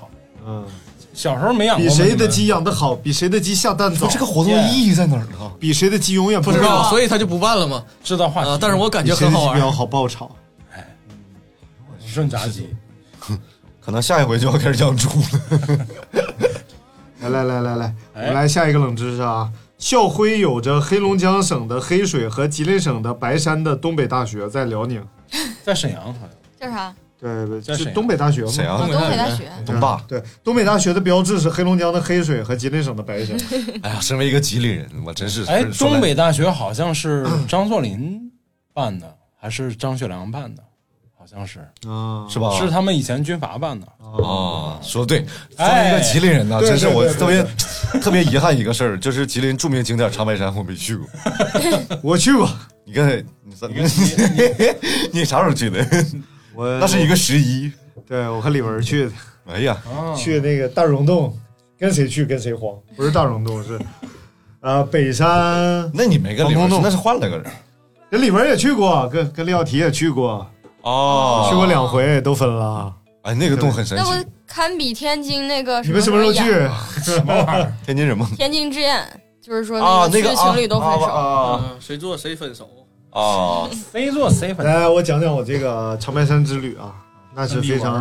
[SPEAKER 2] 嗯，
[SPEAKER 4] 小时候没养
[SPEAKER 2] 比谁的鸡养的好，比谁的鸡下蛋早。
[SPEAKER 8] 这个活动意
[SPEAKER 7] 义在哪儿呢？
[SPEAKER 4] [laughs]
[SPEAKER 2] 比谁的鸡永远
[SPEAKER 8] 不知道，所以他就不办了嘛。
[SPEAKER 4] 知道话
[SPEAKER 8] 啊，但是我感觉很好
[SPEAKER 2] 比谁的鸡苗
[SPEAKER 8] 玩。
[SPEAKER 2] 好爆炒。
[SPEAKER 4] 顺炸鸡，
[SPEAKER 7] 可能下一回就要开始养猪了。
[SPEAKER 2] 来来来来来，哎我们来下一个冷知识啊。校徽有着黑龙江省的黑水和吉林省的白山的东北大学在辽宁，
[SPEAKER 4] 在沈阳好像。
[SPEAKER 6] 叫啥？
[SPEAKER 2] 对，
[SPEAKER 4] 在
[SPEAKER 2] 是
[SPEAKER 4] 沈阳
[SPEAKER 2] 东北大学吗？
[SPEAKER 4] 沈阳哦东北大学
[SPEAKER 7] 啊东大
[SPEAKER 2] 对，东北大学的标志是黑龙江的黑水和吉林省的白山。
[SPEAKER 7] 哎呀，身为一个吉林人，我真是
[SPEAKER 4] 哎，
[SPEAKER 7] 说来
[SPEAKER 4] 东北大学好像是张作霖办的，还是张学良办的？好像是，
[SPEAKER 2] 啊
[SPEAKER 7] 是吧
[SPEAKER 4] 是他们以前军阀办的。
[SPEAKER 7] 啊，说对，作为一个吉林人呢，
[SPEAKER 4] 哎
[SPEAKER 7] 真是我
[SPEAKER 4] 对对
[SPEAKER 7] 特
[SPEAKER 4] 对
[SPEAKER 7] 别 [laughs] 特别遗憾一个事儿，就是吉林著名景点长白山我没去过，
[SPEAKER 2] 我去过。
[SPEAKER 7] 你刚才你咋 [laughs] 你啥时候去的？
[SPEAKER 2] [laughs]
[SPEAKER 7] [laughs]
[SPEAKER 2] 我
[SPEAKER 7] 那是一个十一，
[SPEAKER 2] 对我和李文去的。
[SPEAKER 7] 哎呀，
[SPEAKER 2] 去那个大溶洞，跟谁去跟谁慌，不是大溶洞是，呃，北山。
[SPEAKER 7] 那你没跟李文去那是换了个人。
[SPEAKER 2] 跟李文也去过，跟跟廖提也去过，
[SPEAKER 7] 哦
[SPEAKER 2] 去过两回都分了。
[SPEAKER 7] 哎，那个洞很神
[SPEAKER 6] 那不堪比天津那个
[SPEAKER 2] 你们什么时候去？
[SPEAKER 6] 演
[SPEAKER 2] 什么玩意儿？
[SPEAKER 7] 天津人吗？
[SPEAKER 6] 天津之眼，就是说
[SPEAKER 7] 啊，
[SPEAKER 6] 嗯去
[SPEAKER 7] 那
[SPEAKER 6] 的
[SPEAKER 7] 个
[SPEAKER 6] 情侣都分手。
[SPEAKER 8] 嗯谁做谁分手。
[SPEAKER 7] 啊，
[SPEAKER 4] 谁做谁分
[SPEAKER 2] 手？ [laughs] 来，我讲讲我这个长白山之旅啊，那是非常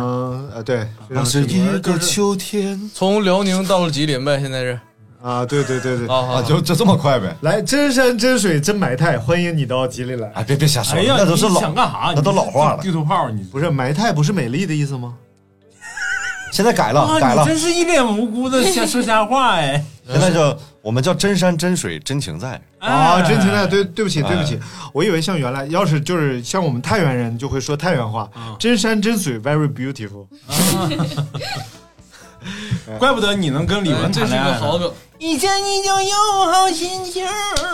[SPEAKER 8] 李
[SPEAKER 2] 呃，对，非
[SPEAKER 7] 那
[SPEAKER 2] 常
[SPEAKER 7] 是一个
[SPEAKER 2] 就是
[SPEAKER 7] 秋天，
[SPEAKER 8] 从辽宁到了吉林呗，现在是。
[SPEAKER 2] 啊，对对对对
[SPEAKER 8] 啊，
[SPEAKER 7] 就就这么快呗。
[SPEAKER 2] 来，真山真水真埋汰，欢迎你到吉林来。
[SPEAKER 7] 哎，别别瞎
[SPEAKER 8] 啊
[SPEAKER 4] 哎呀，你想干啥？你地图炮，你
[SPEAKER 2] 不是埋汰不是美丽的意思吗？
[SPEAKER 7] 现在改了，
[SPEAKER 4] 啊，
[SPEAKER 7] 改
[SPEAKER 4] 你
[SPEAKER 7] 了。
[SPEAKER 4] 真是一脸无辜的
[SPEAKER 8] [laughs]
[SPEAKER 4] 瞎说瞎话哎！
[SPEAKER 7] 现在叫我们叫真山真水真情在
[SPEAKER 2] 啊，真情在，对，对不起，
[SPEAKER 7] 哎
[SPEAKER 2] 对不起，我以为像原来，要是就是像我们太原人就会说太原话，真山真水，very beautiful。
[SPEAKER 8] 嗯
[SPEAKER 4] 怪不得你能跟李玟
[SPEAKER 8] 哎这
[SPEAKER 4] 谈
[SPEAKER 8] 是
[SPEAKER 4] 恋爱
[SPEAKER 8] 个
[SPEAKER 4] 呢。
[SPEAKER 8] 好梗。
[SPEAKER 10] 一见你就有好心情。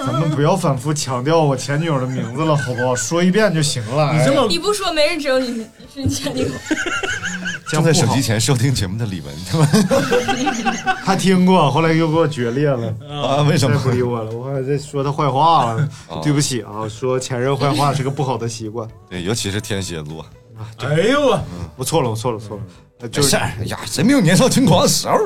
[SPEAKER 2] 咱们不要反复强调我前女友的名字了，好不好？说一遍就行了。
[SPEAKER 6] 你
[SPEAKER 2] 哎
[SPEAKER 6] 不说，没人知道你是你前 [laughs] 女友。
[SPEAKER 7] 正在手机前收听节目的李文，他们
[SPEAKER 2] 他听过，后来又给我决裂了
[SPEAKER 7] 啊为什么
[SPEAKER 2] 再嗯不理我了？我还在说他坏话了
[SPEAKER 7] 哦，
[SPEAKER 2] 对不起啊，说前任坏话是个不好的习惯。
[SPEAKER 7] 对，尤其是天蝎座，
[SPEAKER 2] 哎呦我，我错了，我错了，错了。呃就
[SPEAKER 7] 没事儿哎呀，谁没有年少轻狂的时候？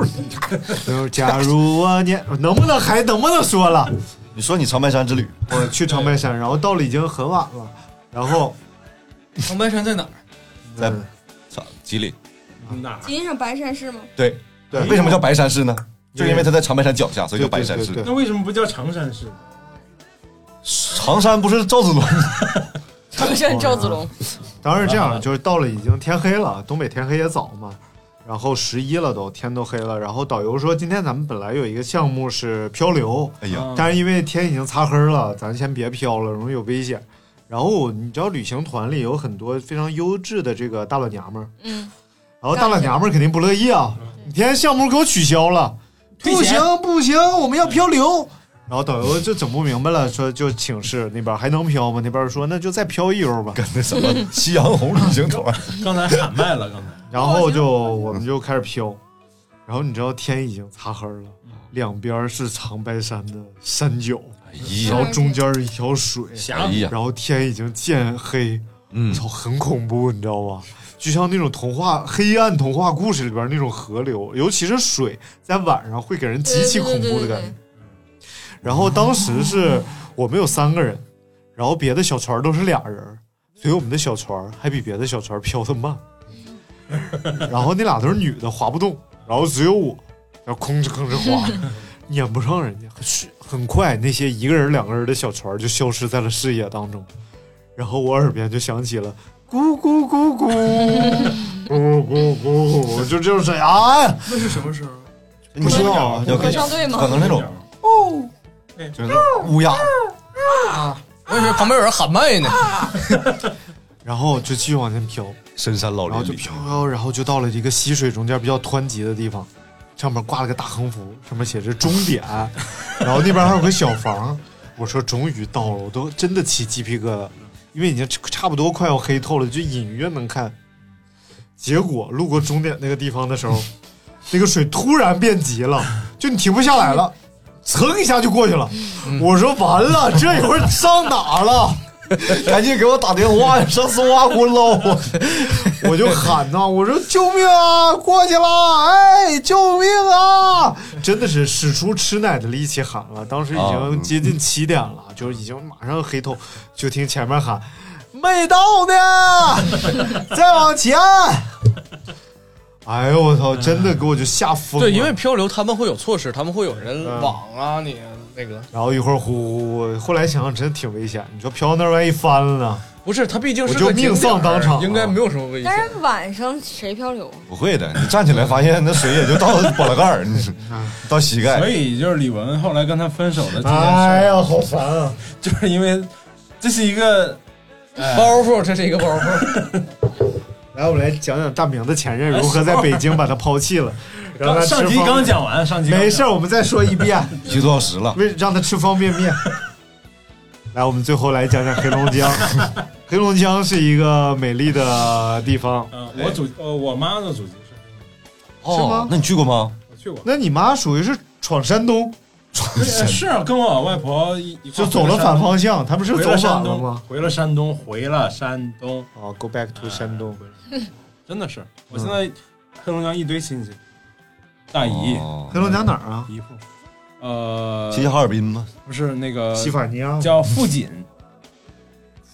[SPEAKER 2] 就是假如我年，能不能还能不能说了？
[SPEAKER 7] [laughs] 你说你长白山之旅，
[SPEAKER 2] 我去长白山，然后到了已经很晚了，然后
[SPEAKER 8] 长白山在哪儿？
[SPEAKER 7] 在操吉林，
[SPEAKER 4] 哪？
[SPEAKER 6] 锦省白山市 [laughs] 吗？
[SPEAKER 7] 对
[SPEAKER 2] 对
[SPEAKER 7] 为什么叫白山市呢？就
[SPEAKER 4] 对
[SPEAKER 7] 因为它在长白山脚下，所以叫白山市。
[SPEAKER 4] 那为什么不叫常山市？
[SPEAKER 7] 长山不是赵子龙？
[SPEAKER 6] 长山赵子龙，
[SPEAKER 2] 当时这
[SPEAKER 10] 啊
[SPEAKER 2] 样，就是到了已经天黑了，东北天黑也早嘛，然后十一了都，天都黑了。然后导游说，今天咱们本来有一个项目是漂流，
[SPEAKER 7] 哎呀
[SPEAKER 2] 但是因为天已经擦黑了，咱先别漂了，容易有危险。然后你知道旅行团里有很多非常优质的这个大老娘们儿，
[SPEAKER 6] [laughs] 嗯，
[SPEAKER 2] 然后大老娘们儿肯定不乐意啊，你今天项目给我取消了，
[SPEAKER 10] 退
[SPEAKER 2] 不
[SPEAKER 10] 钱
[SPEAKER 2] 行不行，我们要漂流。然后导游就整不明白了，说就请示那边还能漂吗？那边说那就再漂一悠吧，跟
[SPEAKER 7] 那什么夕阳红旅行团，
[SPEAKER 4] 刚才喊麦了，刚才。
[SPEAKER 2] 然后就我们就开始飘，然后你知道天已经擦黑了，两边是长白山的山脚，
[SPEAKER 7] 呀
[SPEAKER 2] 然后中间是一条水，
[SPEAKER 7] 哎呀
[SPEAKER 2] 然后天已经渐黑，
[SPEAKER 7] 嗯，
[SPEAKER 2] 操，很恐怖，你知道吗？就像那种童话、黑暗童话故事里边那种河流，尤其是水，在晚上会给人极其恐怖的感觉。然后当时是我们有三个人，然后别的小船都是俩人，所以我们的小船还比别的小船飘得慢。 [laughs] 然后那俩都是女的，划不动，然后只有我，然后吭哧吭哧 [laughs] 划，撵不上人家。很很快，那些一个人、两个人的小船就消失在了视野当中。然后我耳边就响起了咕咕咕 [laughs] 咕咕咕咕咕，就这种声音啊！
[SPEAKER 8] 那是什么时候？
[SPEAKER 2] 不知道啊，
[SPEAKER 8] 合唱队吗
[SPEAKER 6] [laughs]
[SPEAKER 7] 可能那种
[SPEAKER 8] 哦，
[SPEAKER 7] 就是乌鸦。
[SPEAKER 8] 啊！我以为旁边有人喊麦呢。
[SPEAKER 4] 啊
[SPEAKER 2] 然后就继续往前飘，
[SPEAKER 7] 深山老林
[SPEAKER 2] 然后就飘飘，然后就到了一个溪水中间比较湍急的地方，上面挂了个大横幅，上面写着终点，然后那边还有个小房。我说终于到了，我都真的起鸡皮疙瘩，因为已经差不多快要黑透了，就隐约能看。结果路过终点那个地方的时候，那个水突然变急了，就你停不下来了，噌一下就过去了。我说完了，这一会儿上哪了？ [laughs] 赶紧给我打电话，上丝瓜
[SPEAKER 8] [laughs]
[SPEAKER 2] 锅捞我！我就喊呐，我说救命啊，过去了！哎，救命啊！真的是使出吃奶的力气喊了，当时已经接近七点
[SPEAKER 8] 啊
[SPEAKER 2] 了，就已经马上黑透，就听前面喊没到呢，再往前。哎呦我操！真的给我就吓疯了。
[SPEAKER 8] 对，因为漂流他们会有措施，他们会有人网啊，你那个
[SPEAKER 2] 然后一会儿呼呼呼，后来想想真挺危险。你说飘到那儿万一翻了呢？
[SPEAKER 8] 不是他毕竟是
[SPEAKER 2] 我就
[SPEAKER 8] 个景
[SPEAKER 2] 命丧
[SPEAKER 8] 点儿
[SPEAKER 2] 当场啊
[SPEAKER 8] 应该没有什么危险。
[SPEAKER 6] 但是晚上谁漂流啊？
[SPEAKER 7] 不会的，你站起来发现那水也就到脖子盖儿，你到膝盖。
[SPEAKER 4] 所以就是李玟后来跟他分手的这件事，
[SPEAKER 2] 哎呀，好烦啊！
[SPEAKER 4] 就是因为这是一个、哎
[SPEAKER 8] 包袱，这是一个包袱。
[SPEAKER 2] 来，我们来讲讲大明的前任如何在北京把他抛弃
[SPEAKER 4] [laughs]
[SPEAKER 2] 了， [laughs] 让他吃
[SPEAKER 4] 上集
[SPEAKER 2] 方
[SPEAKER 4] 哎刚讲完上集刚
[SPEAKER 2] 没事儿，我们再说一遍，
[SPEAKER 7] 一个多小时了，
[SPEAKER 2] 为让他吃方便面。
[SPEAKER 4] [laughs]
[SPEAKER 2] 来，我们最后来讲讲黑龙江。黑龙江是一个美丽的地方，
[SPEAKER 4] 呃我
[SPEAKER 2] 哎
[SPEAKER 4] 祖呃我妈的祖籍是
[SPEAKER 2] 是吗？
[SPEAKER 7] 哦那你去过吗？
[SPEAKER 4] 我去过，
[SPEAKER 2] 那你妈属于是闯山东，
[SPEAKER 4] 呃是啊跟我外婆一一块
[SPEAKER 2] 就走了
[SPEAKER 4] 回山东
[SPEAKER 2] 反方向他们是
[SPEAKER 4] 回
[SPEAKER 2] 走
[SPEAKER 4] 山
[SPEAKER 2] 反了
[SPEAKER 4] 东
[SPEAKER 2] 吗
[SPEAKER 4] 回了山东，回了山东。哎
[SPEAKER 2] 哦，Go back to 山东，
[SPEAKER 4] 真的是，我现
[SPEAKER 2] 嗯
[SPEAKER 4] 在黑龙江一堆亲戚，大姨，
[SPEAKER 2] 黑龙江哪儿啊？
[SPEAKER 4] 姨父，呃，
[SPEAKER 7] 齐齐哦哈尔滨吗？
[SPEAKER 4] 不是那个
[SPEAKER 2] 西法尼亚
[SPEAKER 4] 呃叫富锦，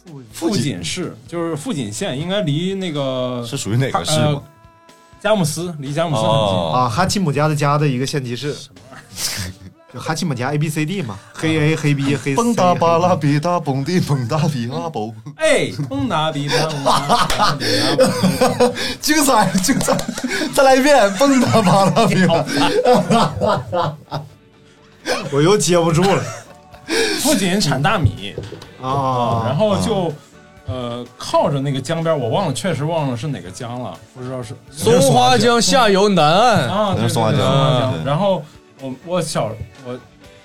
[SPEAKER 4] 富
[SPEAKER 7] 富锦
[SPEAKER 4] 锦市就是富锦县，应该离那个
[SPEAKER 7] 是属于哪个市
[SPEAKER 4] 呃
[SPEAKER 7] 吗
[SPEAKER 4] 佳木斯，离佳木斯很近。
[SPEAKER 2] 啊，哈奇姆家的家的一个县级市。就哈奇姆家 A B C D
[SPEAKER 4] [laughs]
[SPEAKER 2] 嘛，黑 A 黑 B 黑 C。
[SPEAKER 7] 蹦哒巴拉比哒蹦地蹦哒比阿宝， [laughs]
[SPEAKER 4] 哎，蹦达比达蹦
[SPEAKER 7] 精彩精彩！再来一遍，蹦哒巴拉
[SPEAKER 2] [laughs]
[SPEAKER 7] 比达。
[SPEAKER 2] 我 [laughs] 又接不住了。
[SPEAKER 4] 富锦产大米
[SPEAKER 2] 啊
[SPEAKER 4] 然后就。呃，靠着那个江边，我忘了，确实忘了是哪个江了，不知道是
[SPEAKER 8] 松花江下游南 [laughs] 岸
[SPEAKER 4] 啊，对对对
[SPEAKER 8] 松
[SPEAKER 4] 松
[SPEAKER 8] 花
[SPEAKER 4] 花
[SPEAKER 8] 江
[SPEAKER 4] 江。然后我我小我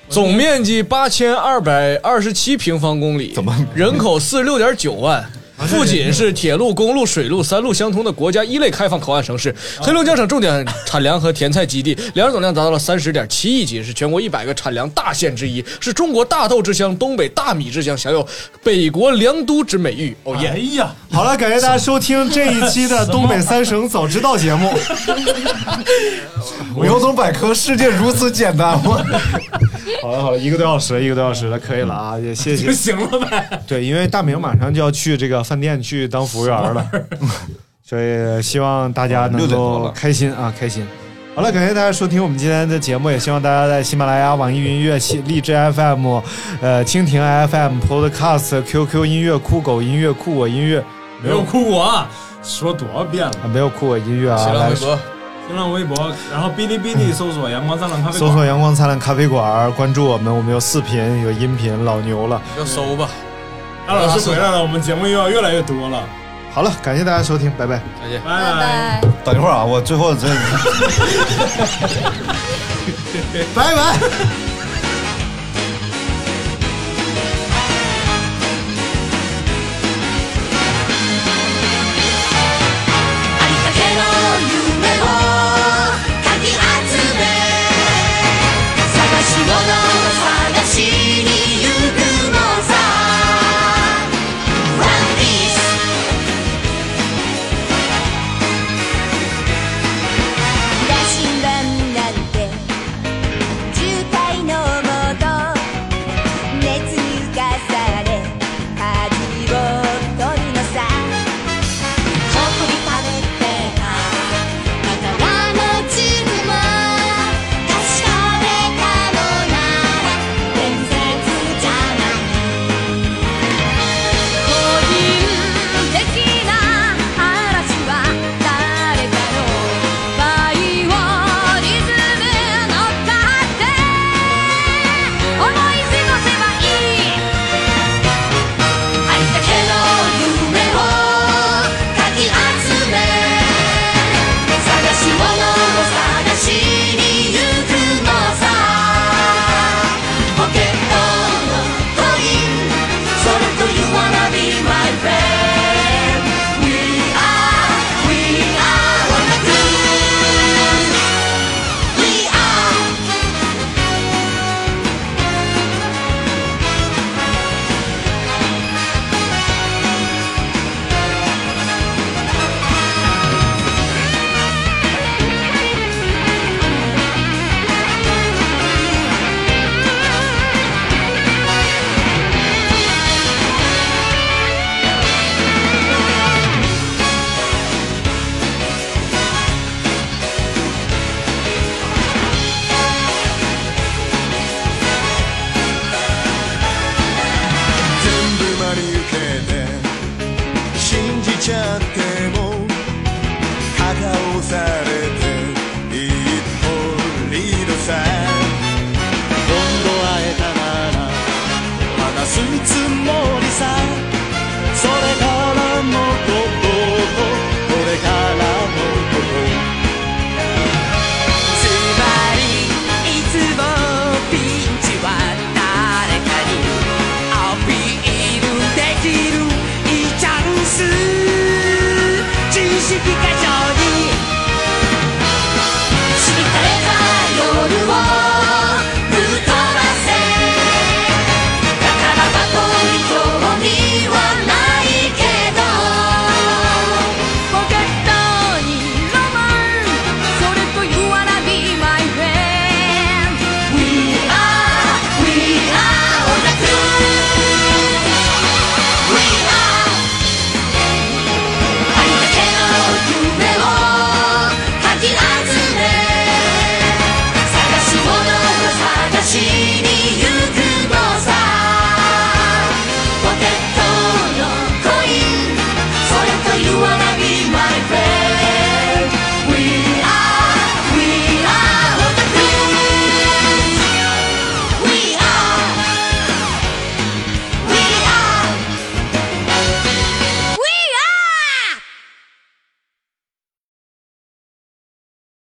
[SPEAKER 8] 总面积八千二百二十七平方公里，怎么人口四十六点九
[SPEAKER 4] [laughs]
[SPEAKER 8] 万？
[SPEAKER 4] 啊
[SPEAKER 8] 不仅是铁路、公路、水路三路相通的国家一类开放口岸城市，
[SPEAKER 4] 啊
[SPEAKER 8] 黑龙江省重点产粮和甜菜基地，粮食总量达到了三十点七亿斤，是全国一百个产粮大县之一，是中国大豆之乡、东北大米之乡，享有“北国粮都”之美誉。哦耶！
[SPEAKER 2] 哎呀，好了，感谢大家收听这一期的《东北三省早知道》节目。牛总百科，世界如此简单吗？好了好了，一个多小时，一个多小时了，可以了啊，也谢谢。
[SPEAKER 4] 就行了
[SPEAKER 2] 呗。对，因为大明马上就要去这个饭店去当服务员了， [laughs] 所以希望大家能
[SPEAKER 7] 六点多
[SPEAKER 2] 够
[SPEAKER 7] 了
[SPEAKER 2] 开心啊，开心。好了，感谢大家收听我们今天的节目，也希望大家在喜马拉雅、网易云音乐、喜荔枝 FM、呃蜻蜓 FM、Podcast、QQ 音乐、酷狗音乐、酷我音乐，
[SPEAKER 4] 没有哭过啊，说多少遍了？
[SPEAKER 2] 啊没有酷我音乐啊，来
[SPEAKER 4] 新浪微博，然后哔哩哔哩搜索“阳光灿烂咖啡
[SPEAKER 2] 搜
[SPEAKER 4] 馆”，
[SPEAKER 2] 索“阳光灿烂咖啡馆”，关注我们，我们有视频，有音频，老牛了。
[SPEAKER 8] 要搜吧。
[SPEAKER 4] 大老师回来了，我们节目又要越来越多了。
[SPEAKER 2] 好了，感谢大家收听，拜拜。
[SPEAKER 8] 再见，
[SPEAKER 4] 拜
[SPEAKER 6] 哎
[SPEAKER 4] 拜。
[SPEAKER 7] 等一会儿啊，我最后再。
[SPEAKER 2] 拜拜。